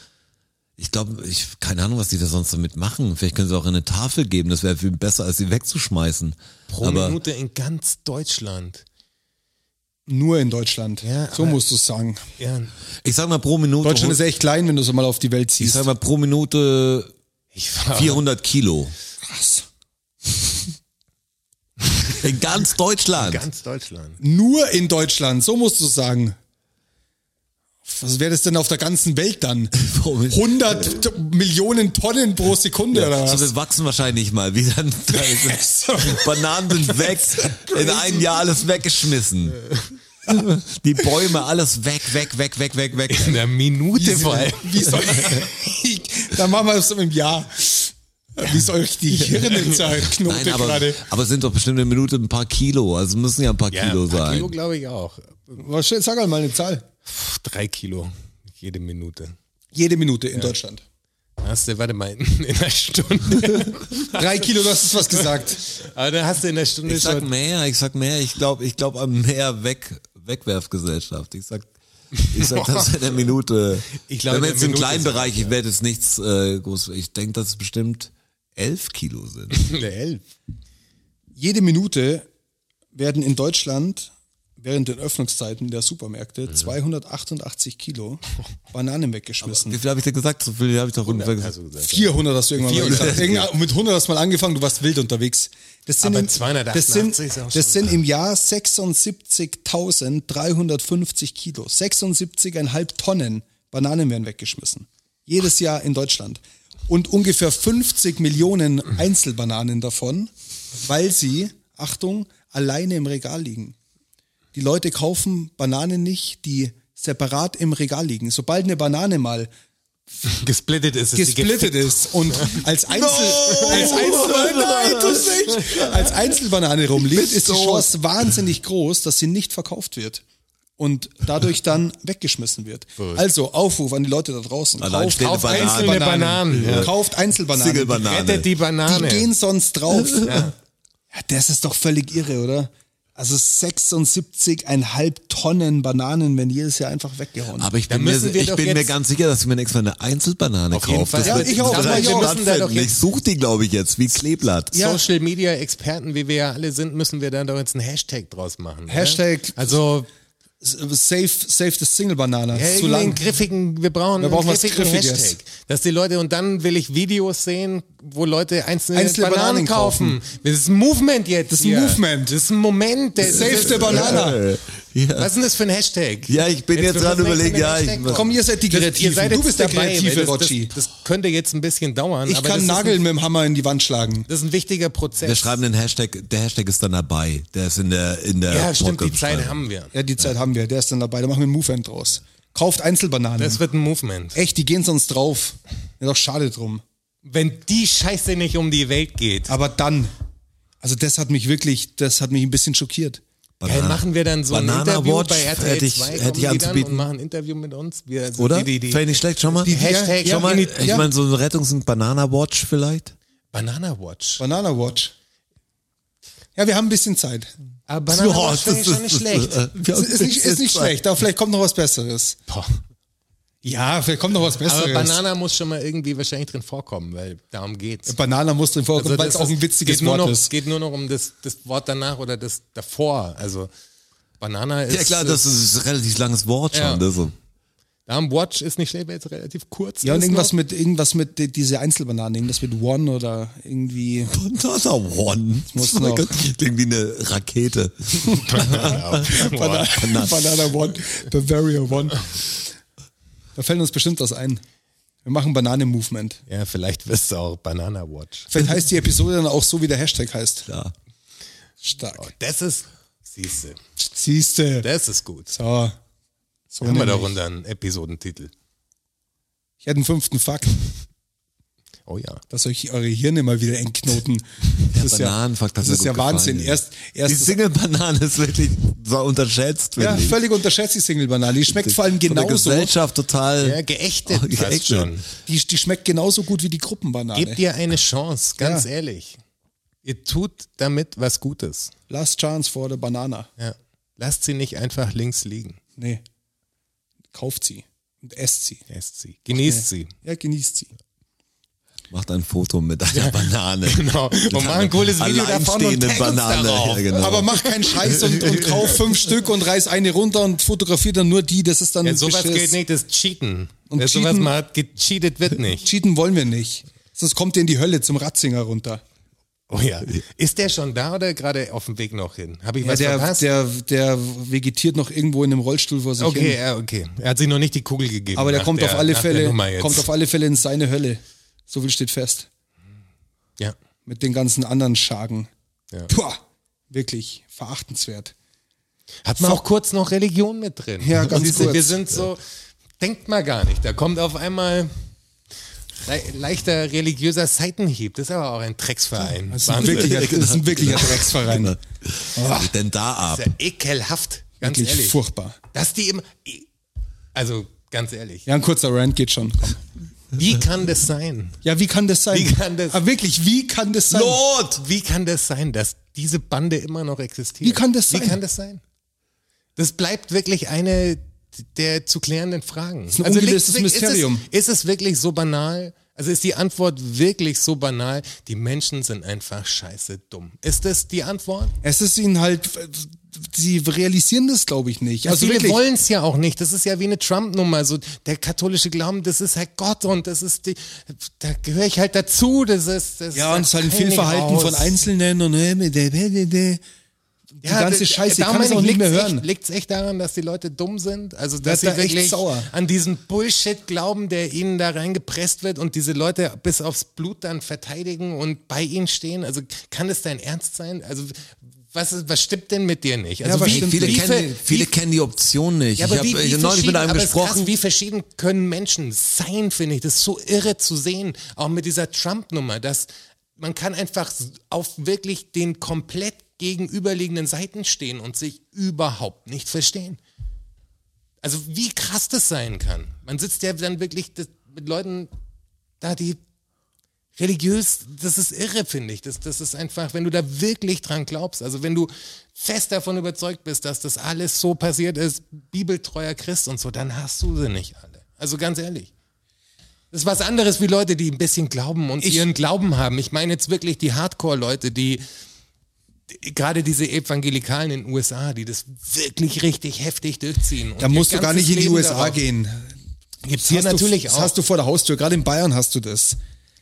Speaker 3: Ich glaube, ich keine Ahnung, was die da sonst damit machen. Vielleicht können sie auch in eine Tafel geben. Das wäre viel besser, als sie wegzuschmeißen.
Speaker 4: Pro
Speaker 3: Aber
Speaker 4: Minute in ganz Deutschland.
Speaker 2: nur in Deutschland.
Speaker 4: Ja,
Speaker 2: so
Speaker 4: aber-
Speaker 2: musst du es sagen.
Speaker 4: Ja,
Speaker 3: ich sag mal pro Minute.
Speaker 2: Deutschland ist echt klein, wenn du es mal auf die Welt
Speaker 3: ich
Speaker 2: ziehst.
Speaker 3: sag mal pro Minute
Speaker 4: ich war
Speaker 3: 400 Kilo
Speaker 2: Krass.
Speaker 3: in ganz Deutschland.
Speaker 4: ganz Deutschland.
Speaker 2: Nur in Deutschland, so musst du es sagen. Was wäre das denn auf der ganzen Welt dann?
Speaker 3: Warum ist-
Speaker 2: 100 T- Millionen Tonnen pro Sekunde oder
Speaker 3: So,
Speaker 2: was?
Speaker 3: wir wachsen wahrscheinlich mal wieder. Bananen sind weg. In einem Jahr alles weggeschmissen. Die Bäume, alles weg, weg, weg, weg, weg, weg.
Speaker 4: In einer Minute
Speaker 2: Wie-
Speaker 4: vor allem.
Speaker 2: Wie soll ich, dann machen wir es im Jahr. Wie soll ich die Hirne zerknote
Speaker 3: Nein, aber,
Speaker 2: gerade?
Speaker 3: aber es sind doch bestimmt eine Minute ein paar Kilo. Also müssen ja ein paar Kilo
Speaker 4: ein paar
Speaker 3: sein.
Speaker 4: Kilo glaube ich auch.
Speaker 2: Was, sag halt mal eine Zahl.
Speaker 4: Pff, Drei Kilo jede Minute.
Speaker 2: Jede Minute in Deutschland.
Speaker 4: Hast du, warte mal, in einer Stunde.
Speaker 2: Drei Kilo, du hast es was gesagt.
Speaker 4: Aber dann hast du in der Stunde
Speaker 3: Ich sag
Speaker 4: schon.
Speaker 3: mehr, ich sag mehr. Ich glaube ich glaub an mehr weg, Wegwerfgesellschaft. Ich sag, ich sag das in der Minute.
Speaker 4: Ich glaub,
Speaker 3: Wenn wir
Speaker 4: in der
Speaker 3: jetzt im
Speaker 4: Minute
Speaker 3: kleinen
Speaker 4: ist es
Speaker 3: Bereich, ich werde jetzt nichts äh, groß, ich denke, dass es bestimmt elf Kilo sind.
Speaker 4: Eine Elf.
Speaker 2: Jede Minute werden in Deutschland während den Öffnungszeiten der Supermärkte 288 Kilo Bananen weggeschmissen.
Speaker 3: Wie viel habe ich denn gesagt? So viel habe ich doch ungefähr gesagt.
Speaker 4: Also gesagt.
Speaker 2: 400 hast du irgendwann mal
Speaker 4: 400.
Speaker 2: gesagt. Irgendwann- Mit 100 hast du mal angefangen, du warst wild unterwegs. Das sind
Speaker 4: Aber
Speaker 2: im,
Speaker 4: 288
Speaker 2: das
Speaker 4: ist auch
Speaker 2: sind,
Speaker 4: schon-
Speaker 2: das sind im Jahr 76.350 Kilo. 76,5 Tonnen Bananen werden weggeschmissen. Jedes Jahr in Deutschland. Und ungefähr 50 Millionen Einzelbananen davon, weil sie, Achtung, alleine im Regal liegen. Die Leute kaufen Bananen nicht, die separat im Regal liegen. Sobald eine Banane mal
Speaker 4: Gesplittet ist es. die
Speaker 2: gesplittet ist und als Einzel als Einzel nein, tu's nicht. als Einzelbanane rumliegt, ist die Chance wahnsinnig groß, dass sie nicht verkauft wird und dadurch dann weggeschmissen wird. Also Aufruf an die Leute da draußen.
Speaker 3: Alleinstehende
Speaker 2: kauft
Speaker 3: Bananen.
Speaker 4: Einzelne Bananen, ja.
Speaker 2: Kauft Einzelbananen.
Speaker 3: Single-Banane.
Speaker 4: Rettet die
Speaker 2: Die
Speaker 4: Banane.
Speaker 2: gehen sonst drauf. Ja. das ist doch völlig irre, oder? Also 76,5 Tonnen Bananen werden jedes Jahr einfach weggehauen.
Speaker 3: Aber ich
Speaker 4: Dann
Speaker 3: bin, mir,
Speaker 4: müssen wir
Speaker 3: ich
Speaker 4: doch
Speaker 3: bin mir
Speaker 4: jetzt-
Speaker 3: ganz sicher, dass ich mir nächstes Mal eine Einzelbanane
Speaker 4: Auf jeden
Speaker 3: kaufe.
Speaker 4: Fall.
Speaker 3: Das
Speaker 4: Ja,
Speaker 3: wird
Speaker 2: ich auch,
Speaker 3: das
Speaker 2: aber
Speaker 3: wird
Speaker 2: wir müssen da
Speaker 3: stattfinden.
Speaker 4: doch jetzt-
Speaker 3: Ich suche die, glaube ich, jetzt, wie Kleeblatt.
Speaker 2: Ja.
Speaker 4: Social Media Experten, wie wir ja alle sind, müssen wir dann doch jetzt einen Hashtag draus machen. oder?
Speaker 2: Hashtag-
Speaker 4: Also
Speaker 2: Save, save the Single Banana.
Speaker 4: ja,
Speaker 2: Das ist zu
Speaker 4: irgendeinen
Speaker 2: lang.
Speaker 4: griffigen, wir brauchen,
Speaker 2: Wir brauchen
Speaker 4: einen
Speaker 2: was
Speaker 4: griffigen
Speaker 2: Griffiges.
Speaker 4: Hashtag. Dass die Leute, und dann will ich Videos sehen, wo Leute einzelne,
Speaker 2: Einzelne
Speaker 4: Bananen,
Speaker 2: Bananen
Speaker 4: kaufen. Das ist ein Movement jetzt.
Speaker 2: Das ist ein
Speaker 4: hier.
Speaker 2: Movement.
Speaker 4: Das ist ein Moment. Der,
Speaker 2: Save
Speaker 4: das,
Speaker 2: the Banana.
Speaker 3: Äh, ja.
Speaker 4: Was ist denn das für ein Hashtag?
Speaker 3: ja, ich bin jetzt,
Speaker 4: wir
Speaker 3: gerade
Speaker 4: müssen
Speaker 3: überlegt,
Speaker 4: mit einem
Speaker 3: ja, ich,
Speaker 4: Hashtag kommen.
Speaker 2: Komm, ihr seid die
Speaker 4: Das-
Speaker 2: Kreativen.
Speaker 4: Ihr seid
Speaker 2: du
Speaker 4: jetzt
Speaker 2: bist der
Speaker 4: dabei,
Speaker 2: Kreative,
Speaker 4: weil das,
Speaker 2: Rotschi.
Speaker 4: Das, das könnte jetzt ein bisschen dauern.
Speaker 2: Ich
Speaker 4: aber
Speaker 2: kann
Speaker 4: das
Speaker 2: Nagel
Speaker 4: Ist ein,
Speaker 2: mit dem Hammer in die Wand schlagen.
Speaker 4: das ist ein wichtiger Prozess.
Speaker 3: wir schreiben den Hashtag, der Hashtag ist dann dabei. Der ist in der, in der
Speaker 4: ja, stimmt, die
Speaker 3: Podcast-Beschreibung.
Speaker 4: Zeit haben wir.
Speaker 2: Ja, die Zeit haben wir. Der ist dann dabei. Da machen wir ein Move-End draus. Kauft Einzelbananen.
Speaker 4: Das wird ein Movement.
Speaker 2: Echt, die gehen sonst drauf. Ja, doch schade drum.
Speaker 4: Wenn die Scheiße nicht um die Welt geht,
Speaker 2: Aber dann. Also das hat mich wirklich, das hat mich ein bisschen schockiert.
Speaker 4: geil, machen wir dann so ein
Speaker 3: Banana
Speaker 4: Interview
Speaker 3: Watch
Speaker 4: bei RTL
Speaker 3: hätte ich-
Speaker 4: 2,
Speaker 3: hätte
Speaker 4: kommen
Speaker 3: ich
Speaker 4: die dann
Speaker 3: anzubieten.
Speaker 4: und machen ein Interview mit uns. Wir, also
Speaker 3: Oder?
Speaker 4: Die, die,
Speaker 3: Fände
Speaker 4: die
Speaker 3: ich nicht schlecht, schau mal.
Speaker 4: Hashtag-
Speaker 3: schau mal,
Speaker 2: ja,
Speaker 3: ich
Speaker 2: ja.
Speaker 3: meine, so eine Rettung sind Banana Watch vielleicht.
Speaker 4: Banana Watch.
Speaker 2: Banana Watch. Ja, wir haben ein bisschen Zeit.
Speaker 4: Aber Ah, Banana
Speaker 3: Ja,
Speaker 4: Watch ist schon nicht schlecht.
Speaker 3: Wir haben
Speaker 2: Ist, ist, nicht, ist nicht
Speaker 3: Zeit.
Speaker 2: schlecht, aber vielleicht kommt noch was Besseres.
Speaker 4: Boah.
Speaker 2: Ja, vielleicht kommt noch was
Speaker 4: Aber
Speaker 2: Besseres.
Speaker 4: Banana muss schon mal irgendwie wahrscheinlich drin vorkommen, weil darum geht's.
Speaker 2: Banana muss drin vorkommen, weil es
Speaker 4: Also das
Speaker 2: auch ein
Speaker 4: ist-
Speaker 2: witziges
Speaker 4: geht nur
Speaker 2: Wort
Speaker 4: noch,
Speaker 2: ist.
Speaker 4: geht nur noch um das, das Wort danach oder das davor. Also Banana ist.
Speaker 3: Ja klar, das ist ein relativ langes Wort schon.
Speaker 4: Ja.
Speaker 3: Das so.
Speaker 4: Am Watch äh, ist nicht schlecht, weil es relativ kurz
Speaker 2: Ja, und
Speaker 4: ist.
Speaker 2: irgendwas
Speaker 4: noch.
Speaker 2: mit, irgendwas mit die- diese Einzelbananen, irgendwas mit One oder irgendwie.
Speaker 3: Bandana One.
Speaker 2: muss
Speaker 3: Oh mein
Speaker 2: noch.
Speaker 3: Gott, Klingt wie eine Rakete.
Speaker 4: Boah.
Speaker 3: Banana.
Speaker 2: Banana One, Bavaria One. Da fällt uns bestimmt was ein. Wir machen Banane-Movement.
Speaker 4: Ja, vielleicht wirst du auch Banana Watch.
Speaker 2: Vielleicht heißt die Episode dann auch so, wie der Hashtag heißt.
Speaker 3: Klar.
Speaker 2: Stark.
Speaker 4: Das ist, siehste,
Speaker 2: Siehste.
Speaker 4: das ist gut.
Speaker 2: So. so
Speaker 4: Haben wir
Speaker 2: nämlich.
Speaker 4: darunter einen Episodentitel.
Speaker 2: Ich hätte einen fünften Fakt,
Speaker 4: Oh ja.
Speaker 2: dass euch eure Hirne mal wieder entknoten. Das ist ja,
Speaker 3: Bananenfakt hat
Speaker 2: das
Speaker 3: mir
Speaker 2: ist
Speaker 3: gut
Speaker 2: ja
Speaker 3: gefallen,
Speaker 2: Wahnsinn.
Speaker 3: ey.
Speaker 2: Erst,
Speaker 3: Die
Speaker 2: erst
Speaker 3: Single-Banane ist wirklich so unterschätzt,
Speaker 2: ja,
Speaker 3: finde ich.
Speaker 2: völlig unterschätzt die Single-Banane. Die schmeckt vor allem
Speaker 3: Von der
Speaker 2: genauso.
Speaker 3: Gesellschaft total.
Speaker 4: Ja, geächtet,
Speaker 3: Oh,
Speaker 4: fast
Speaker 3: geächtet.
Speaker 4: schon.
Speaker 2: Die, die schmeckt genauso gut wie die Gruppenbanane.
Speaker 4: Gebt ihr eine Chance, ganz
Speaker 2: Ja.
Speaker 4: ehrlich. Ihr tut damit was Gutes.
Speaker 2: Last Chance for the Banana.
Speaker 4: Ja. Lasst sie nicht einfach links liegen.
Speaker 2: Nee. Kauft sie und esst sie.
Speaker 4: Esst sie. Genießt sie.
Speaker 2: Ja, genießt sie.
Speaker 3: Macht ein Foto mit einer Banane.
Speaker 4: Genau. Und mach ein cooles Video davon und
Speaker 3: Alleinstehende
Speaker 4: tag uns
Speaker 3: Banane.
Speaker 4: darauf.
Speaker 3: Ja, genau.
Speaker 2: Aber mach keinen Scheiß und, und kauf fünf Stück und reiß eine runter und fotografier dann nur die. Das ist dann
Speaker 4: Ja, sowas
Speaker 2: Beschiss.
Speaker 4: geht nicht, das ist Cheaten.
Speaker 2: Und
Speaker 4: Wer sowas
Speaker 2: cheaten-
Speaker 4: macht, gecheatet wird nicht.
Speaker 2: Cheaten wollen wir nicht. Sonst kommt ihr in die Hölle zum Ratzinger runter.
Speaker 4: Oh ja. Ist der schon da oder gerade auf dem Weg noch hin? Habe ich
Speaker 2: Ja,
Speaker 4: was
Speaker 2: der,
Speaker 4: verpasst?
Speaker 2: der, der vegetiert noch irgendwo in einem Rollstuhl vor sich
Speaker 4: okay,
Speaker 2: hin.
Speaker 4: ja, okay. Er hat sich noch nicht die Kugel gegeben.
Speaker 2: Aber der
Speaker 4: nach
Speaker 2: kommt
Speaker 4: der,
Speaker 2: auf alle
Speaker 4: nach der
Speaker 2: Fälle,
Speaker 4: Nummer jetzt.
Speaker 2: kommt auf alle Fälle in seine Hölle. So viel steht fest.
Speaker 4: ja.
Speaker 2: Mit den ganzen anderen Schagen.
Speaker 4: Ja.
Speaker 2: Puh, wirklich verachtenswert.
Speaker 4: Hat man auch kurz noch Religion mit drin.
Speaker 2: Ja, ganz
Speaker 4: Diese-
Speaker 2: kurz.
Speaker 4: Wir sind so, denkt mal gar nicht. Da kommt auf einmal le leichter religiöser Seitenhieb. Das ist aber auch ein Drecksverein.
Speaker 2: Das ist ein
Speaker 4: Wahnsinn.
Speaker 2: wirklicher, das ist ein wirklicher Drecksverein.
Speaker 3: Genau. Was geht denn da ab?
Speaker 4: Das ist ja ekelhaft. Ganz
Speaker 2: Wirklich
Speaker 4: ehrlich.
Speaker 2: furchtbar.
Speaker 4: Dass die immer. Also, ganz ehrlich.
Speaker 2: Ja, ein kurzer Rant geht schon. Komm.
Speaker 4: Wie kann das sein?
Speaker 2: Ja, wie kann das sein?
Speaker 4: Wie kann das-
Speaker 2: Ah, wirklich, wie kann das sein?
Speaker 4: Lord! Wie kann das sein, dass diese Bande immer noch existiert?
Speaker 2: Wie kann das sein?
Speaker 4: Wie kann das sein? Das bleibt wirklich eine der zu klärenden Fragen. Also,
Speaker 2: ist ein ungelöstes
Speaker 4: liegt-
Speaker 2: Mysterium.
Speaker 4: Ist es, ist es wirklich so banal? Also ist die Antwort wirklich so banal? Die Menschen sind einfach scheiße dumm. Ist das die Antwort?
Speaker 2: Es ist ihnen halt, sie realisieren das, glaube ich, nicht. Also
Speaker 4: Also viele
Speaker 2: wirklich,
Speaker 4: wollen es ja auch nicht. Das ist ja wie eine Trump-Nummer. So der katholische Glauben, das ist halt Gott und das ist die, da gehöre ich halt dazu. Das ist das
Speaker 2: ja, und es ist halt ein
Speaker 4: kann ich
Speaker 2: Fehlverhalten
Speaker 4: raus.
Speaker 2: von Einzelnen und äh, mit der- mit der- mit der- die ganze
Speaker 4: das-
Speaker 2: Scheiße, ich
Speaker 4: da
Speaker 2: kann es
Speaker 4: meine
Speaker 2: auch
Speaker 4: ich,
Speaker 2: nicht mehr
Speaker 4: liegt's
Speaker 2: hören.
Speaker 4: Echt, liegt's echt daran, dass die Leute dumm sind? Also,
Speaker 2: Werd
Speaker 4: dass
Speaker 2: da
Speaker 4: sie
Speaker 2: echt
Speaker 4: wirklich
Speaker 2: sauer.
Speaker 4: an diesen Bullshit glauben, der ihnen da reingepresst wird und diese Leute bis aufs Blut dann verteidigen und bei ihnen stehen? Also, kann das dein Ernst sein? Also, was, ist- was stimmt denn mit dir nicht? Also,
Speaker 2: Ja, was
Speaker 4: wie,
Speaker 2: stimmt
Speaker 3: Viele,
Speaker 4: wie
Speaker 3: kennen,
Speaker 4: ver-
Speaker 3: viele
Speaker 4: wie-
Speaker 3: kennen die Option nicht.
Speaker 4: ja,
Speaker 3: ich
Speaker 4: aber wie, wie
Speaker 3: habe neulich mit
Speaker 4: verschieden-
Speaker 3: einem
Speaker 4: aber es ist
Speaker 3: gesprochen.
Speaker 4: Krass, wie verschieden können Menschen sein, finde ich. Das ist so irre zu sehen. Auch mit dieser Trump-Nummer, dass man kann einfach s- auf wirklich den komplett gegenüberliegenden Seiten stehen und sich überhaupt nicht verstehen. Also wie krass das sein kann. Man sitzt ja dann wirklich das, mit Leuten da, die religiös, das ist irre, finde ich. Das, das ist einfach, wenn du da wirklich dran glaubst, also wenn du fest davon überzeugt bist, dass das alles so passiert ist, bibeltreuer Christ und so, dann hast du sie nicht alle. Also ganz ehrlich. Das ist was anderes wie Leute, die ein bisschen glauben und ihren Glauben haben. Ich meine jetzt wirklich die Hardcore-Leute, die die- gerade diese Evangelikalen in den USA, die das wirklich richtig heftig durchziehen. und
Speaker 2: Da
Speaker 4: ihr
Speaker 2: musst du gar
Speaker 4: ganzes
Speaker 2: nicht in die
Speaker 4: Leben
Speaker 2: USA
Speaker 4: darauf-
Speaker 2: gehen.
Speaker 4: Gibt's
Speaker 2: Das
Speaker 4: hier
Speaker 2: hast
Speaker 4: natürlich
Speaker 2: du, Das
Speaker 4: auch.
Speaker 2: hast du vor der Haustür. Gerade in Bayern hast du das.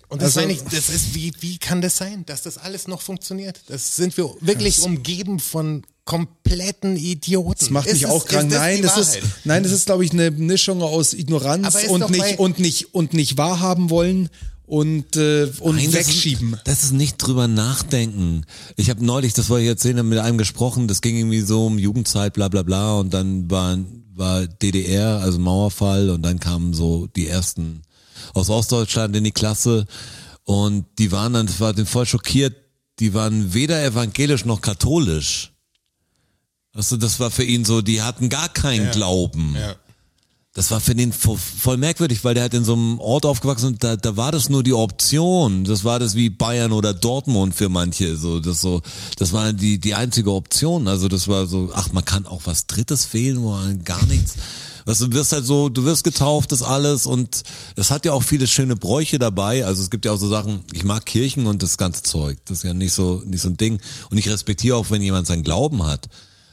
Speaker 4: Und das
Speaker 2: Also-
Speaker 4: meine ich, das ist, wie, wie kann das sein, dass das alles noch funktioniert? Das sind wir wirklich umgeben von kompletten Idioten.
Speaker 2: Das macht
Speaker 4: Ist
Speaker 2: mich
Speaker 4: es-
Speaker 2: auch
Speaker 4: ist
Speaker 2: krank.
Speaker 4: das
Speaker 2: nein,
Speaker 4: die
Speaker 2: das ist,
Speaker 4: Wahrheit?
Speaker 2: nein, das ist, glaube ich, eine Mischung aus
Speaker 4: Aber
Speaker 2: Ignoranz
Speaker 4: ist
Speaker 2: und
Speaker 4: doch
Speaker 2: nicht,
Speaker 4: bei-
Speaker 2: und nicht, und nicht wahrhaben wollen und, äh, und
Speaker 3: Nein, das ist-
Speaker 2: wegschieben.
Speaker 3: Das ist nicht drüber nachdenken. Ich habe neulich, das wollte ich erzählen, hab mit einem gesprochen, das ging irgendwie so um Jugendzeit, bla bla bla und dann war, war DDR, also Mauerfall und dann kamen so die ersten aus Ostdeutschland in die Klasse und die waren dann, das war den voll schockiert, die waren weder evangelisch noch katholisch. Weißt du, das war für ihn so, die hatten gar keinen Glauben. Das war für den vo- voll merkwürdig, weil der halt in so einem Ort aufgewachsen und da, da war das nur die Option. Das war das wie Bayern oder Dortmund für manche. So, das so, das war die, die einzige Option. Also das war so, ach, man kann auch was Drittes fehlen, wo man gar nichts. Weißt du, du wirst halt so, du wirst getauft, das alles und es hat ja auch viele schöne Bräuche dabei. Also es gibt ja auch so Sachen, ich mag Kirchen und das ganze Zeug. Das ist ja nicht so, nicht so ein Ding. Und ich respektiere auch, wenn jemand seinen Glauben hat.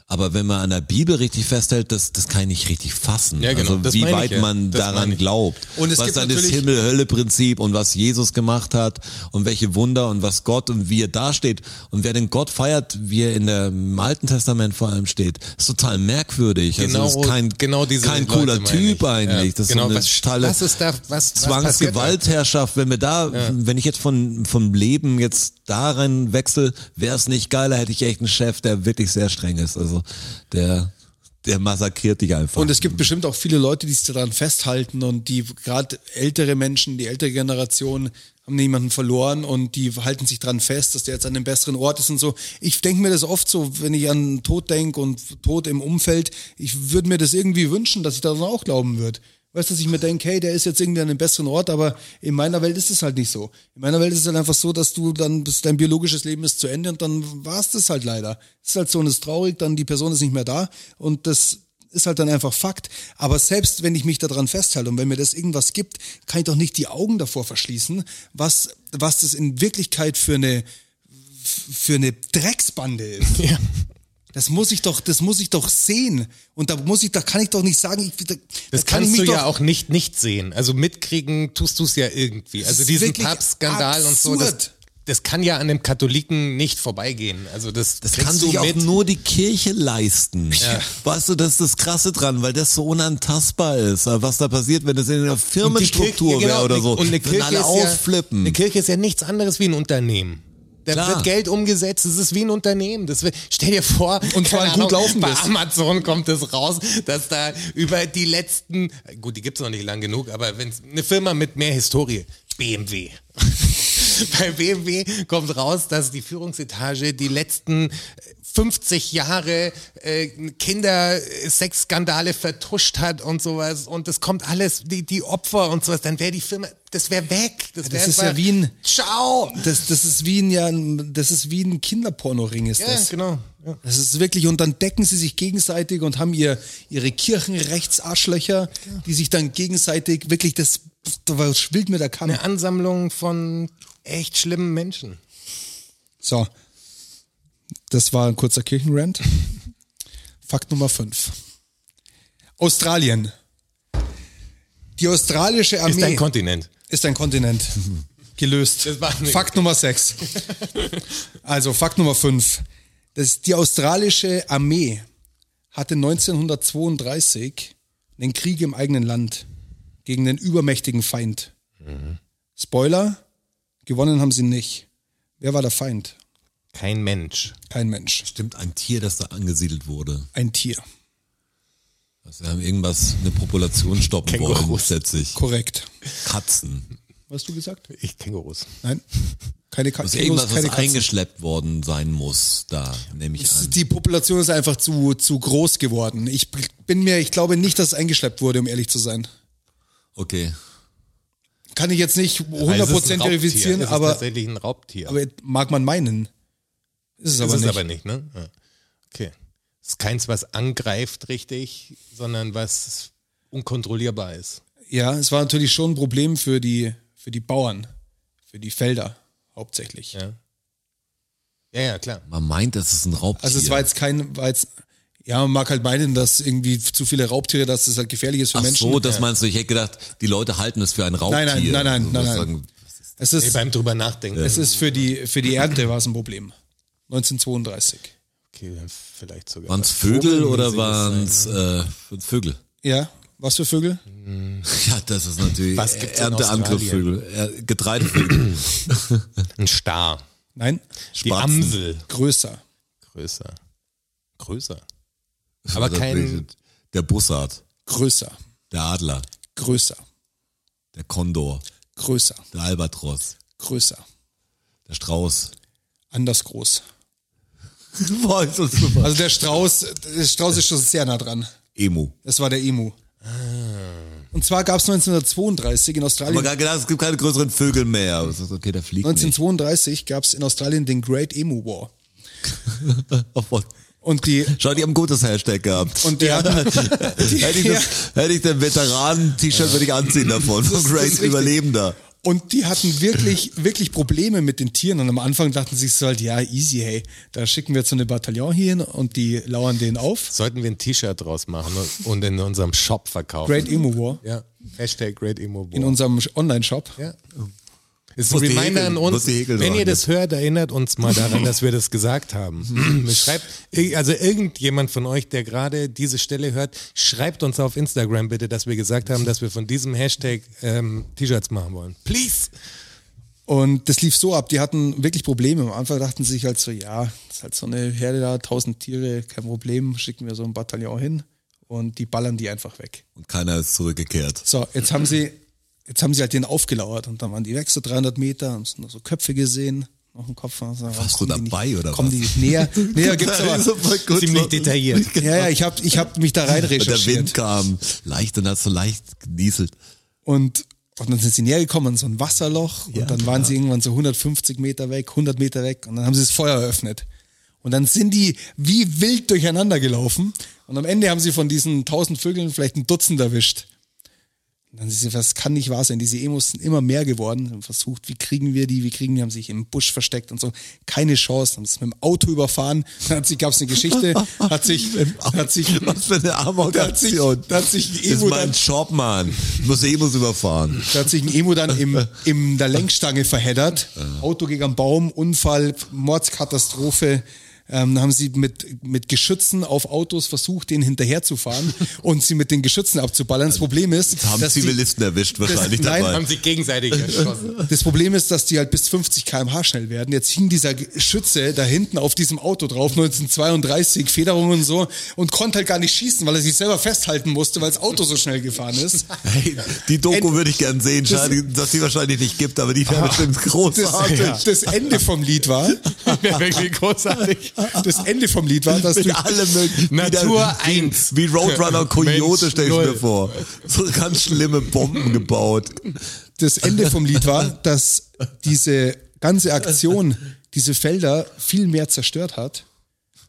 Speaker 3: Aber wenn man an der Bibel richtig festhält, das, das kann ich nicht richtig fassen.
Speaker 4: Ja, genau.
Speaker 3: Also
Speaker 4: Das
Speaker 3: wie
Speaker 4: meine ich,
Speaker 3: weit
Speaker 4: ja.
Speaker 3: man
Speaker 4: Das meine
Speaker 3: daran
Speaker 4: ich.
Speaker 3: glaubt.
Speaker 2: Und es
Speaker 3: was
Speaker 2: gibt
Speaker 3: dann das
Speaker 2: natürlich-
Speaker 3: Himmel-Hölle-Prinzip und was Jesus gemacht hat und welche Wunder und was Gott und wie er dasteht. Und wer den Gott feiert, wie er in der, im Alten Testament vor allem steht, ist total merkwürdig.
Speaker 4: Genau-
Speaker 3: also das ist kein,
Speaker 4: genau diese
Speaker 3: kein
Speaker 4: Leute
Speaker 3: cooler
Speaker 4: meine
Speaker 3: Typ
Speaker 4: ich.
Speaker 3: eigentlich.
Speaker 4: Ja.
Speaker 3: Das ist
Speaker 4: Genau,
Speaker 3: so eine
Speaker 4: was-
Speaker 3: totale
Speaker 4: was ist da- was- was passiert da?
Speaker 3: Zwangsgewalt. Gewaltherrschaft, wenn wir da, wenn ich jetzt von, vom Leben jetzt da rein wechsle, wäre es nicht geiler, hätte ich echt einen Chef, der wirklich sehr streng ist. Also der, der massakriert dich einfach.
Speaker 2: Und es gibt bestimmt auch viele Leute, die sich daran festhalten und die gerade ältere Menschen, die ältere Generation haben jemanden verloren und die halten sich daran fest, dass der jetzt an einem besseren Ort ist und so. Ich denke mir das oft so, wenn ich an Tod denke und Tod im Umfeld, ich würde mir das irgendwie wünschen, dass ich daran auch glauben würde. Weißt du, dass ich mir denke, hey, der ist jetzt irgendwie an einem besseren Ort, aber in meiner Welt ist es halt nicht so. In meiner Welt ist es halt einfach so, dass du dann, bis dein biologisches Leben ist zu Ende und dann war es das halt leider. Es ist halt so und es ist traurig, dann die Person ist nicht mehr da und das ist halt dann einfach Fakt. Aber selbst wenn ich mich daran festhalte und wenn mir das irgendwas gibt, kann ich doch nicht die Augen davor verschließen, was, was das in Wirklichkeit für eine, für eine Drecksbande ist.
Speaker 4: Ja.
Speaker 2: Das muss ich doch, das muss ich doch sehen. Und da muss ich, da kann ich doch nicht sagen, ich, da,
Speaker 4: Das
Speaker 2: da kann ich
Speaker 4: kannst
Speaker 2: mich
Speaker 4: du
Speaker 2: doch,
Speaker 4: ja auch nicht nicht sehen. Also mitkriegen tust du es ja irgendwie. Also
Speaker 2: ist
Speaker 4: diesen
Speaker 2: wirklich
Speaker 4: Papstskandal und so, das,
Speaker 2: absurd.
Speaker 4: das kann ja an dem Katholiken nicht vorbeigehen. Also das,
Speaker 3: Das
Speaker 4: kriegst
Speaker 3: kann sich
Speaker 4: du
Speaker 3: auch
Speaker 4: mit.
Speaker 3: nur die Kirche leisten. Weißt du, das ist das Krasse dran, weil das so unantastbar ist. Aber Was da passiert, wenn das in einer
Speaker 4: Und die
Speaker 3: Firmenstruktur
Speaker 4: Kirche-
Speaker 3: wäre oder
Speaker 4: genau,
Speaker 3: so.
Speaker 4: Und eine
Speaker 3: würden
Speaker 4: Kirche,
Speaker 3: alle
Speaker 4: ist ja,
Speaker 3: ausflippen.
Speaker 4: eine Kirche ist ja nichts anderes wie ein Unternehmen. Da
Speaker 3: Klar.
Speaker 4: wird Geld umgesetzt, es ist wie ein Unternehmen. Das wird, stell dir vor,
Speaker 2: Und zwar
Speaker 4: keine
Speaker 2: ein gut
Speaker 4: Ahnung,
Speaker 2: laufendes.
Speaker 4: Bei Amazon kommt es raus, dass da über die letzten, gut, die gibt's noch nicht lang genug, aber wenn eine Firma mit mehr Historie, BMW. bei BMW kommt raus, dass die Führungsetage die letzten 50 Jahre äh, Kindersexskandale vertuscht hat und sowas und das kommt alles, die, die Opfer und sowas, dann wäre die Firma, das wäre weg. Das, wär
Speaker 2: ist
Speaker 4: mal-
Speaker 2: ja wie ein-
Speaker 4: Ciao!
Speaker 2: das, das ist wie ein, ja, ein- das ist wie ein Kinderpornoring ist
Speaker 4: Ja,
Speaker 2: das.
Speaker 4: genau. Ja.
Speaker 2: Das ist wirklich, und dann decken sie sich gegenseitig und haben ihr, ihre Kirchenrechtsaschlöcher, die sich dann gegenseitig wirklich das, da schwillt mir der Kamm.
Speaker 4: Eine Ansammlung von echt schlimmen Menschen.
Speaker 2: So. Das war ein kurzer Kirchenrant. Fakt Nummer 5. Australien. Die australische Armee
Speaker 4: Ist ein Kontinent.
Speaker 2: ist ein Kontinent. Gelöst.
Speaker 4: Das war nicht-
Speaker 2: Fakt Nummer 6. Also Fakt Nummer 5. Das, die australische Armee hatte 1932 einen Krieg im eigenen Land gegen den übermächtigen Feind.
Speaker 4: Mhm.
Speaker 2: Spoiler, gewonnen haben sie nicht. Wer war der Feind?
Speaker 4: Kein Mensch.
Speaker 2: Kein Mensch.
Speaker 3: Stimmt, ein Tier, das da angesiedelt wurde.
Speaker 2: Ein Tier.
Speaker 3: Also wir haben irgendwas, eine Population stoppen wollen,
Speaker 4: Kängurus.
Speaker 3: grundsätzlich.
Speaker 2: Korrekt.
Speaker 3: Katzen.
Speaker 2: Was hast du gesagt?
Speaker 4: Ich Kängurus.
Speaker 2: Nein. Keine Ka-
Speaker 3: Also
Speaker 2: Kängurus,
Speaker 3: irgendwas, was
Speaker 2: keine Katzen.
Speaker 3: eingeschleppt worden sein muss, da nehme ich an.
Speaker 2: Die Population ist einfach zu, zu groß geworden. Ich bin mir, ich glaube nicht, dass es eingeschleppt wurde, um ehrlich zu sein.
Speaker 3: Okay.
Speaker 2: Kann ich jetzt nicht
Speaker 4: Weil Also es ist
Speaker 2: 100%
Speaker 4: ein Raubtier.
Speaker 2: verifizieren,
Speaker 4: Es ist
Speaker 2: aber,
Speaker 4: tatsächlich ein Raubtier.
Speaker 2: aber mag man meinen. Ist es
Speaker 4: das
Speaker 2: aber
Speaker 4: ist
Speaker 2: nicht.
Speaker 4: aber nicht, ne? Ja. Okay. Es ist keins, was angreift richtig, sondern was unkontrollierbar ist.
Speaker 2: ja, es war natürlich schon ein Problem für die, für die Bauern, für die Felder hauptsächlich.
Speaker 4: Ja, ja, ja klar.
Speaker 3: Man meint, das ist ein Raubtier.
Speaker 2: Also es war jetzt kein, war jetzt, ja, man mag halt meinen, dass irgendwie zu viele Raubtiere, dass das halt gefährlich ist für
Speaker 3: Ach
Speaker 2: Menschen.
Speaker 3: so, das meinst du. Ich hätte gedacht, die Leute halten es für ein Raubtier.
Speaker 2: Nein, nein, nein, nein,
Speaker 3: Also
Speaker 2: nein, nein.
Speaker 3: sagen,
Speaker 2: es
Speaker 4: Ey,
Speaker 2: ist,
Speaker 4: beim drüber nachdenken.
Speaker 2: es ist für die, für die Ernte war es ein Problem. 1932.
Speaker 4: Okay, dann vielleicht sogar.
Speaker 3: Waren's
Speaker 4: was
Speaker 3: Vögel oder
Speaker 4: Vogelmäßiges
Speaker 3: waren
Speaker 4: sein.
Speaker 3: es äh, Vögel?
Speaker 2: Ja, was für Vögel?
Speaker 3: Ja, das ist natürlich
Speaker 4: Was gibt's in
Speaker 3: Ernteangriffvögel, er, Getreidevögel,
Speaker 4: Ein Star.
Speaker 2: Nein,
Speaker 4: Die
Speaker 3: Spatzen.
Speaker 4: Amsel.
Speaker 2: größer.
Speaker 4: Größer. Größer. Aber
Speaker 3: Also Das ist
Speaker 4: kein.
Speaker 3: natürlich der Bussard,
Speaker 2: Größer.
Speaker 3: der Adler,
Speaker 2: Größer.
Speaker 3: der Kondor,
Speaker 2: Größer.
Speaker 3: der Albatros,
Speaker 2: Größer.
Speaker 3: der Strauß.
Speaker 2: Anders groß.
Speaker 3: Boah, ist das super.
Speaker 2: Also der Strauß, der Strauß ist schon sehr nah dran.
Speaker 3: Emu.
Speaker 2: Das war der Emu. Und zwar gab es 1932 in
Speaker 3: Ich
Speaker 2: Australien.
Speaker 3: habe gedacht, es gibt keine größeren Vögel mehr. Aber es ist Okay, der fliegt nicht.
Speaker 2: 1932 gab es in Australien den Great Emu War.
Speaker 3: Oh, Gott.
Speaker 2: Und die
Speaker 3: Schau, die haben ein gutes Hashtag gehabt.
Speaker 2: und der
Speaker 3: hätte, ich das, hätte ich den Veteranen-T-Shirt, würde ich anziehen davon. So
Speaker 2: das ist
Speaker 3: great
Speaker 2: richtig.
Speaker 3: Überlebender.
Speaker 2: Und die hatten wirklich, wirklich Probleme mit den Tieren. Und am Anfang dachten sie sich so halt, ja, easy, hey, da schicken wir jetzt so eine Bataillon hier hin und die lauern denen auf.
Speaker 4: Sollten wir ein T-Shirt draus machen und- und in unserem Shop verkaufen.
Speaker 2: Great Emu War.
Speaker 4: ja. Hashtag Great Emo War.
Speaker 2: In unserem Online-Shop.
Speaker 4: ja. Es ist ein
Speaker 3: Muss die
Speaker 4: Reminder
Speaker 3: Häkel-
Speaker 4: an
Speaker 3: muss
Speaker 4: uns.
Speaker 3: die Häkel
Speaker 4: Wenn
Speaker 3: dran,
Speaker 4: ihr das hört, erinnert uns mal daran, dass wir das gesagt haben. Schreibt, also irgendjemand von euch, der gerade diese Stelle hört, schreibt uns auf Instagram bitte, dass wir gesagt haben, dass wir von diesem Hashtag ähm, T-Shirts machen wollen. Please!
Speaker 2: Und das lief so ab, die hatten wirklich Probleme. Am Anfang dachten sie sich halt so, ja, das ist halt so eine Herde da, tausend Tiere, kein Problem, schicken wir so ein Bataillon hin und die ballern die einfach weg.
Speaker 3: Und keiner ist zurückgekehrt.
Speaker 2: So, jetzt haben sie, jetzt haben sie halt den aufgelauert und dann waren die weg, so 300 Meter, haben so, nur so Köpfe gesehen, noch einen Kopf. und So,
Speaker 3: Warst
Speaker 2: kommen
Speaker 3: du
Speaker 2: die nicht-
Speaker 3: dabei oder
Speaker 2: Kommen
Speaker 3: was?
Speaker 2: die nicht näher? Näher gibt's aber.
Speaker 4: Ziemlich detailliert.
Speaker 2: Ja, ja, ich hab, ich hab mich da rein
Speaker 3: Und der Wind
Speaker 2: recherchiert.
Speaker 3: kam leicht und hat so leicht genieselt.
Speaker 2: Und, und dann sind sie näher gekommen in so ein Wasserloch und
Speaker 3: Ja,
Speaker 2: dann waren sie irgendwann so 150 Meter weg, 100 Meter weg und dann haben sie das Feuer eröffnet. Und dann sind die wie wild durcheinander gelaufen und am Ende haben sie von diesen 1000 Vögeln vielleicht ein Dutzend erwischt. Und dann sind sie, das kann nicht wahr sein, diese Emos sind immer mehr geworden, haben versucht, wie kriegen wir die, wie kriegen die, haben sich im Busch versteckt und so. Keine Chance, haben es mit dem Auto überfahren, dann hat sie, gab's eine Geschichte, hat sich, hat sich,
Speaker 3: Was für eine
Speaker 2: da hat sich,
Speaker 3: Amok-Aktion.
Speaker 2: da hat sich ein
Speaker 3: Ist
Speaker 2: Emo dann
Speaker 3: mein Job, Mann. Ich muss Emos überfahren.
Speaker 2: Da hat sich ein Emo dann im, in der Lenkstange verheddert. Auto gegen einen Baum, Unfall, Mordskatastrophe. Ähm, dann haben sie mit, mit Geschützen auf Autos versucht, denen hinterherzufahren und sie mit den Geschützen abzuballern. Das Problem ist,
Speaker 3: Das Also, haben
Speaker 2: dass die,
Speaker 3: Zivilisten erwischt wahrscheinlich
Speaker 2: nein,
Speaker 3: dabei.
Speaker 4: Haben sich gegenseitig erschossen.
Speaker 2: das Problem ist, dass die halt bis 50 km/h schnell werden. Jetzt hing dieser Schütze da hinten auf diesem Auto drauf, 1932, Federungen und so, und konnte halt gar nicht schießen, weil er sich selber festhalten musste, weil das Auto so schnell gefahren ist.
Speaker 3: Hey, die Doku
Speaker 2: End-
Speaker 3: würde ich gern sehen,
Speaker 2: Das- Ah,
Speaker 3: schade, dass die wahrscheinlich nicht gibt, aber die wäre bestimmt großartig.
Speaker 2: Das, das Ende vom Lied war,
Speaker 4: Wäre wirklich großartig.
Speaker 3: halt-
Speaker 2: das Ende vom Lied war, dass
Speaker 3: Mit
Speaker 2: durch,
Speaker 3: allem möglichen.
Speaker 4: Natur
Speaker 3: wie, der-
Speaker 4: eins.
Speaker 3: Wie, wie Roadrunner und Coyote
Speaker 4: Mensch,
Speaker 3: stelle ich mir
Speaker 4: null.
Speaker 3: vor. So ganz schlimme Bomben gebaut.
Speaker 2: das Ende vom Lied war, dass diese ganze Aktion diese Felder viel mehr zerstört hat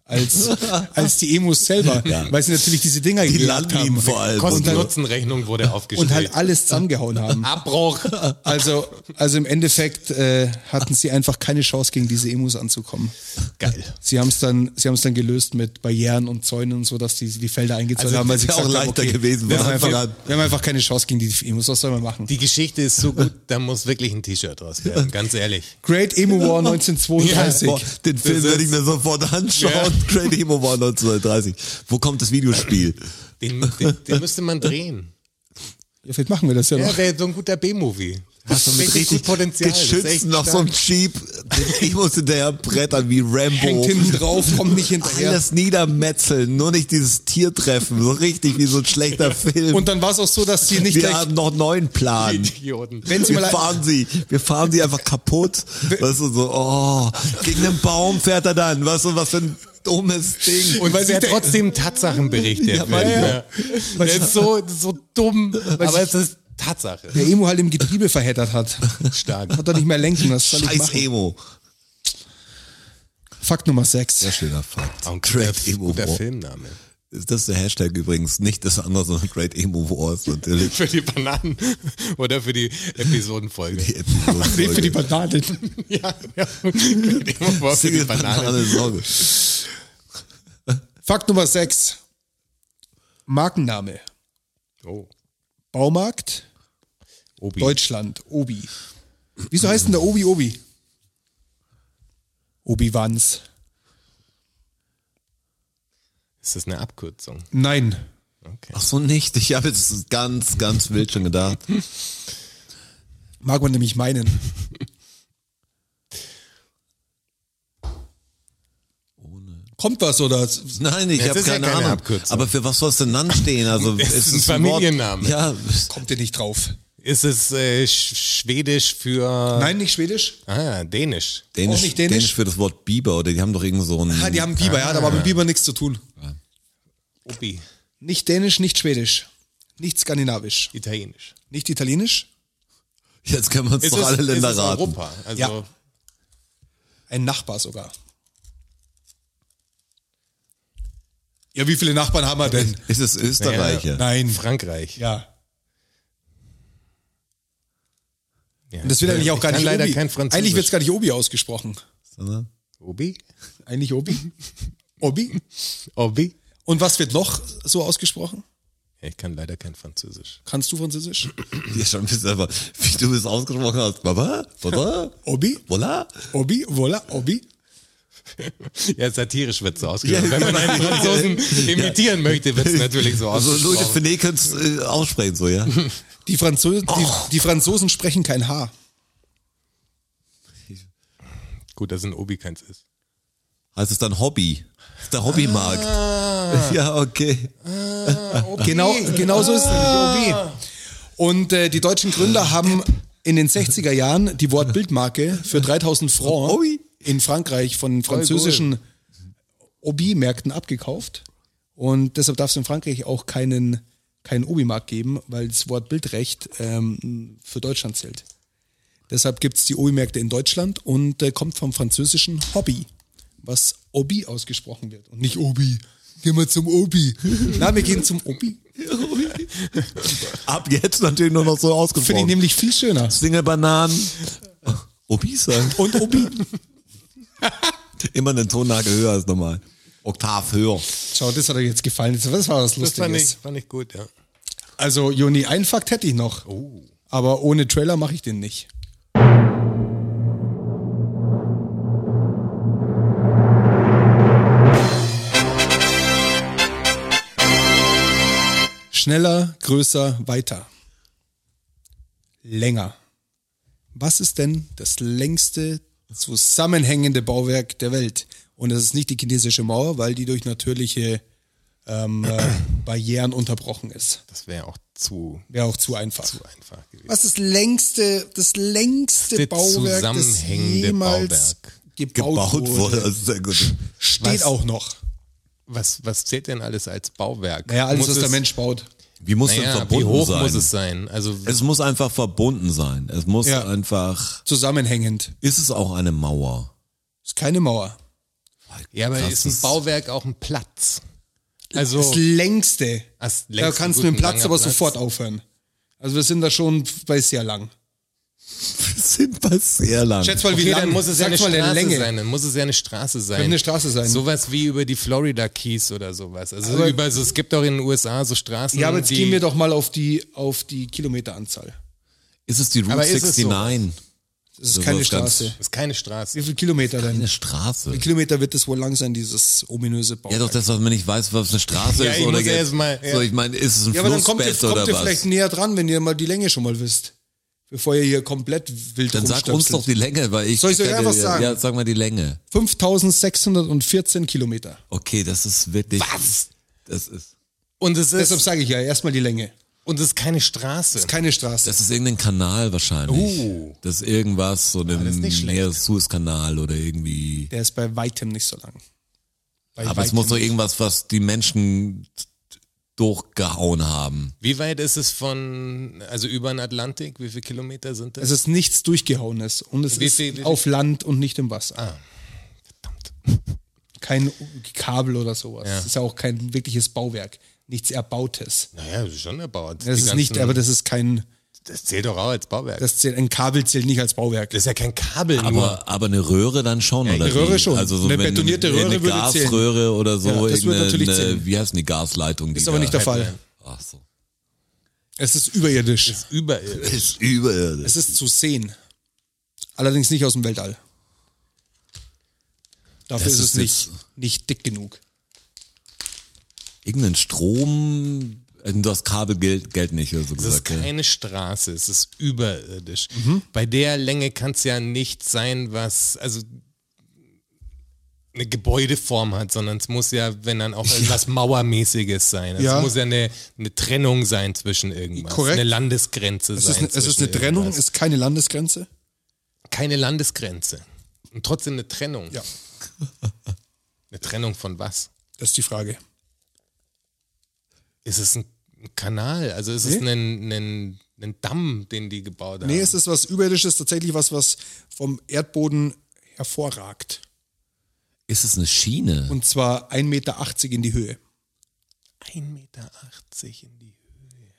Speaker 2: als, als die Emos selber, weil sie natürlich diese Dinger
Speaker 3: Die
Speaker 2: gelegt
Speaker 3: Landminen
Speaker 2: haben
Speaker 3: vor allem. Und so.
Speaker 4: Kosten-Nutzen-Rechnung wurde aufgestellt.
Speaker 2: und halt alles zusammengehauen haben.
Speaker 4: Abbruch.
Speaker 2: Also, also im Endeffekt äh, hatten sie einfach keine Chance, gegen diese Emos anzukommen.
Speaker 4: Geil.
Speaker 2: Sie haben es dann, sie haben es dann gelöst mit Barrieren und Zäunen und so, dass die die Felder eingezäunt
Speaker 3: Also,
Speaker 2: haben. Weil sie
Speaker 3: wär auch
Speaker 2: gesagt haben,
Speaker 3: leichter
Speaker 2: okay,
Speaker 3: gewesen
Speaker 2: Wir
Speaker 3: von
Speaker 2: haben,
Speaker 3: Anfang
Speaker 2: einfach,
Speaker 3: an.
Speaker 2: wir haben einfach keine Chance gegen die Emos. Was soll man machen?
Speaker 4: Die Geschichte ist so gut, da muss wirklich ein T-Shirt draus werden, ganz ehrlich.
Speaker 2: Great Emo War 1932.
Speaker 3: Boah, den Film
Speaker 4: Das
Speaker 3: werde ich
Speaker 4: ist-
Speaker 3: mir sofort anschauen. Great Emo war 1930. Wo kommt das Videospiel?
Speaker 4: Den, den, den müsste man drehen.
Speaker 2: Ja, vielleicht machen wir das ja noch.
Speaker 4: Ja, wäre so ein guter B-Movie.
Speaker 3: Hast du mit richtig geschützt noch so ein Jeep, den Emos hinterher brettern wie
Speaker 2: hängt
Speaker 3: Rambo.
Speaker 2: hinten drauf, kommt nicht hinterher.
Speaker 3: Alles niedermetzeln, nur nicht dieses Tier treffen. So richtig wie so ein schlechter Film.
Speaker 2: Und dann war es auch so, dass sie nicht
Speaker 3: wir
Speaker 2: gleich,
Speaker 3: haben noch einen neuen Plan.
Speaker 4: Idioten.
Speaker 2: wenn sie
Speaker 3: Wir
Speaker 2: mal,
Speaker 3: fahren sie, wir fahren sie einfach kaputt. Weißt du, so, oh, gegen den Baum fährt er dann. Weißt du, was für ein dummes Ding.
Speaker 4: Und
Speaker 2: weil
Speaker 4: weil
Speaker 2: sie
Speaker 4: ja
Speaker 2: der-
Speaker 4: trotzdem Tatsachenbericht der
Speaker 3: Ja,
Speaker 4: Film,
Speaker 3: weil-
Speaker 4: ja. Der ist so, so dumm, aber es ist Tatsache.
Speaker 2: der Emo halt im Getriebe verheddert hat.
Speaker 4: Stark.
Speaker 2: Hat er nicht mehr lenken, was soll ich
Speaker 3: Scheiß
Speaker 2: machen?
Speaker 3: Emo.
Speaker 2: Fakt Nummer 6.
Speaker 3: Sehr schöner Fakt.
Speaker 4: Und
Speaker 3: Great Emo
Speaker 4: guter
Speaker 3: War.
Speaker 4: Filmname.
Speaker 3: Ist das der Hashtag übrigens? Nicht das andere, sondern Great Emo War ist natürlich
Speaker 4: Für die Bananen oder für die Episodenfolge.
Speaker 3: die Episode.
Speaker 2: Nee, für die Bananen.
Speaker 4: ja, ja. Great Emo War für die
Speaker 3: Single
Speaker 4: Bananen.
Speaker 3: Banane Sorge.
Speaker 2: Fakt Nummer 6. Markenname.
Speaker 4: Oh,
Speaker 2: Baumarkt,
Speaker 4: Obi.
Speaker 2: Deutschland, Obi. Wieso heißt denn der Obi Obi? Obi-Wans.
Speaker 4: Ist das eine Abkürzung?
Speaker 2: Nein.
Speaker 3: Ach so, nicht. Ich habe jetzt ganz, ganz wild schon gedacht.
Speaker 2: Mag man nämlich meinen. Kommt was oder
Speaker 3: Nein, ich
Speaker 4: Jetzt
Speaker 3: habe
Speaker 4: ist ja
Speaker 3: keine
Speaker 4: keine
Speaker 3: Ahnung.
Speaker 4: Abkürzung.
Speaker 3: Aber für was soll es denn dann stehen? Also
Speaker 4: Das ist
Speaker 3: es
Speaker 4: ein
Speaker 3: ist Wort-
Speaker 4: Familienname.
Speaker 3: Ja,
Speaker 2: kommt ihr nicht drauf?
Speaker 4: Ist es äh, sch schwedisch für.
Speaker 2: Nein, nicht Schwedisch.
Speaker 4: Ah, dänisch.
Speaker 3: Dänisch,
Speaker 2: nicht
Speaker 3: Dänisch?
Speaker 2: Dänisch?
Speaker 3: für das Wort Biber oder die haben doch irgend so ein.
Speaker 2: Ah, die haben Biber, ja, hat aber mit Biber nichts zu tun.
Speaker 4: Obi.
Speaker 2: Nicht Dänisch, nicht Schwedisch. Nicht Skandinavisch.
Speaker 4: Italienisch.
Speaker 2: Nicht Italienisch.
Speaker 3: Jetzt können wir uns
Speaker 4: Es
Speaker 3: doch
Speaker 4: ist-
Speaker 3: alle Länder
Speaker 4: es ist
Speaker 3: raten.
Speaker 4: Europa. Also
Speaker 2: Ja. Ein Nachbar sogar. Ja, wie viele Nachbarn haben wir denn?
Speaker 3: Ist es Österreicher?
Speaker 4: Ja,
Speaker 2: Nein.
Speaker 4: Frankreich.
Speaker 2: Ja. Und das wird eigentlich auch
Speaker 4: Äh, Ich
Speaker 2: gar
Speaker 4: kann
Speaker 2: nicht
Speaker 4: leider
Speaker 2: Obi.
Speaker 4: kein Französisch.
Speaker 2: Eigentlich wird es gar nicht Obi ausgesprochen.
Speaker 3: Sondern?
Speaker 4: Obi?
Speaker 2: Eigentlich Obi. Obi.
Speaker 4: Obi?
Speaker 2: Und was wird noch so ausgesprochen?
Speaker 4: Ich kann leider kein Französisch.
Speaker 2: Kannst du Französisch?
Speaker 3: Ja, schon ein bisschen einfach, wie du es ausgesprochen hast. Baba, baba,
Speaker 2: Obi,
Speaker 3: voilà.
Speaker 2: Obi, voilà, Obi.
Speaker 4: Ja, satirisch wird so ausgesprochen.
Speaker 3: Ja,
Speaker 4: Wenn man
Speaker 3: genau.
Speaker 4: einen Franzosen imitieren möchte, wird es natürlich so
Speaker 3: Also Leute
Speaker 4: ausgesprochen.
Speaker 3: Finet können es äh, aussprechen, so, ja.
Speaker 2: Die, Franzö die, die Franzosen sprechen kein H.
Speaker 4: Gut, dass ein Obi keins ist.
Speaker 3: Heißt Also es dann Hobby? Ist der Hobbymarkt.
Speaker 4: Ah.
Speaker 3: Ja, okay.
Speaker 2: Genau, genau so ist es. nämlich, Obi. Und äh, die deutschen Gründer haben in den 60er Jahren die Wortbildmarke für 3000 Francs
Speaker 3: Obi.
Speaker 2: in Frankreich von französischen Obi-Märkten abgekauft. Und deshalb darf es in Frankreich auch keinen, keinen Obi-Markt geben, weil das Wortbildrecht ähm, für Deutschland zählt. Deshalb gibt es die Obi-Märkte in Deutschland und äh, kommt vom französischen Hobby, was Obi ausgesprochen wird und nicht Obi. Gehen wir zum Obi. Na, wir gehen zum Obi.
Speaker 3: Ab jetzt natürlich nur noch so
Speaker 2: Finde ich
Speaker 3: ausgesprochen.
Speaker 2: nämlich viel schöner.
Speaker 3: Single-Bananen. Obi sagen.
Speaker 2: Und Obi.
Speaker 3: Immer einen Tonnagel höher als normal. Oktav höher.
Speaker 2: Schau, das hat euch jetzt gefallen. Das war was
Speaker 4: Das fand ich,
Speaker 2: Lustiges.
Speaker 4: fand ich gut, ja.
Speaker 2: Also, Joni, einen Fakt hätte ich noch. Aber ohne Trailer mache ich den nicht. Schneller, größer, weiter. Länger. Was ist denn das längste zusammenhängende Bauwerk der Welt? Und das ist nicht die chinesische Mauer, weil die durch natürliche ähm, äh, Barrieren unterbrochen ist.
Speaker 4: Das wäre auch zu,
Speaker 2: Wäre auch zu einfach.
Speaker 4: zu einfach gewesen.
Speaker 2: Was ist das längste, das längste
Speaker 4: Das
Speaker 2: Bauwerk, das
Speaker 4: zusammenhängende
Speaker 2: jemals gebaut,
Speaker 3: Gebaut
Speaker 2: wurde?
Speaker 3: wurde. Also sehr gut.
Speaker 2: Steht
Speaker 4: Was?
Speaker 2: auch noch.
Speaker 4: Was, was zählt denn alles als Bauwerk?
Speaker 2: Naja, alles,
Speaker 4: Muss
Speaker 2: was
Speaker 4: es-
Speaker 2: der Mensch baut.
Speaker 3: Wie muss denn
Speaker 4: naja, wie
Speaker 3: verbunden
Speaker 4: hoch
Speaker 3: sein?
Speaker 4: muss es sein? Also,
Speaker 3: Es muss einfach verbunden sein. Es muss
Speaker 2: Ja.
Speaker 3: einfach.
Speaker 2: Zusammenhängend.
Speaker 3: Ist es auch eine Mauer?
Speaker 2: Ist keine Mauer.
Speaker 4: ja, aber
Speaker 3: Krass,
Speaker 4: ist ein
Speaker 3: das-
Speaker 4: Bauwerk auch ein Platz? Also,
Speaker 2: Das längste.
Speaker 4: als
Speaker 2: Da
Speaker 4: längst
Speaker 2: kannst du
Speaker 4: einen
Speaker 2: mit dem
Speaker 4: guten,
Speaker 2: Platz
Speaker 4: langen
Speaker 2: aber sofort aufhören. Also wir sind da schon bei sehr lang.
Speaker 3: Wir sind bei sehr lang.
Speaker 2: Schätz mal, wie
Speaker 4: Okay,
Speaker 2: lang.
Speaker 4: dann muss es
Speaker 2: Sag
Speaker 4: ja eine
Speaker 2: mal
Speaker 4: Straße
Speaker 2: eine Länge.
Speaker 4: sein. Dann muss es ja eine Straße sein.
Speaker 2: eine Straße sein.
Speaker 4: Sowas wie über die Florida Keys oder sowas. Also
Speaker 2: Aber-
Speaker 4: über, so, es gibt auch in den USA so Straßen.
Speaker 2: Ja, aber jetzt
Speaker 4: die,
Speaker 2: gehen wir doch mal auf die, auf die Kilometeranzahl.
Speaker 3: Ist es die Route
Speaker 4: Aber ist es
Speaker 3: 69?
Speaker 4: so?
Speaker 2: Das ist
Speaker 3: Das
Speaker 2: keine
Speaker 3: ist ganz-
Speaker 2: Straße.
Speaker 4: Das ist keine
Speaker 2: Wie
Speaker 4: Straße.
Speaker 2: viele Kilometer denn?
Speaker 3: Eine Straße.
Speaker 2: Wie Kilometer wird es wohl lang sein, dieses ominöse Bauwerk?
Speaker 3: Ja, doch das, was man nicht weiß, was eine Straße
Speaker 4: Ja,
Speaker 3: ist
Speaker 4: ich
Speaker 3: oder
Speaker 4: muss
Speaker 3: jetzt-
Speaker 4: erst mal- ja.
Speaker 3: So, ich meine, ist es ein
Speaker 2: Ja, aber dann kommt ihr,
Speaker 3: Flussbett
Speaker 2: kommt
Speaker 3: oder
Speaker 2: ihr
Speaker 3: was?
Speaker 2: vielleicht näher dran, wenn ihr mal die Länge schon mal wisst. Bevor ihr hier komplett wild
Speaker 3: Dann sag uns doch die Länge, weil ich.
Speaker 2: Soll ich euch
Speaker 3: kann
Speaker 2: einfach
Speaker 3: dir-
Speaker 2: sagen?
Speaker 3: Ja, sag mal die Länge.
Speaker 2: 5614 Kilometer.
Speaker 3: Okay, das ist wirklich. Was? Das ist.
Speaker 4: Und es
Speaker 2: Deshalb
Speaker 4: ist,
Speaker 2: sage ich ja erstmal die Länge.
Speaker 4: und es ist keine Straße.
Speaker 2: Ist keine Straße.
Speaker 3: Das ist irgendein Kanal wahrscheinlich.
Speaker 2: Uh.
Speaker 4: Oh.
Speaker 3: Das ist irgendwas, so ein
Speaker 4: ist nicht schlecht.
Speaker 3: Meer- Suezkanal oder irgendwie.
Speaker 2: Der ist bei weitem nicht so lang. Bei
Speaker 3: Aber es
Speaker 2: weitem
Speaker 3: muss doch
Speaker 2: nicht.
Speaker 3: irgendwas, was die Menschen durchgehauen haben.
Speaker 4: Wie weit ist es von, also über den Atlantik? Wie viele Kilometer sind das?
Speaker 2: Es ist nichts durchgehauenes und es
Speaker 4: Wie
Speaker 2: ist
Speaker 4: viel- wie viel-
Speaker 2: auf Land und nicht im Wasser.
Speaker 4: Verdammt.
Speaker 3: Ah.
Speaker 2: Kein Kabel oder sowas.
Speaker 4: Ja.
Speaker 2: Es ist ja auch kein wirkliches Bauwerk. Nichts Erbautes.
Speaker 4: Naja, das ist schon erbaut. Die
Speaker 2: Das ist nicht,
Speaker 4: ganzen-
Speaker 2: aber das ist kein,
Speaker 4: das zählt doch auch als Bauwerk. Das,
Speaker 2: das zählt, ein Kabel zählt nicht als Bauwerk.
Speaker 4: ist ja kein Kabel nur.
Speaker 3: Aber, aber eine Röhre dann schon, oder?
Speaker 2: eine Röhre
Speaker 3: wie?
Speaker 2: schon.
Speaker 3: Also so
Speaker 2: Eine
Speaker 3: wenn-
Speaker 2: betonierte
Speaker 3: wenn
Speaker 2: Röhre
Speaker 3: Eine
Speaker 2: würde zählen.
Speaker 3: Gasröhre oder so.
Speaker 2: Ja, das würde
Speaker 3: irgendeine-
Speaker 2: natürlich
Speaker 3: eine-
Speaker 2: zählen.
Speaker 3: Wie heißt denn die Gasleitung? Die
Speaker 2: Ist aber
Speaker 3: da-
Speaker 2: nicht der Fall.
Speaker 3: Ach so.
Speaker 2: Es ist überirdisch.
Speaker 4: Das ist überirdisch.
Speaker 3: Ist überirdisch.
Speaker 2: Es ist zu sehen. Allerdings nicht aus dem Weltall. Dafür
Speaker 3: Das
Speaker 2: ist es
Speaker 3: ist
Speaker 2: nicht,
Speaker 3: jetzt-
Speaker 2: nicht dick genug.
Speaker 3: Irgendein Strom, äh, das Kabel gilt, gilt nicht, oder so
Speaker 4: Es ist
Speaker 3: gesagt. ja.
Speaker 4: keine Straße, es ist überirdisch.
Speaker 2: Mhm.
Speaker 4: Bei der Länge kann es ja nicht sein, was, also eine Gebäudeform hat, sondern es muss ja, wenn dann auch etwas Mauermäßiges sein. Also
Speaker 2: Ja.
Speaker 4: Es muss ja eine, eine Trennung sein zwischen irgendwas.
Speaker 2: Korrekt.
Speaker 4: Eine Landesgrenze
Speaker 2: Es ist,
Speaker 4: sein.
Speaker 2: eine- es ist
Speaker 4: zwischen
Speaker 2: eine Trennung,
Speaker 4: irgendwas.
Speaker 2: ist keine Landesgrenze.
Speaker 4: Keine Landesgrenze. Und trotzdem eine Trennung.
Speaker 2: Ja.
Speaker 4: Eine Trennung von was?
Speaker 2: Das ist die Frage.
Speaker 4: Ist es ein Kanal? Also ist es
Speaker 2: Nee.
Speaker 4: ein, ein, ein Damm, den die gebaut haben?
Speaker 2: Nee, es ist was Überirdisches, tatsächlich was, was vom Erdboden hervorragt.
Speaker 3: Ist es eine Schiene?
Speaker 2: Und zwar 1,80 Meter in die Höhe.
Speaker 4: 1,80 Meter in die Höhe.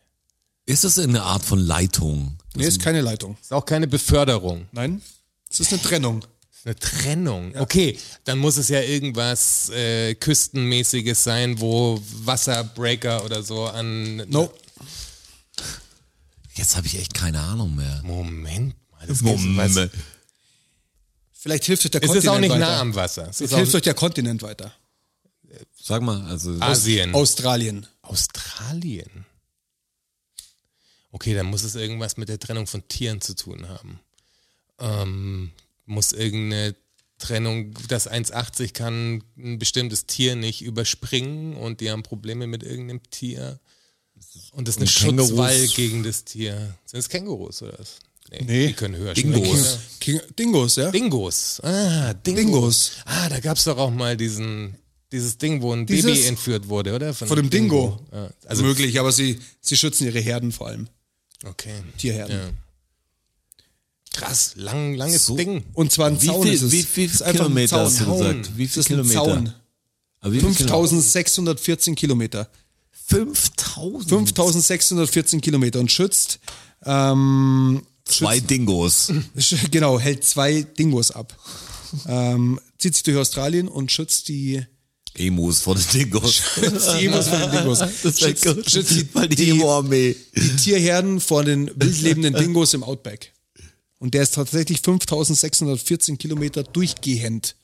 Speaker 3: Ist es eine Art von Leitung?
Speaker 2: Nee, ist keine Leitung.
Speaker 4: Ist auch keine Beförderung.
Speaker 2: Nein, es ist eine Trennung.
Speaker 4: Eine Trennung. Okay, dann muss es ja irgendwas äh, küstenmäßiges sein, wo Wasserbreaker oder so an.
Speaker 2: No.
Speaker 3: Jetzt habe ich echt keine Ahnung mehr.
Speaker 4: Moment mal, das Moment. Was. Es
Speaker 2: Vielleicht hilft euch der Kontinent
Speaker 4: ist auch nicht
Speaker 2: weiter.
Speaker 4: nah am Wasser. Es ist
Speaker 2: Jetzt
Speaker 4: auch
Speaker 2: hilft euch der Kontinent weiter.
Speaker 3: Sag mal, also
Speaker 4: Asien.
Speaker 2: Australien.
Speaker 4: Australien. Okay, dann muss es irgendwas mit der Trennung von Tieren zu tun haben. Ähm, muss irgendeine Trennung, das 1,80 kann ein bestimmtes Tier nicht überspringen und die haben Probleme mit irgendeinem Tier. Und das ist eine
Speaker 3: Kängurus.
Speaker 4: Schutzwall gegen das Tier. Sind es Kängurus oder was? Nee,
Speaker 2: Nee.
Speaker 4: Die können höher
Speaker 3: Dingos.
Speaker 4: springen.
Speaker 2: King, Dingos, ja?
Speaker 4: Dingos. Ah, Dingos.
Speaker 2: Dingos.
Speaker 4: Ah, da gab es doch auch mal diesen, dieses Ding, wo ein
Speaker 2: Dieses-
Speaker 4: Baby entführt wurde, oder? Von,
Speaker 2: Von dem Dingo.
Speaker 4: Ja,
Speaker 2: Also
Speaker 4: also,
Speaker 2: möglich, aber sie, sie schützen ihre Herden vor allem.
Speaker 4: okay.
Speaker 2: Tierherden.
Speaker 4: Ja. Krass, lang, langes
Speaker 3: So.
Speaker 4: Ding.
Speaker 2: Und zwar ein
Speaker 3: Wie
Speaker 2: Zaun
Speaker 3: viel-
Speaker 2: ist es.
Speaker 3: wie viel
Speaker 2: Es ist einfach ein
Speaker 3: Kilometer
Speaker 2: Zaun.
Speaker 3: hast du
Speaker 2: Zaun.
Speaker 3: gesagt? Wie viel
Speaker 2: Es ist ein
Speaker 3: Kilometer?
Speaker 2: Zaun.
Speaker 3: aber wie viel-
Speaker 2: 5614 Kilometer.
Speaker 3: Mhm. 5000.
Speaker 2: 5614 Kilometer und schützt, ähm,
Speaker 3: Zwei Dingos.
Speaker 2: sch- genau, hält zwei Dingos ab. ähm, zieht sich durch Australien und schützt die,
Speaker 3: Emus vor den Dingos.
Speaker 2: schützt die Emos von den Dingos. Schützt, schützt die,
Speaker 3: Weil die
Speaker 2: die,
Speaker 3: Emo-Armee.
Speaker 2: die Tierherden vor den wildlebenden Dingos im Outback. Und der ist tatsächlich 5614 Kilometer durchgehend.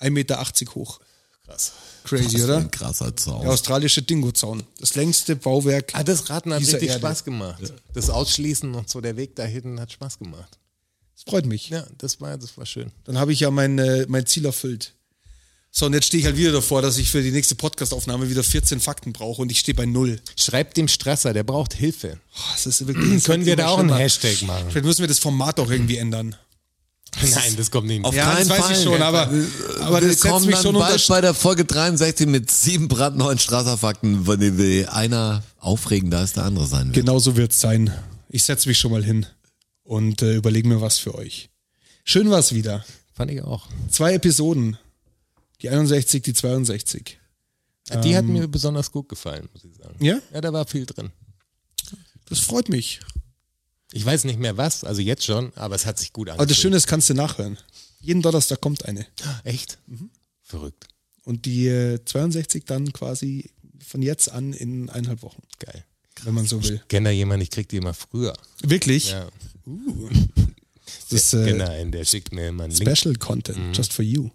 Speaker 2: 1,80 Meter hoch.
Speaker 4: Krass.
Speaker 2: Crazy,
Speaker 3: Das ist
Speaker 2: oder?
Speaker 3: ein krasser Zaun.
Speaker 2: Der australische Dingozaun. Das längste Bauwerk.
Speaker 4: Ah, das Raten hat
Speaker 2: Dieser
Speaker 4: richtig
Speaker 2: Erde.
Speaker 4: Spaß gemacht. Das Ausschließen und so der Weg dahin hat Spaß gemacht.
Speaker 2: Das freut mich.
Speaker 4: Ja, das war, das war schön.
Speaker 2: Dann habe ich ja mein, äh, mein Ziel erfüllt. So, und jetzt stehe ich halt wieder davor, dass ich für die nächste Podcast-Aufnahme wieder 14 Fakten brauche und ich stehe bei null.
Speaker 4: Schreibt dem Stresser, der braucht Hilfe.
Speaker 2: Oh, das ist wirklich, das
Speaker 4: Können
Speaker 2: wird
Speaker 4: wir
Speaker 2: immer
Speaker 4: da auch einen
Speaker 2: schlimmer.
Speaker 4: Hashtag machen?
Speaker 2: Vielleicht müssen wir das Format auch irgendwie ändern.
Speaker 4: Nein, das kommt nicht.
Speaker 3: Auf
Speaker 2: Ja, das
Speaker 3: keinen
Speaker 2: weiß
Speaker 3: Fall.
Speaker 2: ich schon, aber, aber das setzt
Speaker 3: Willkommen
Speaker 2: mich
Speaker 3: dann
Speaker 2: schon unter
Speaker 3: bald bei der Folge 63 mit sieben brandneuen Straßerfakten, von denen wir einer aufregender als der andere sein wird.
Speaker 2: Genauso Genau wird's sein. Ich setze mich schon mal hin und äh, überlege mir was für euch. Schön war's wieder.
Speaker 4: Fand ich auch.
Speaker 2: Zwei Episoden. Die 61, die 62.
Speaker 4: Äh, Die hat mir besonders gut gefallen, muss ich sagen.
Speaker 2: Ja?
Speaker 4: Ja, da war viel drin.
Speaker 2: Das freut mich.
Speaker 4: Ich weiß nicht mehr was, also jetzt schon, aber es hat sich gut angefühlt.
Speaker 2: Aber das Schöne ist, kannst du nachhören. Jeden Donnerstag kommt eine.
Speaker 4: Echt? Verrückt.
Speaker 2: Und die äh, 62 dann quasi von jetzt an in eineinhalb Wochen,
Speaker 4: Geil.
Speaker 2: wenn man so will.
Speaker 4: Kennt da jemand, ich krieg die immer früher.
Speaker 2: Wirklich? Uh.
Speaker 4: Ja.
Speaker 2: Das ist
Speaker 4: Kenn
Speaker 3: Genau.
Speaker 2: äh,
Speaker 4: da einen, der schickt mir immer einen Link.
Speaker 2: Special Content,
Speaker 3: Mhm.
Speaker 2: just for you.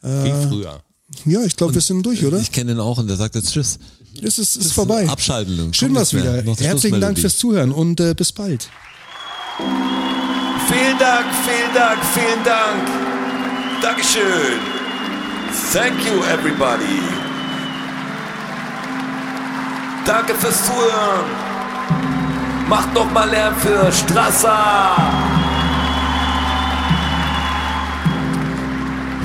Speaker 4: Krieg früher.
Speaker 2: Ja, ich glaube, wir sind durch, oder?
Speaker 3: Mhm. Ich kenne den auch und der sagt jetzt Tschüss.
Speaker 2: Es ist, ist vorbei.
Speaker 3: Abschalten. Kommt
Speaker 2: Schön war's
Speaker 3: nicht mehr.
Speaker 2: wieder.
Speaker 3: Noch die
Speaker 2: Herzlichen Dank
Speaker 3: Schlussmelodie.
Speaker 2: fürs Zuhören und äh, bis bald.
Speaker 5: Vielen Dank, vielen Dank, vielen Dank. Dankeschön. Thank you, everybody. Danke fürs Zuhören. Macht noch mal Lärm für Strasser.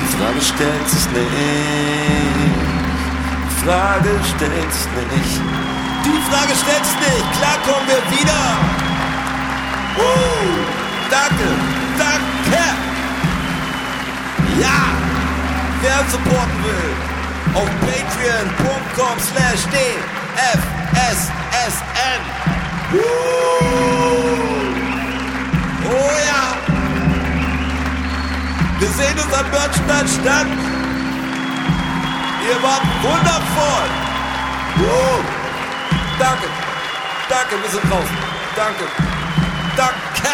Speaker 5: Die Frage stellt sich nicht. Die Frage stellt sich nicht. Die Frage stellt sich nicht. Klar kommen wir wieder. Uh, danke, danke. Ja, wer uns supporten will, auf patreon.com slash dfssn. Uh, oh ja. Wir sehen uns am Börnstein statt. Ihr wart wundervoll. Uh, danke, danke, wir sind draußen. Danke. Danke!